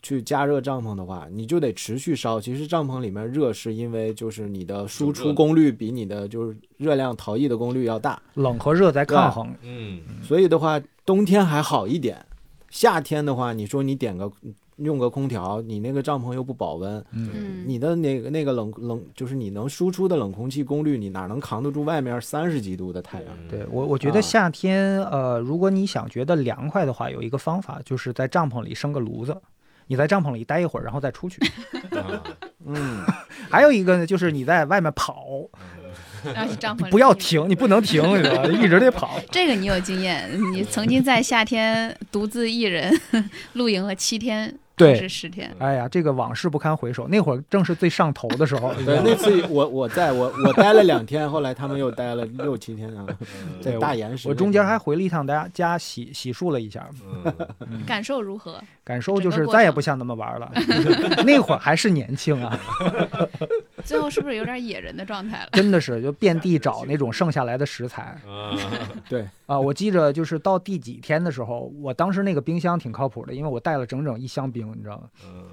E: 去加热帐篷的话，你就得持续烧。其实帐篷里面热是因为就是你的输
D: 有热
E: 出功率比你的就是热量逃逸的功率要大，
A: 冷和热在抗衡，
D: 嗯，
E: 所以的话，冬天还好一点，夏天的话，你说你点个用个空调，你那个帐篷又不保温，
A: 嗯，
B: 嗯，
E: 你的那个那个冷冷就是你能输出的冷空气功率，你哪能扛得住外面三十几度的太阳？
A: 对我我觉得
E: 啊
A: 夏天呃，如果你想觉得凉快的话，有一个方法就是在帐篷里生个炉子。你在帐篷里待一会儿，然后再出 去。
D: 啊
E: 嗯，
A: 还有一个呢，就是你在外面跑，
B: 然后去 帐篷里
A: 不要
B: 住
A: 停，你不能停，你知道吧？一直得 跑。
B: 这个你有经验，你曾经在夏天独自一人 露营了七天，
A: 对
B: 还是十天，
A: 哎呀，这个往事不堪回首，那会儿正是最上头的时候。你知
E: 对
A: 道，吗
E: 那次我我在我我待了两天，后来他们又待了六七天啊，在大岩石
A: 我
E: 那边。
A: 中间还回了一趟家，家洗洗漱了一下，
D: 嗯
B: 感受如何？
A: 感受就
B: 整个
A: 是
B: 过
A: 再也
B: 程
A: 不像那么玩了。那会儿还是年轻啊，
B: 最后是不是有点野人的状态了？
A: 真的是就遍地找那种剩下来的食材
D: 啊，
E: 对，
A: 啊！我记着就是到第几天的时候，我当时那个冰箱挺靠谱的，因为我带了整整一箱冰，你知道吗？
D: 嗯，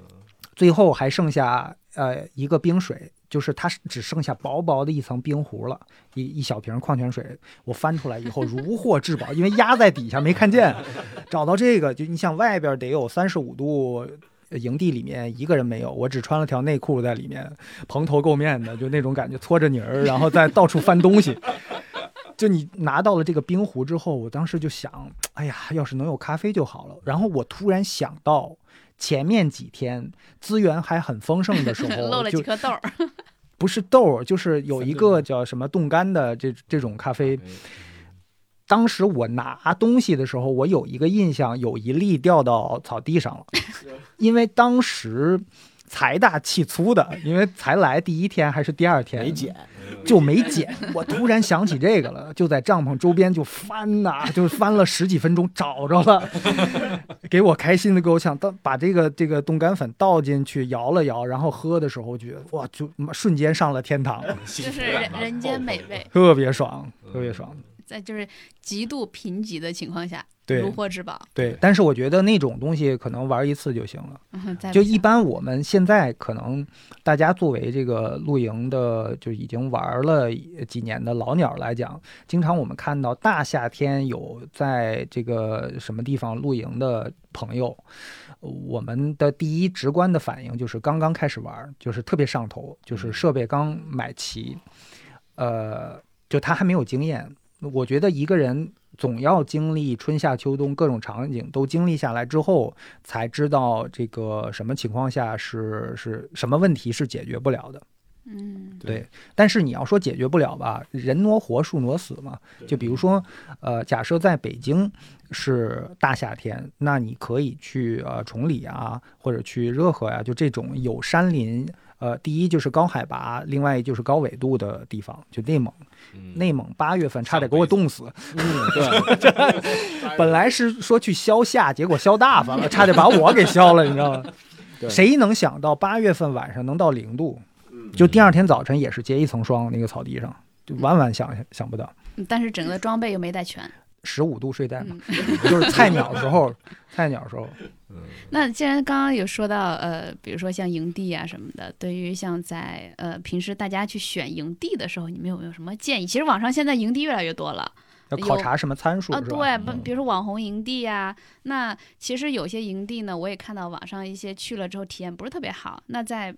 A: 最后还剩下呃一个冰水，就是它是只剩下薄薄的一层冰壶了，一一小瓶矿泉水，我翻出来以后如获至宝，因为压在底下没看见，找到这个就你想外边得有三十五度。呃营地里面一个人没有，我只穿了条内裤在里面，蓬头垢面的，就那种感觉，搓着泥儿，然后再到处翻东西。就你拿到了这个冰壶之后，我当时就想，哎呀，要是能有咖啡就好了。然后我突然想到，前面几天资源还很丰盛的时
B: 漏
A: 候，
B: 了
A: 就
B: 几颗豆儿，
A: 不是豆儿，就是有一
E: 三
A: 个叫什么冻干的这这种咖啡。
D: 嗯
A: 当时我拿东西的时候，我有一个印象，有一粒掉到草地上了， 因为当时财大气粗的，因为才来第一天还是第二天，
E: 没剪，
A: 就没捡。我突然想起这个了，就在帐篷周边就翻呐、就是翻了十几分钟，找着 了，给我开心的够呛。当把这个这个冻干粉倒进去摇了摇，然后喝的时候，觉得哇，就瞬间上了天堂，
B: 就是人人间美味，
A: 特别爽，特别爽。
B: 在就是极度贫瘠的情况下，
A: 对
B: 如获至宝。
A: 对，但是我觉得那种东西可能玩一次就行了。
B: 嗯再
A: 就
B: 不
A: 一
B: 行
A: 般我们现在可能大家作为这个露营的，就已经玩了几年的老鸟来讲，经常我们看到大夏天有在这个什么地方露营的朋友，我们的第一直观的反应就是刚刚开始玩，就是特别上头，就是设备刚买齐，呃，就他还没有经验。我觉得一个人总要经历春夏秋冬各种场景都经历下来之后，才知道这个什么情况下是是什么问题是解决不了的。
B: 嗯，
A: 对但是你要说解决不了吧，人挪活，树挪死嘛。就比如说，呃，假设在北京是大夏天，那你可以去呃崇礼啊，或者去热河呀、就这种有山林。呃，第一就是高海拔，另外就是高纬度的地方，就内蒙。
D: 嗯
A: 内蒙八月份差点给我冻死，
E: 嗯，对，
A: 本来是说去消夏，结果消大发了，差点把我给消了，你知道吗？
E: 对
A: 谁能想到八月份晚上能到零度？就第二天早晨也是结一层霜，那个草地上就万万想想不到，
B: 但是整个装备又没带全。
A: 十五度睡袋嘛，
B: 嗯， 哎
A: 就是菜鸟时候，菜鸟时候，
B: 那既然刚刚有说到呃，比如说像营地啊什么的，对于像在呃平时大家去选营地的时候，你们有没有什么建议？其实网上现在营地越来越多了。
A: 要考察什么参数
B: 啊，
A: 是吧？嗯
B: 对，不比如说网红营地呀、那其实有些营地呢，我也看到网上一些去了之后体验不是特别好。那在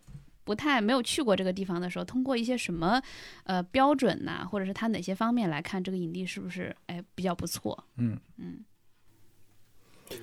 B: 不太没有去过这个地方的时候，通过一些什么呃标准呐、或者是它哪些方面来看这个营地是不是哎比较不错？
A: 嗯
B: 嗯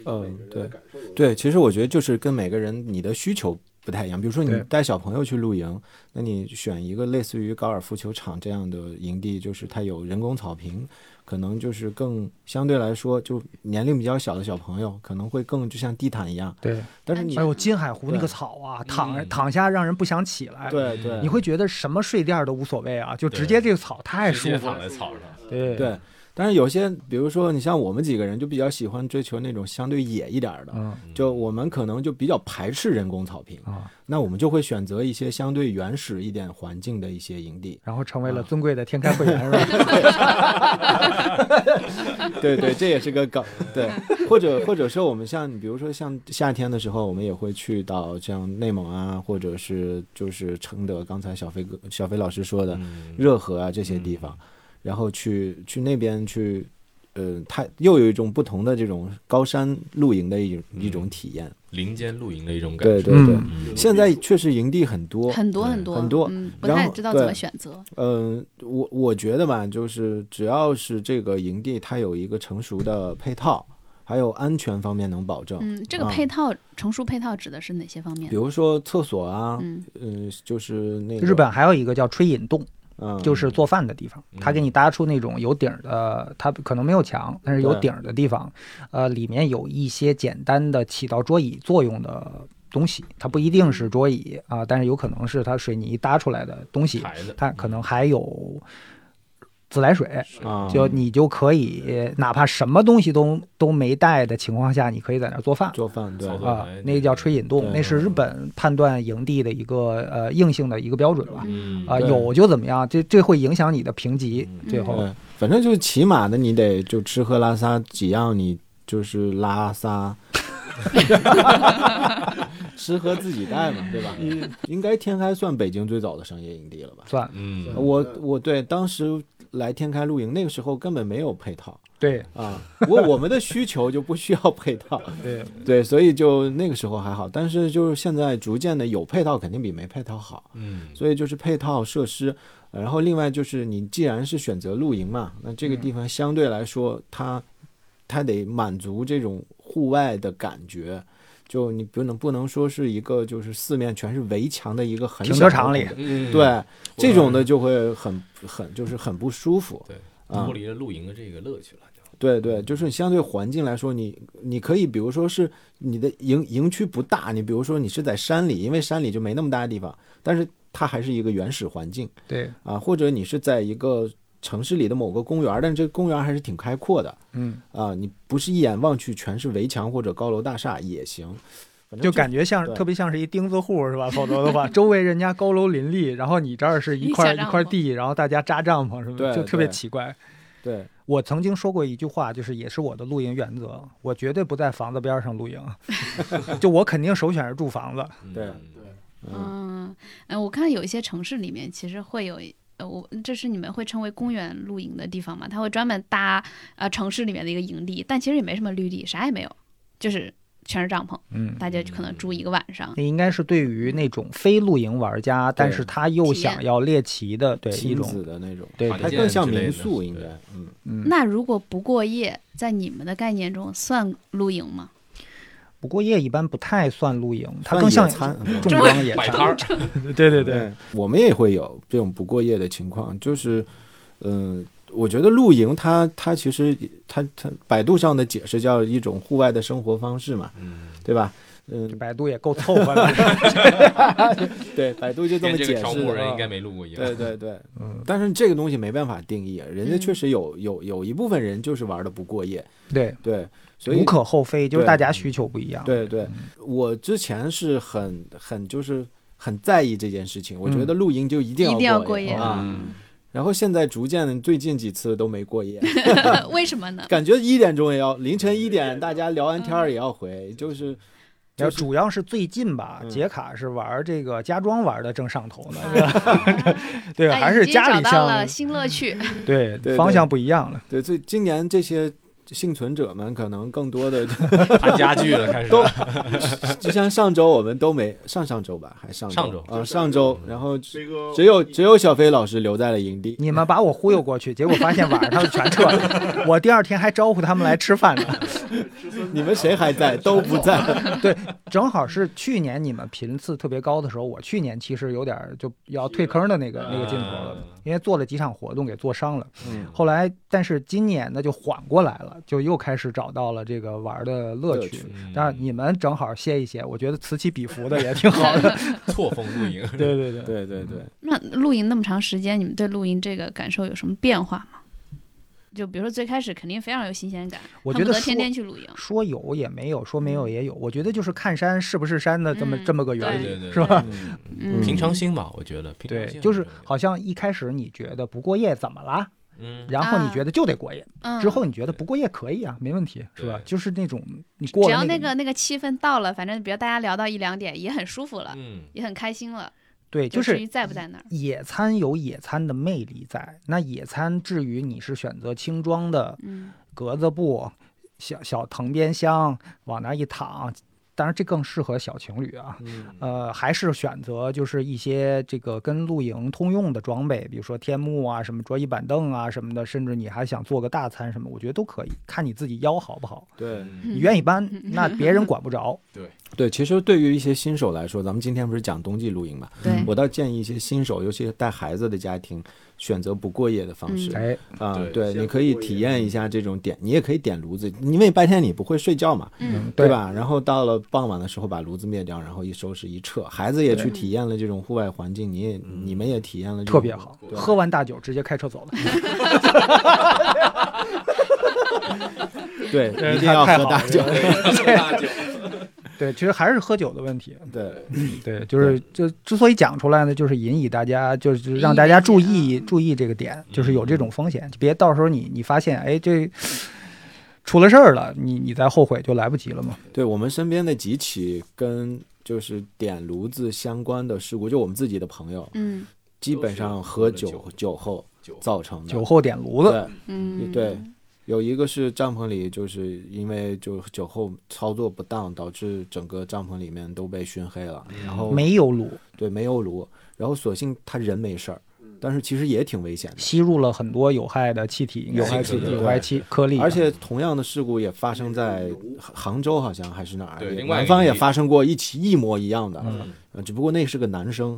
E: 嗯，对，对，其实我觉得就是跟每个人你的需求不太一样。比如说你
A: 对
E: 带小朋友去露营，那你选一个类似于高尔夫球场这样的营地，就是它有人工草坪，可能就是更相对来说就年龄比较小的小朋友可能会更就像地毯一样，
A: 对，
E: 但是你
A: 哎呦，金海湖那个
E: 对
A: 草啊，躺
D: 嗯
A: 躺下让人不想起来，
E: 对对，
A: 你会觉得什么睡垫都无所谓啊，就直
D: 对
A: 接这个草太
D: 直
A: 舒
D: 接
A: 服
D: 躺
A: 了，
D: 在草上，
A: 对
E: 对，但是有些，比如说你像我们几个人，就比较喜欢追求那种相对野一点儿的，
A: 嗯
E: 就我们可能就比较排斥人工草坪，
A: 啊，
E: 那我们就会选择一些相对原始一点环境的一些营地。
A: 然后成为了尊贵的天开会员是吧？
E: 对对，这也是个梗。对， 或者或者说我们像，比如说像夏天的时候，我们也会去到像内蒙啊，或者是就是承德，刚才小飞哥、小飞老师说的
D: 嗯
E: 热河啊这些地方，然后去去那边去，呃，它又有一种不同的这种高山露营的一种一种体验。
D: 林间露营的一种感
E: 对
D: 觉。
E: 对对，
A: 嗯
D: 嗯
E: 现在确实营地很多，
B: 很多很多
E: 很多
B: 嗯，不
E: 然
B: 太
E: 后
B: 知道怎么
E: 对
B: 选择。
E: 嗯，我我觉得吧，就是只要是这个营地，它有一个成熟的配套，还有安全方面能保证，
B: 嗯，这个
E: 啊
B: 配套、成熟配套指的是哪些方面
E: 比？如说厕所啊，
B: 嗯，
E: 嗯、就是那个
A: 日，本还有一个叫吹引洞。
E: 嗯，
A: 就是做饭的地方，他给你搭出那种有顶儿的，它可能没有墙，但是有
E: 对
A: 顶儿的地方，呃，里面有一些简单的起到桌椅作用的东西，它不一
E: 嗯
A: 定是桌椅啊，但是有可能是它水泥搭出来的东西，
D: 孩子，
A: 它可能还有自来水，
E: 嗯
C: 啊，
A: 就你就可以哪怕什么东西都都没带的情况下，你可以在那儿做饭。
E: 做饭对
D: 操作
A: 啊
D: 还，
A: 那个叫吹引动，
E: 对
A: 那是日本判断营地的一个呃硬性的一个标准吧。
D: 嗯
A: 啊，
E: 对
A: 有就怎么样，这这会影响你的评级。
D: 嗯
A: 最后，
E: 对，反正就是起码的，你得就吃喝拉撒几样，你就是拉撒， 吃喝自己带嘛，对吧？应应该天开算北京最早的商业营地了吧？
A: 算
D: 嗯，
E: 我我对当时来天开露营，那个时候根本没有配套
A: 对
E: 啊，不过我们的需求就不需要配套，
A: 对
E: 对，所以就那个时候还好，但是就是现在逐渐的有配套肯定比没配套好，
D: 嗯，
E: 所以就是配套设施，呃然后另外就是你既然是选择露营嘛，那这个地
A: 嗯
E: 方相对来说，它它得满足这种户外的感觉，就你不能不能说是一个就是四面全是围墙的一个很
A: 停
E: 小的
A: 车场里
E: 空间，
D: 嗯，
E: 对这种的就会很很就是很不舒服，
D: 对
E: 啊
D: 脱离了露营的这个乐趣了。就
E: 对对，就是相对环境来说，你你可以比如说是你的营营区不大，你比如说你是在山里，因为山里就没那么大的地方，但是它还是一个原始环境。
A: 对，
E: 啊，或者你是在一个城市里的某个公园儿，但是这个公园儿还是挺开阔的
A: 嗯，
E: 啊，你不是一眼望去全是围墙或者高楼大厦也行，反正
A: 就感觉像
E: 对
A: 特别像是一钉子户是吧？否则的话，周围人家高楼林立，然后你这儿是一
B: 一
A: 块
B: 小
A: 一
B: 帐
A: 块
B: 篷
A: 地，然后大家扎帐篷什么的，
E: 对
A: 就特别
E: 对
A: 奇怪。
E: 对
A: 我曾经说过一句话，就是也是我的露营原则，我绝对不在房子边儿上露营， 就我肯定首选是住房子。
D: 嗯
E: 对嗯
B: 嗯，哎，我看有一些城市里面其实会有一。呃，我这是你们会称为公园露营的地方嘛？它会专门搭呃城市里面的一个营地，但其实也没什么绿地，啥也没有，就是全是帐篷，
A: 嗯，
B: 大家就可能住一个晚上。
A: 那应该是对于那种非露营玩家，但是他又
B: 体验
A: 想要猎奇的，对一
E: 亲
A: 种
E: 子的那种，
A: 对
D: 环
E: 它
D: 境
E: 更像
D: 之类
E: 民
D: 的
E: 宿应
D: 对
E: 该，嗯，
A: 嗯。
B: 那如果不过夜，在你们的概念中算露营吗？
A: 不过夜一般不太算露营，它
E: 算
A: 更
E: 野
A: 像
E: 餐
A: 重
E: 嗯
A: 装野
D: 摆摊
A: 餐。
D: 儿，
A: 对对，
E: 我们也会有这种不过夜的情况，就是，嗯、我觉得露营它它其实它它百度上的解释叫一种户外的生活方式嘛，
D: 嗯，
E: 对吧？嗯，
A: 百度也够凑合 了。
E: 对，百度就这
D: 连
E: 么
D: 这
E: 解释
D: 个
E: 的。
D: 条目人应
E: 啊
D: 该没露过营。
E: 对对对，
A: 嗯，
E: 但是这个东西没办法定义，人家
B: 嗯
E: 确实有有有一部分人就是玩的不过夜，
A: 对，
E: 对，所以
A: 无可厚非，就是
E: 对
A: 大家需求不一样。
E: 对对，我之前是很很就是很在意这件事情，我觉得露营就一定
B: 一定要
E: 要
B: 过夜
E: 夜啊，
D: 嗯，
E: 然后现在逐渐最近几次都没过夜，
B: 为什么 呢？
E: 感觉一点钟也要凌晨一点，大家聊完天儿也要回，就是
A: 然后
E: 就是
A: 主要是最近吧，
E: 嗯
A: 杰卡是玩这个家装玩的正上头呢，
B: 啊
A: 对，还是家
B: 哎哎已
A: 里
B: 经找到
A: 像
B: 了新乐趣。
A: 对
E: 嗯对
A: 方向不一样了。
E: 对，最今年这些幸存者们可能更多 的。
D: 谈家具了，开始
E: 都就像上周我们都没上上周吧，还上
D: 上周
E: 啊、上周，然后只
C: 这个
E: 只有只有小飞老师留在了营 地。
A: 你们把我忽悠过 去，结果发现晚上他们全撤了。我第二天还招呼他们来吃饭呢。
E: 你们谁还在？都不在。
A: 正好是去年你们频次特别高的时候，我去年其实有点儿就要退坑的那个那个劲头了，因为做了几场活动给做伤了。
E: 嗯，
A: 后来，但是今年呢就缓过来了，就又开始找到了这个玩儿的乐
E: 乐
A: 趣
E: 趣。
D: 嗯
A: 但是你们正好歇一歇，我觉得此起彼伏的也挺好的。
D: 错峰露营，
A: 对对对
E: 对对对，
B: 那露营那么长时间，你们对露营这个感受有什么变化吗？就比如说最开始肯定非常有新鲜感，
A: 我
B: 恨
A: 觉得
B: 不得
A: 说
B: 天天去露营。
A: 说有也没有，说没有也有。我觉得就是看山是不是山的这么、
B: 嗯
A: 这么个
D: 对
A: 原
D: 对
A: 理，
D: 对，
A: 是吧？
E: 嗯
B: 嗯，
D: 平常心吧，我觉得平常心
A: 对
D: 很重，要。
A: 就是好像一开始你觉得不过夜怎么了，
D: 嗯，
A: 然后你
B: 啊
A: 觉得就得过夜，
B: 嗯
A: 之后你觉得不过夜可以啊，没问题，是吧
D: 对？
A: 就是那种你过
B: 只
A: 了
B: 要那
A: 个
B: 个那个气氛到了，反正比如大家聊到一两点也很舒服了，
D: 嗯，
B: 也很开心了，
A: 对，
B: 就
A: 就
B: 至于
A: 是
B: 在不在那儿。
A: 野餐有野餐的魅力在。那野餐至于你是选择轻装的
B: 嗯，
A: 格子布、小小藤编箱往那一躺，当然这更适合小情侣啊。
D: 嗯
A: 呃，还是选择就是一些这个跟露营通用的装备，比如说天幕啊、什么桌椅板凳啊什么的，甚至你还想做个大餐什么，我觉得都可以，看你自己腰好不好。
E: 对
A: 你
B: 嗯
A: 愿意搬，那别人管不着。
E: 对，其实对于一些新手来说，咱们今天不是讲冬季露营
A: 嗯
E: 嘛，
B: 对
E: 我倒建议一些新手，尤其是带孩子的家庭，选择不过夜的方式
B: 嗯
A: 哎，
E: 啊、
D: 对
E: 对，
C: 先
E: 你可以
C: 不过夜
E: 体验一下这种点，你也可以点炉子，因为白天你不会睡觉嘛，
B: 嗯
E: 对
A: 对？
E: 吧？然后到了傍晚的时候把炉子灭掉，然后一收拾一撤。孩子也去
B: 对
E: 体验了这种户外环境，你也
C: 嗯
E: 你们也体验了这
A: 特
E: 种
A: 别好，
E: 对
A: 喝完大酒直接开车走了。
E: 对，
A: 这
E: 一定要
A: 太
E: 喝
A: 好
E: 大
A: 了
E: 酒。
D: 大酒，
A: 对，其实还是喝酒的问题。
E: 对，
A: 对，就是就之所以讲出来呢，就是引以大家，就是让大家注意注意这个点，就是有这种风险，别到时候你你发现，哎，这出了事儿了，你你再后悔就来不及了嘛。
E: 对我们身边的几起跟就是点炉子相关的事故，就我们自己的朋友，
B: 嗯
E: 基本上喝
D: 都是
E: 酒
D: 喝了酒
E: 酒后
D: 酒
E: 造成的。
A: 酒后点炉子，
E: 对，
B: 嗯，
E: 对，有一个是帐篷里，就是因为就酒后操作不当，导致整个帐篷里面都被熏黑了，
D: 嗯
E: 然后
A: 没有炉，
E: 对没有炉，然后索性他人没事儿，
D: 嗯
E: 但是其实也挺危险的。
A: 吸入了很多有害的气体、
E: 有
D: 害气体
A: 有害气颗粒，
E: 而且同样的事故也发生在杭州，好像还是哪儿，
D: 对
E: 也
D: 另外一
E: 南
D: 个
E: 方也
D: 例
E: 发生过一起一模一样的，
D: 嗯
E: 呃只不过那是个男生，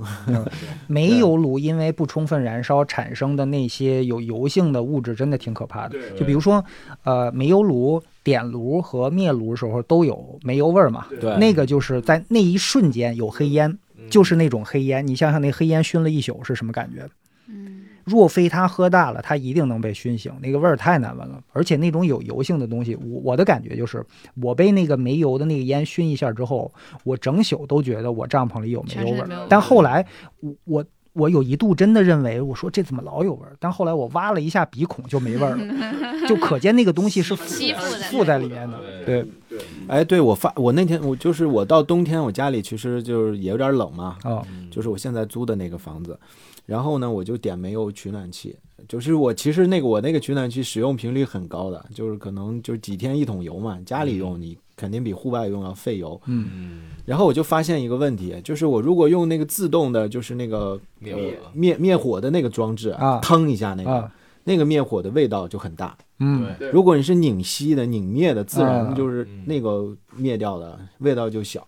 A: 煤油炉因为不充分燃烧产生的那些有油性的物质，真的挺可怕的。就比如说，呃，煤油炉点炉和灭炉时候都有煤油味儿嘛，
E: 对嗯
A: 那个就是在那一瞬间有黑烟，就是那种黑烟。你想想，那黑烟熏了一宿是什么感觉？
B: 嗯
A: 若非他喝大了，他一定能被熏醒，那个味儿太难闻了。而且那种有油性的东西，我我的感觉就是，我被那个煤油的那个烟熏一下之后，我整宿都觉得我帐篷里有煤
B: 全
A: 油味
B: 是
A: 儿
B: 没。有，
A: 但后来我我我有一度真的认为，我说这怎么老有味儿？但后来我挖了一下鼻孔就没味儿了， 就可见那个东西是
B: 吸附的
A: 附在里面的。
D: 对
A: 对，
E: 哎，对我发我那天我就是我到冬天，我家里其实就是也有点冷嘛，
A: 哦，
E: 就是我现在租的那个房子，然后呢我就点煤油取暖器，就是我其实那个我那个取暖器使用频率很高的，就是可能就几天一桶油嘛，家里用你肯定比户外用要费油。
A: 嗯，
D: 嗯，
E: 然后我就发现一个问题，就是我如果用那个自动的，就是那个
D: 灭
E: 呃
D: 火
E: 灭灭火的那个装置
A: 啊
E: 腾一下那个、
A: 啊，
E: 那个灭火的味道就很大。
A: 嗯，
D: 对，
E: 如果你是拧熄的、拧灭的，自然
A: 啊
E: 就是
D: 嗯
E: 那个灭掉的、味道就小。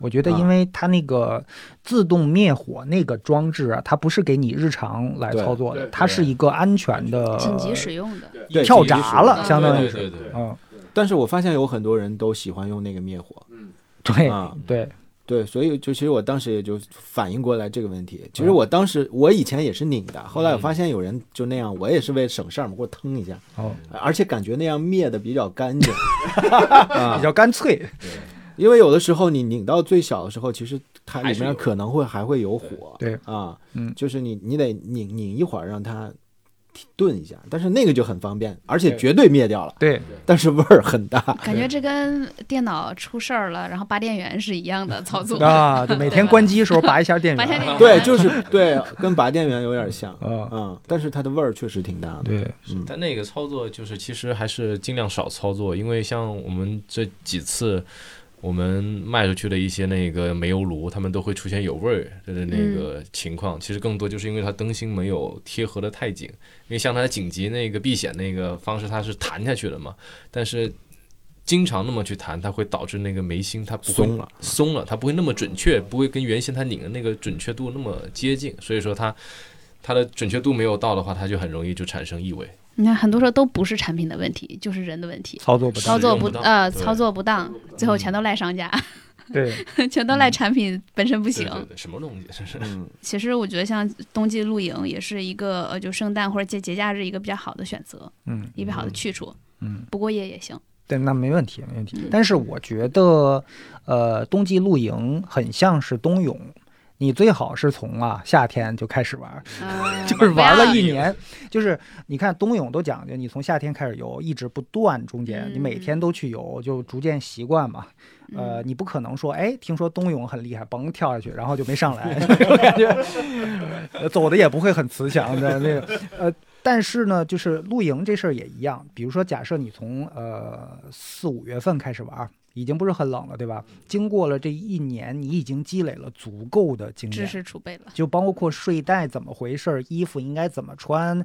A: 我觉得因为它那个自动灭火那个装置啊，它不是给你日常来操作的，
C: 对
A: 它是一个安全的
B: 紧急使用的，
E: 对
A: 跳
E: 紧急
A: 闸
E: 使用
A: 了，相当于
D: 对
A: 是，
D: 对对，
A: 嗯，
E: 但是我发现有很多人都喜欢用那个灭火。
A: 对
E: 啊
A: 对，
E: 对，所以就其实我当时也就反应过来这个问题。其实
A: 嗯
E: 我当时我以前也是拧的，后来我发现有人就那样，我也是为省事儿嘛，给我腾一下，
A: 哦，
E: 而且感觉那样灭的比较干净。
A: 哦比较干脆，
E: 因为有的时候你拧到最小的时候，其实它里面可能会还会有火，
A: 对
E: 啊，
A: 嗯
E: 就是你你得拧拧一会儿让它炖一下，但是那个就很方便，而且
A: 对
E: 绝对灭掉了，
A: 对，
E: 但是味儿很 大，
B: 感觉这跟电脑出事儿了，然后拔电源是一样的操作。
A: 啊，就每天关机的时候拔一下电
B: 拔一下
A: 源，
B: 电源
E: 对，就是对，跟拔电源有点像，
A: 啊，
E: 嗯，但是它的味儿确实挺大的，
A: 对，
E: 嗯，
D: 但那个操作就是其实还是尽量少操作，因为像我们这几次我们卖出去的一些那个煤油炉，他们都会出现有味儿的
E: 嗯
D: 那个情况。其实更多就是因为它灯芯没有贴合的太紧，因为像它紧急那个避险那个方式，它是弹下去的嘛，但是。经常那么去弹，它会导致那个眉芯它不会
E: 松了，
D: 松了，它不会那么准确，不会跟原先它拧的那个准确度那么接近，所以说它它的准确度没有到的话，它就很容易就产生异味。
B: 你看，很多时候都不是产品的问题，就是人的问题，
A: 操作不
D: 使
A: 当
B: 操作
D: 用，不当
B: 呃
D: 对
B: 操作不当，最后全都赖商家，
A: 对，
B: 全
A: 嗯
B: 都赖产品本身不行。
D: 对对对，什么东西这是？
E: 嗯，
B: 其实我觉得像冬季露营也是一个呃，就圣诞或者节节假日一个比较好的选择，
A: 嗯
B: 一个好的去处。
A: 嗯，
B: 不过夜也行。
A: 对，那没问题，没问题。但是我觉得，呃，冬季露营很像是冬泳，你最好是从啊夏天就开始玩儿，
B: 呃
A: 就是玩了一
D: 不要
A: 年。就是你看冬泳都讲究，你从夏天开始游，一直不断，中间你每
B: 嗯
A: 天都去游，就逐渐习惯嘛。呃，
B: 嗯
A: 你不可能说，哎，听说冬泳很厉害，嘣跳下去，然后就没上 来，我感觉呃走的也不会很慈祥的那个。呃，但是呢，就是露营这事儿也一样，比如说，假设你从呃四五月份开始玩儿，已经不是很冷了，对吧？经过了这一年，你已经积累了足够的经
B: 知
A: 验，
B: 识储备了，
A: 就包括睡袋怎么回事儿，衣服应该怎么穿，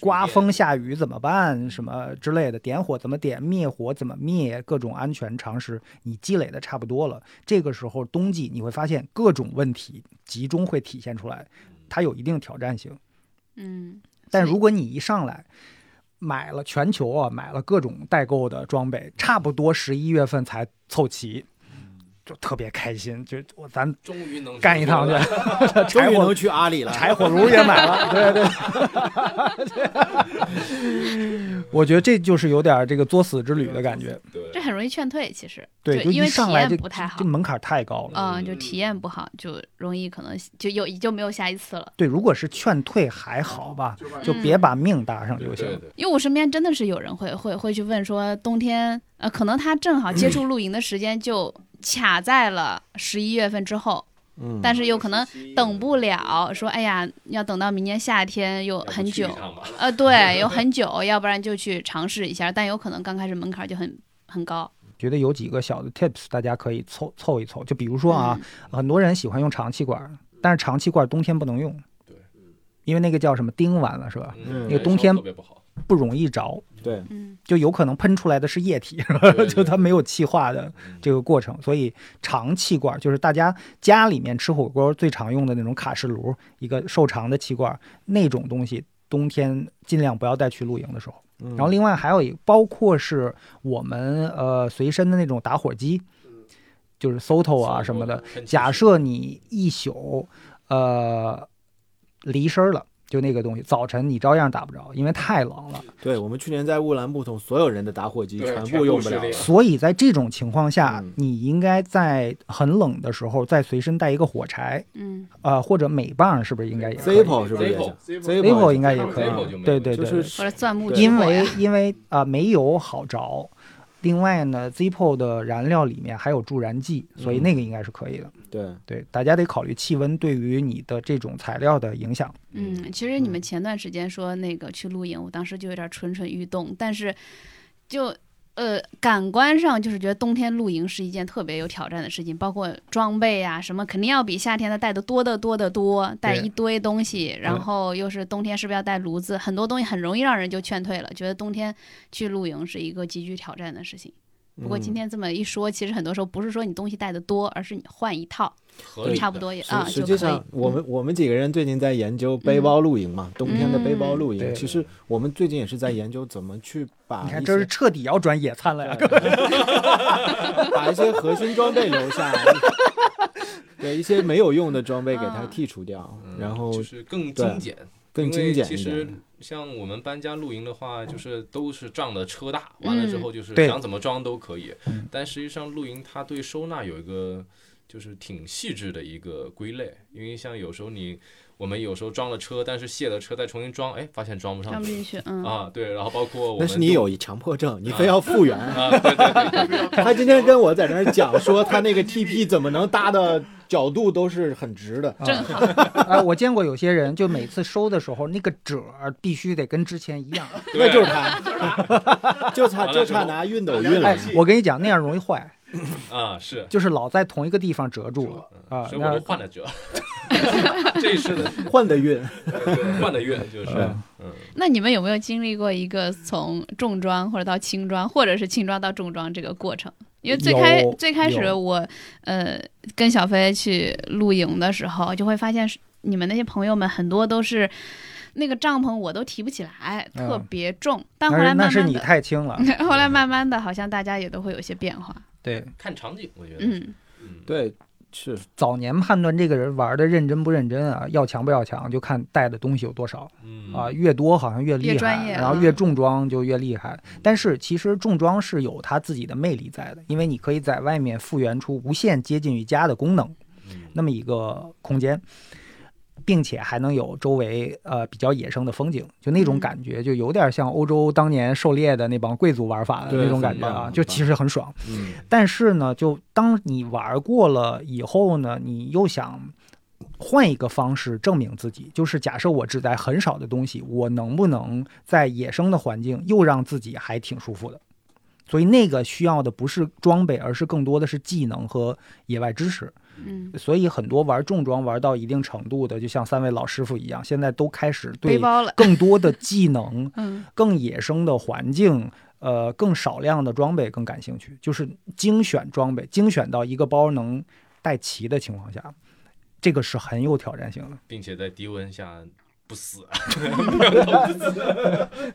A: 刮风下雨怎么办，什么之类的，点火怎么点，灭火怎么灭，各种安全常识你积累的差不多了。这个时候冬季你会发现各种问题集中会体现出来，它有一定挑战性。
B: 嗯，
A: 但
B: 所以
A: 如果你一上来买了全
B: 嗯
A: 球啊，买了各种代购的装备，差不多十一月份才凑齐。就特别开心，就我咱
D: 终于能
A: 干一趟去，
E: 终
A: 柴
E: 于
A: 火
E: 能去阿里了。
A: 柴火炉也买了， 对对。我觉得这就是有点这个作死之旅的感觉，
D: 对
B: 这，很容易劝退，其实
A: 对，就
B: 因为
A: 一
B: 体
A: 上来
B: 验
A: 这
B: 不太好
A: 这，门槛太高了。
B: 嗯，就体验不好，就容易可能就有就没有下一次了。
A: 对，如果是劝退还好吧，就
B: 嗯
A: 别把命搭上就行
D: 对
A: 了。
D: 对，
B: 因为我身边真的是有人会会会去问说，冬天呃，可能他正好 接触露营的时间就卡在了十一月份之后，
E: 嗯，
B: 但是有可能等不了，说哎呀，要等到明年夏天又
D: 要不
B: 很
D: 去一
B: 久，
D: 趟吧
B: 呃， 对，有很久，要不然就去尝试一下，但有可能刚开始门槛就很很高。
A: 觉得有几个小的 tips，大家可以凑凑一凑。就比如说啊，
B: 嗯
A: 很多人喜欢用长气管，但是长气管冬天不能用，嗯
D: 对，
A: 因为那个叫什么钉丸了是吧？
D: 嗯
E: 那
A: 啊个冬天
D: 特别不好，
A: 不容易着，
E: 对，
B: 嗯，
A: 就有可能喷出来的是液体，
D: 对
A: 就它没有气化的
D: 嗯
A: 这个过程。所以长气管就是大家家里面吃火锅最常用的那种卡式炉，一个瘦长的气管，那种东西冬天尽量不要带去露营的时候。
E: 然
A: 然后另外还有一个，包括是我们呃随身的那种打火机，就是 Soto 啊什么的。，
D: 喷气
A: 假设你一宿呃离身儿了，就那个东西，早晨你照样打不着，因为太冷了。
E: 对我们去年在乌兰布统，所有人的打火机
D: 对全
E: 部
D: 部
E: 用不
D: 是
E: 了
D: 这
E: 了
D: 样。
A: 所以在这种情况下
E: 嗯，
A: 你应该在很冷的时候再随身带一个火柴，
B: 嗯，
A: 呃，或者镁棒是不是应该也可以
E: Zippo 是不是也
D: Zippo
E: 行
A: Zippo 应该也可以
D: Zippo 就没有，
A: 对对
E: 就
A: 对，
E: 是
B: 或者钻木
E: 对
B: 取
A: 因
B: 火呀
A: 为因为啊、呃煤油好着，另外呢，Zippo 的燃料里面还有助燃剂，所以
E: 嗯
A: 那个应该是可以的。
E: 对，
A: 对，大家得考虑气温对于你的这种材料的影响。
B: 嗯，其实你们前段时间说那个去露营，我当时就有点蠢蠢欲动，但是就呃感官上就是觉得冬天露营是一件特别有挑战的事情，包括装备啊什么，肯定要比夏天的带的多得多得多，带
A: 对
B: 一堆东西，
A: 对
B: 然后又是冬天是不是要带炉子，很多东西很容易让人就劝退了，觉得冬天去露营是一个极具挑战的事情。
E: 嗯
B: 不过今天这么一说，其实很多时候不是说你东西带的多，而是你换一套，
D: 合理的
B: 差不多也
E: 实
B: 啊
E: 实
B: 就
E: 际
B: 可以
E: 上。，我们我们几个人最近在研究背包露营
B: 嗯
E: 嘛，冬天的背包露
A: 嗯对
E: 营。其实我们最近也是在研究怎么去把
A: 你看，
E: 一
A: 这
E: 些
A: 是彻底要转野餐了呀！
E: 把一些核心装备留 下来，对一些没有用的装备给
B: 啊
E: 它剔除掉，
D: 嗯
E: 然后
D: 就是更
E: 对
D: 精简，
E: 更
D: 因
E: 精
D: 为
E: 简
D: 其
E: 一
D: 实
E: 点。
D: 像我们搬家露营的话，就是都是仗着车大，完了之
B: 嗯
D: 后就是
A: 对
D: 想怎么装都可以。但实际上露营它对收纳有一个就是挺细致的一个归类，因为像有时候你我们有时候装了车，但是卸了车再重新装，哎，发现装不
B: 上
D: 上
B: 不
D: 去
B: 进去，嗯，
D: 啊。对，然后包括我
E: 那
D: 们
E: 是你有强迫症，你非要复原。
D: 啊，对对对，
E: 他今天跟我在那儿讲说，他那个 TP 怎么能搭的角度都是很直的。
A: 正好，哎，我见过有些人，就每次收的时候，那个褶儿必须得跟之前一 样。
D: 对
E: 那就是 他，就差就差拿熨斗熨
A: 哎
E: 了。，
A: 我跟你讲，那样容易坏，
D: 啊是。
A: 就是老在同一个地方折住了啊
D: 所。以我
A: 那
D: 就换 了折，这一次的
E: 换的熨，
D: 对换的月就是
E: 嗯
D: 嗯。
B: 那你们有没有经历过一个从重装或者到轻装，或者是轻装到重装这个过程？因为最开
A: 有
B: 最开始
A: 有
B: 我呃跟小飞去露营的时候，就会发现是你们那些朋友们很多都是那个帐篷我都提不起来，
A: 嗯
B: 特别重。但后
A: 那哎
B: 来
A: 是那
B: 慢
A: 是
B: 慢
A: 你
B: 的，
A: 太轻了，
B: 后来慢慢的，好像大家也都会有一些变化。
A: 对。
D: 看场景，我觉得，
B: 嗯，
D: 嗯，
E: 对，是
A: 早年判断这个人玩的认真不认真啊，要强不要强，就看带的东西有多少
D: 嗯
A: 啊，越多好像越
B: 越
A: 厉
B: 专
A: 害，
B: 业啊
A: 然后越重装就越厉害。但是其实重装是有它自己的魅力在的，因为你可以在外面复原出无限接近于家的功能
D: 嗯
A: 那么一个空间。并且还能有周围呃比较野生的风景，就那种
B: 嗯
A: 感觉，就有点像欧洲当年狩猎的那帮贵族玩法的
E: 对
A: 那种
E: 很
A: 感觉
E: 棒
A: 啊，
E: 很
A: 就
E: 棒
A: 其实很爽。
E: 嗯，
A: 但是呢，就当你玩过了以后呢，你又想换一个方式证明自己，就是假设我只带很少的东西，我能不能在野生的环境又让自己还挺舒服的？所以那个需要的不是装备，而是更多的是技能和野外知识。
B: 嗯，
A: 所以很多玩重装玩到一定程度的，就像三位老师傅一样，现在都开始
B: 背
A: 对
B: 包了，
A: 更多的技能
B: 嗯
A: 更野生的环境，呃，更少量的装备更感兴趣，就是精选装备，精选到一个包能带齐的情况下，这个是很有挑战性的。
D: 并且在低温下不死，
B: 啊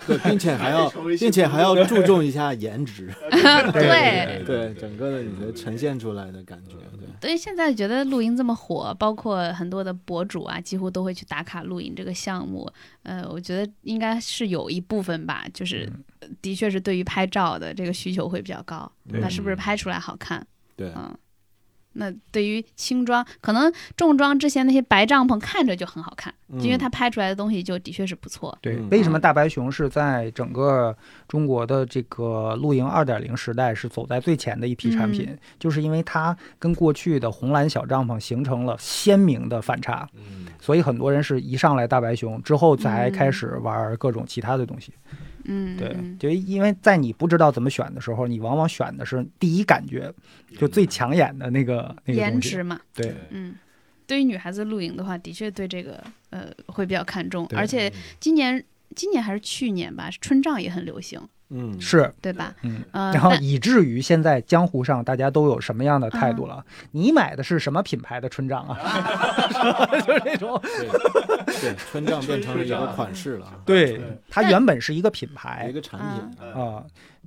E: 对，并且 还要，并且还要注重一下颜值，
B: 对
E: 对整个的你的呈现出来的感觉，对，
B: 对，现在觉得露营这么火，包括很多的博主啊，几乎都会去打卡露营这个项目。呃，我觉得应该是有一部分吧，
A: 嗯
B: 就是的确是对于拍照的这个需求会比较高，
E: 对
B: 那是
A: 嗯
B: 不是拍出来好看？
E: 对
B: 嗯。那对于轻装，可能重装之前那些白帐篷看着就很好看，
D: 嗯
A: 嗯
B: 就因为它拍出来的东西就的确是不错。
A: 对，
E: 嗯
A: 为什么大白熊是在整个中国的这个露营二点零时代是走在最前的一批产
B: 嗯
A: 品，就是因为它跟过去的红蓝小帐篷形成了鲜明的反差，
D: 嗯，
A: 所以很多人是一上来大白熊之后才开始玩各种其他的东西。
B: 嗯，
A: 对
B: 嗯，
A: 就因为在你不知道怎么选的时候，你往往选的是第一感觉就最抢眼的那个那个
B: 颜
A: 东西
B: 值。嘛，
A: 对，
B: 嗯，对于女孩子露营的话，的确对这个呃会比较看重，
A: 对
B: 而且今年今年还是去年吧，春帐也很流行，
E: 嗯，
A: 是。
B: 对吧？
A: 嗯，
B: 呃，
A: 然后
B: 但
A: 以至于现在江湖上大家都有什么样的态度了？
B: 嗯
A: 你买的是什么品牌的春帐 啊？就是那种，
E: 对，春帐变成了一个款 式
D: 嗯
E: 了，
A: 对，它
B: 但
A: 原本是一个品
E: 一
B: 哎
A: 牌
E: 个产品，
A: 啊、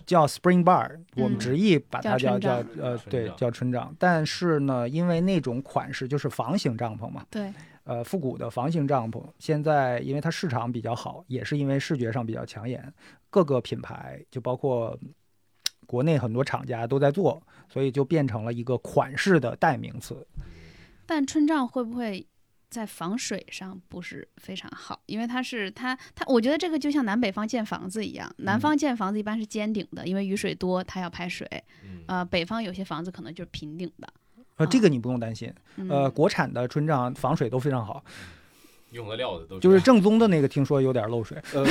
A: 叫 Spring Bar，我们
B: 嗯
A: 直译把它叫
B: 叫春
A: 叫
B: 帐
A: 呃，
D: 春
A: 对，
D: 帐
A: 叫春帐。但是呢，因为那种款式就是房型帐篷嘛，
B: 对，
A: 呃，复古的房型帐篷，现在因为它市场比较好，也是因为视觉上比较抢眼，各个品牌就包括嗯国内很多厂家都在做，所以就变成了一个款式的代名词。
B: 但春帐会不会在防水上不是非常好？因为它是它它，我觉得这个就像南北方建房子一样，
A: 嗯
B: 南方建房子一般是尖顶的，因为雨水多，它要排水。
D: 嗯
B: 呃，北方有些房子可能就是平顶的。
A: 呃，这
B: 啊
A: 个你不用担心，
B: 嗯、
A: 呃，国产的春帐防水都非常好，
D: 用的料子都
A: 就是正宗的那个听说有点漏水，
E: 呃，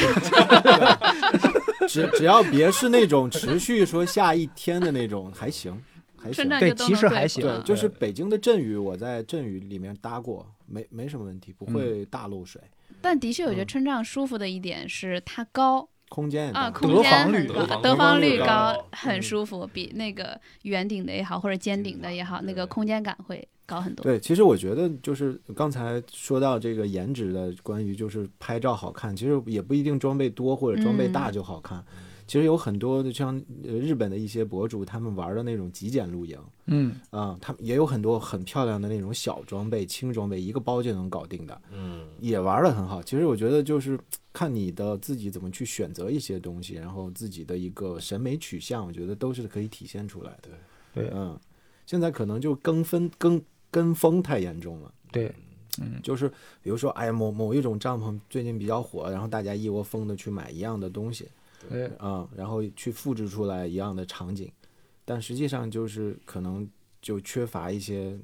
E: 只只要别是那种持续说下一天的那种，还行，还
B: 春
E: 行。
B: 帐
A: 对
B: 就都
A: 其
B: 能
A: 实
B: 对
A: 还
B: 付
A: 行
E: 对，
B: 了
E: 就是北京的阵雨，我在阵雨里面搭过，没没什么问题，不会大漏水，
B: 但的确，我觉
A: 嗯
B: 得春帐舒服的一点是它高，
E: 空间也
B: 啊，
E: 大。
B: 空
A: 得
B: 间
A: 房
B: 很
A: 率
B: 高
D: 高
B: 得房率
D: 高
B: 高
D: 高，
B: 很
E: 嗯
B: 舒服，比那个圆顶的也好，或者尖顶的也好，那个
D: 对
B: 空间感会高很多。
E: 对，其实我觉得就是刚才说到这个颜值的，关于就是拍照好看，其实也不一定装备多或者装备
B: 嗯
E: 大就好看。其实有很多的像呃日本的一些博主，他们玩的那种极简露营
A: 嗯，
E: 啊、他们也有很多很漂亮的那种小装备、轻装备，一个包就能搞定的，
D: 嗯
E: 也玩的很好。其实我觉得就是看你的自己怎么去选择一些东西，然后自己的一个审美取向，我觉得都是可以体现出来的。
A: 对对
E: 嗯，现在可能就跟风跟跟风太严重了。
A: 对，
E: 就是比如说，哎呀，某某一种帐篷最近比较火，然后大家一窝蜂的去买一样的东西
A: 对，
E: 啊、然后去复制出来一样的场景，但实际上就是可能就缺乏一些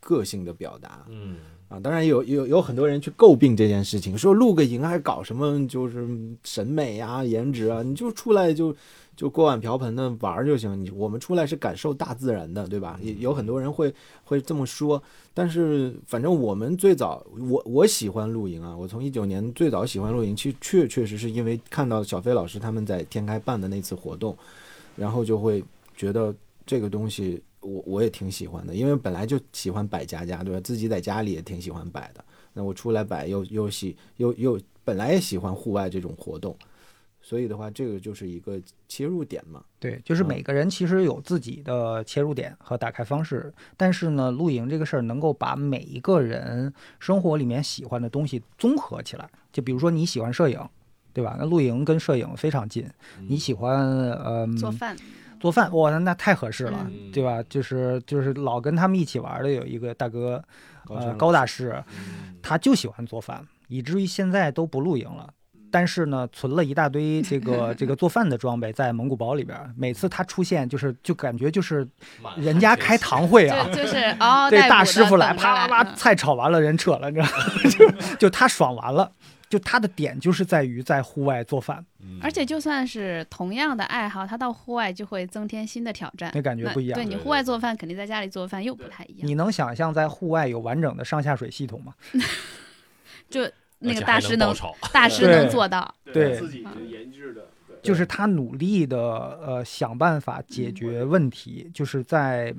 E: 个性的表达
D: 嗯，
E: 啊。当然有有有很多人去诟病这件事情，说露个营还搞什么就是审美啊、颜值啊，你就出来就就锅碗瓢盆的玩儿就行。你我们出来是感受大自然的，对吧？也有很多人会会这么说，但是反正我们最早，我我喜欢露营啊，我从一九年最早喜欢露营，其实确确实是因为看到小飞老师他们在天开办的那次活动，然后就会觉得这个东西我我也挺喜欢的，因为本来就喜欢摆家家，对吧？自己在家里也挺喜欢摆的，那我出来摆又又喜又又本来也喜欢户外这种活动，所以的话，这个就是一个切入点嘛。
A: 对，就是
E: 嗯
A: 每个人其实有自己的切入点和打开方式，但是呢，露营这个事儿能够把每一个人生活里面喜欢的东西综合起来。就比如说你喜欢摄影，对吧？那露营跟摄影非常近。你喜欢呃
B: 做饭，
A: 做饭，哇，那那太合适了，
D: 嗯
A: 对吧？就是就是老跟他们一起玩的有一个大哥，呃，
E: 山
A: 高
E: 老
A: 大师，他就喜欢做饭，以至于现在都不露营了。但是呢，存了一大堆这个这个做饭的装备在蒙古包里边儿。每次他出现，就是就感觉就是
D: 满
A: 人家开堂会啊，
B: 就就是哦，
A: 这
B: 逮
A: 大
B: 捕
A: 师
B: 的
A: 傅来，
B: 等着
A: 啪啪啪，
B: 嗯
A: 菜炒完了，人撤了，你知道吗？ 就就他爽完了，就他的点就是在于在户外做饭，
D: 嗯
B: 而且就算是同样的爱好，他到户外就会增添新的挑战，
A: 那感觉
B: 那
A: 不一样
B: 对你
D: 对
B: 户
D: 对
B: 外
D: 对
B: 做饭，肯定在家里做饭又不太一样。
A: 你能想象在户外有完整的上下水系统吗？
B: 就那
D: 而
B: 个
D: 且
B: 大
D: 还
B: 师
D: 爆
B: 能
D: 炒，
B: 大师
A: 对
B: 能做到，
A: 对
C: 自己的研制的，对
B: 嗯
A: 就是他努力的呃想办法解决问题，就是在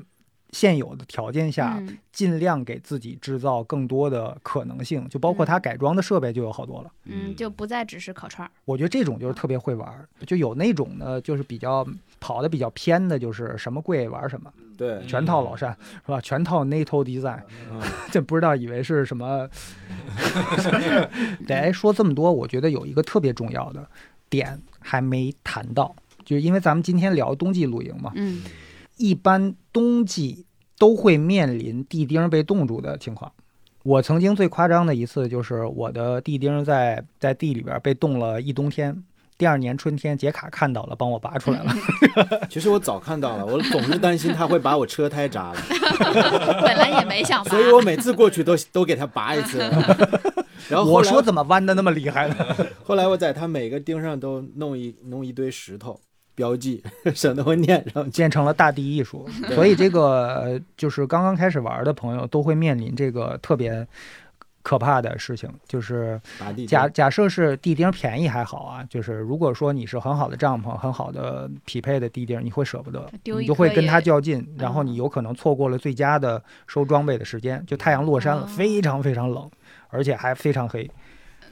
A: 现有的条件下，
B: 嗯
A: 尽量给自己制造更多的可能性，就包括它
B: 嗯
A: 改装的设备就有好多了。
B: 嗯，就不再只是烤串儿，
A: 我觉得这种就是特别会玩儿，就有那种呢，就是比较跑的比较偏的，就是什么贵玩什么，
E: 对，
A: 全套老单是吧？全套 NATO design，
E: 嗯
A: 这不知道以为是什 么。得说这么多，我觉得有一个特别重要的点还没谈到，就是因为咱们今天聊冬季露营嘛，
B: 嗯
A: 一般冬季都会面临地钉被冻住的情况。我曾经最夸张的一次就是我的地钉在在地里边被冻了一冬天，第二年春天杰卡看到了，帮我拔出来了。
E: 其实我早看到了，我总是担心他会把我车胎扎了，
B: 本来也没想拔
E: 所，以我每次过去都都给他拔一次。然后后
A: 我
E: 来
A: 说怎么弯的那么厉害呢？
E: 后来我在他每个钉上都弄一弄一堆石头标记， 省得我念上去。
A: 建成了大地艺 术。
E: 对
A: 所以这个呃就是刚刚开始玩的朋友都会面临这个特别可怕的事情，就是
E: 拔地钉
A: 假假设是地钉便宜还好啊，就是如果说你是很好的帐篷、很好的匹配的地钉，你会舍不得，
B: 丢一
A: 你就会
B: 颗
A: 跟它
B: 也
A: 较劲，然后
B: 嗯
A: 你有可能错过了最佳的收装备的时间，就太阳落山了，
B: 哦
A: 非常非常冷，而且还非常黑。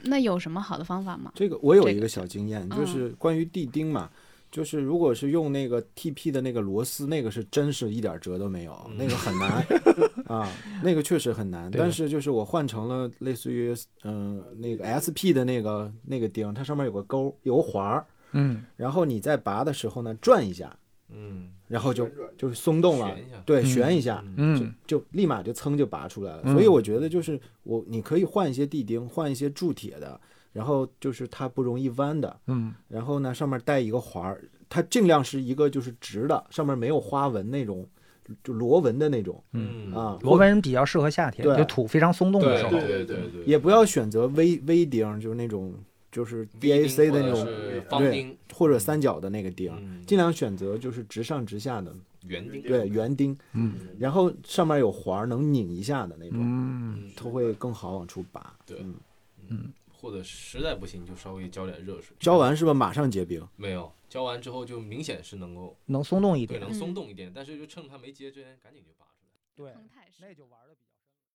B: 那有什么好的方法吗？
E: 这个我有
B: 这
E: 一
B: 个
E: 个小经验，
B: 嗯
E: 就是关于地钉嘛，就是如果是用那个 TP 的那个螺丝，那个是真是一点辙都没有，
D: 嗯
E: 那个很 难啊，那个确实很难。
A: 对
E: 但是就是我换成了类似于嗯、那个 SP 的那个那个钉，它上面有个钩，有个环儿，
A: 嗯，
E: 然后你在拔的时候呢转一下，
D: 嗯，
E: 然后就就是松动了
D: 旋一下，
E: 对，
A: 嗯
E: 旋一下。
A: 嗯，
E: 就就立马就噌就拔出来了，
A: 嗯
E: 所以我觉得就是我你可以换一些地钉，换一些铸铁的，然后就是它不容易弯的，
A: 嗯，
E: 然后呢，上面带一个环儿，它尽量是一个就是直的，上面没有花纹那种，就螺纹的那种
D: 嗯
E: 啊。
A: 螺纹比较适合夏天，
E: 对
A: 就土非常松动的时候。
D: 对对对，
A: ，E
E: 也不要选择微微钉，就是那种就是
A: ，E
D: ，B
E: DAC 的那种，
D: 是方钉，
E: 或者三角的那个钉，
D: 嗯，
E: 啊尽量选择就是直上直下的，
D: 圆钉，
E: 对圆钉，
A: 嗯
E: 然后上面有环儿能拧一下的那种，
A: 嗯。
D: 嗯，
E: 它会更好往出拔。
D: 对
E: 嗯，
A: 嗯
D: 或者实在不行就稍微浇点热水，
E: 浇完是吧？马上结冰。
D: 没有？浇完之后就明显是能够
A: 能松动一
D: 对
A: 点。
B: 嗯
D: 能松动一点，但是就趁它没结之前赶紧就拔出来。
A: 对
B: 太
A: 那就玩的比较。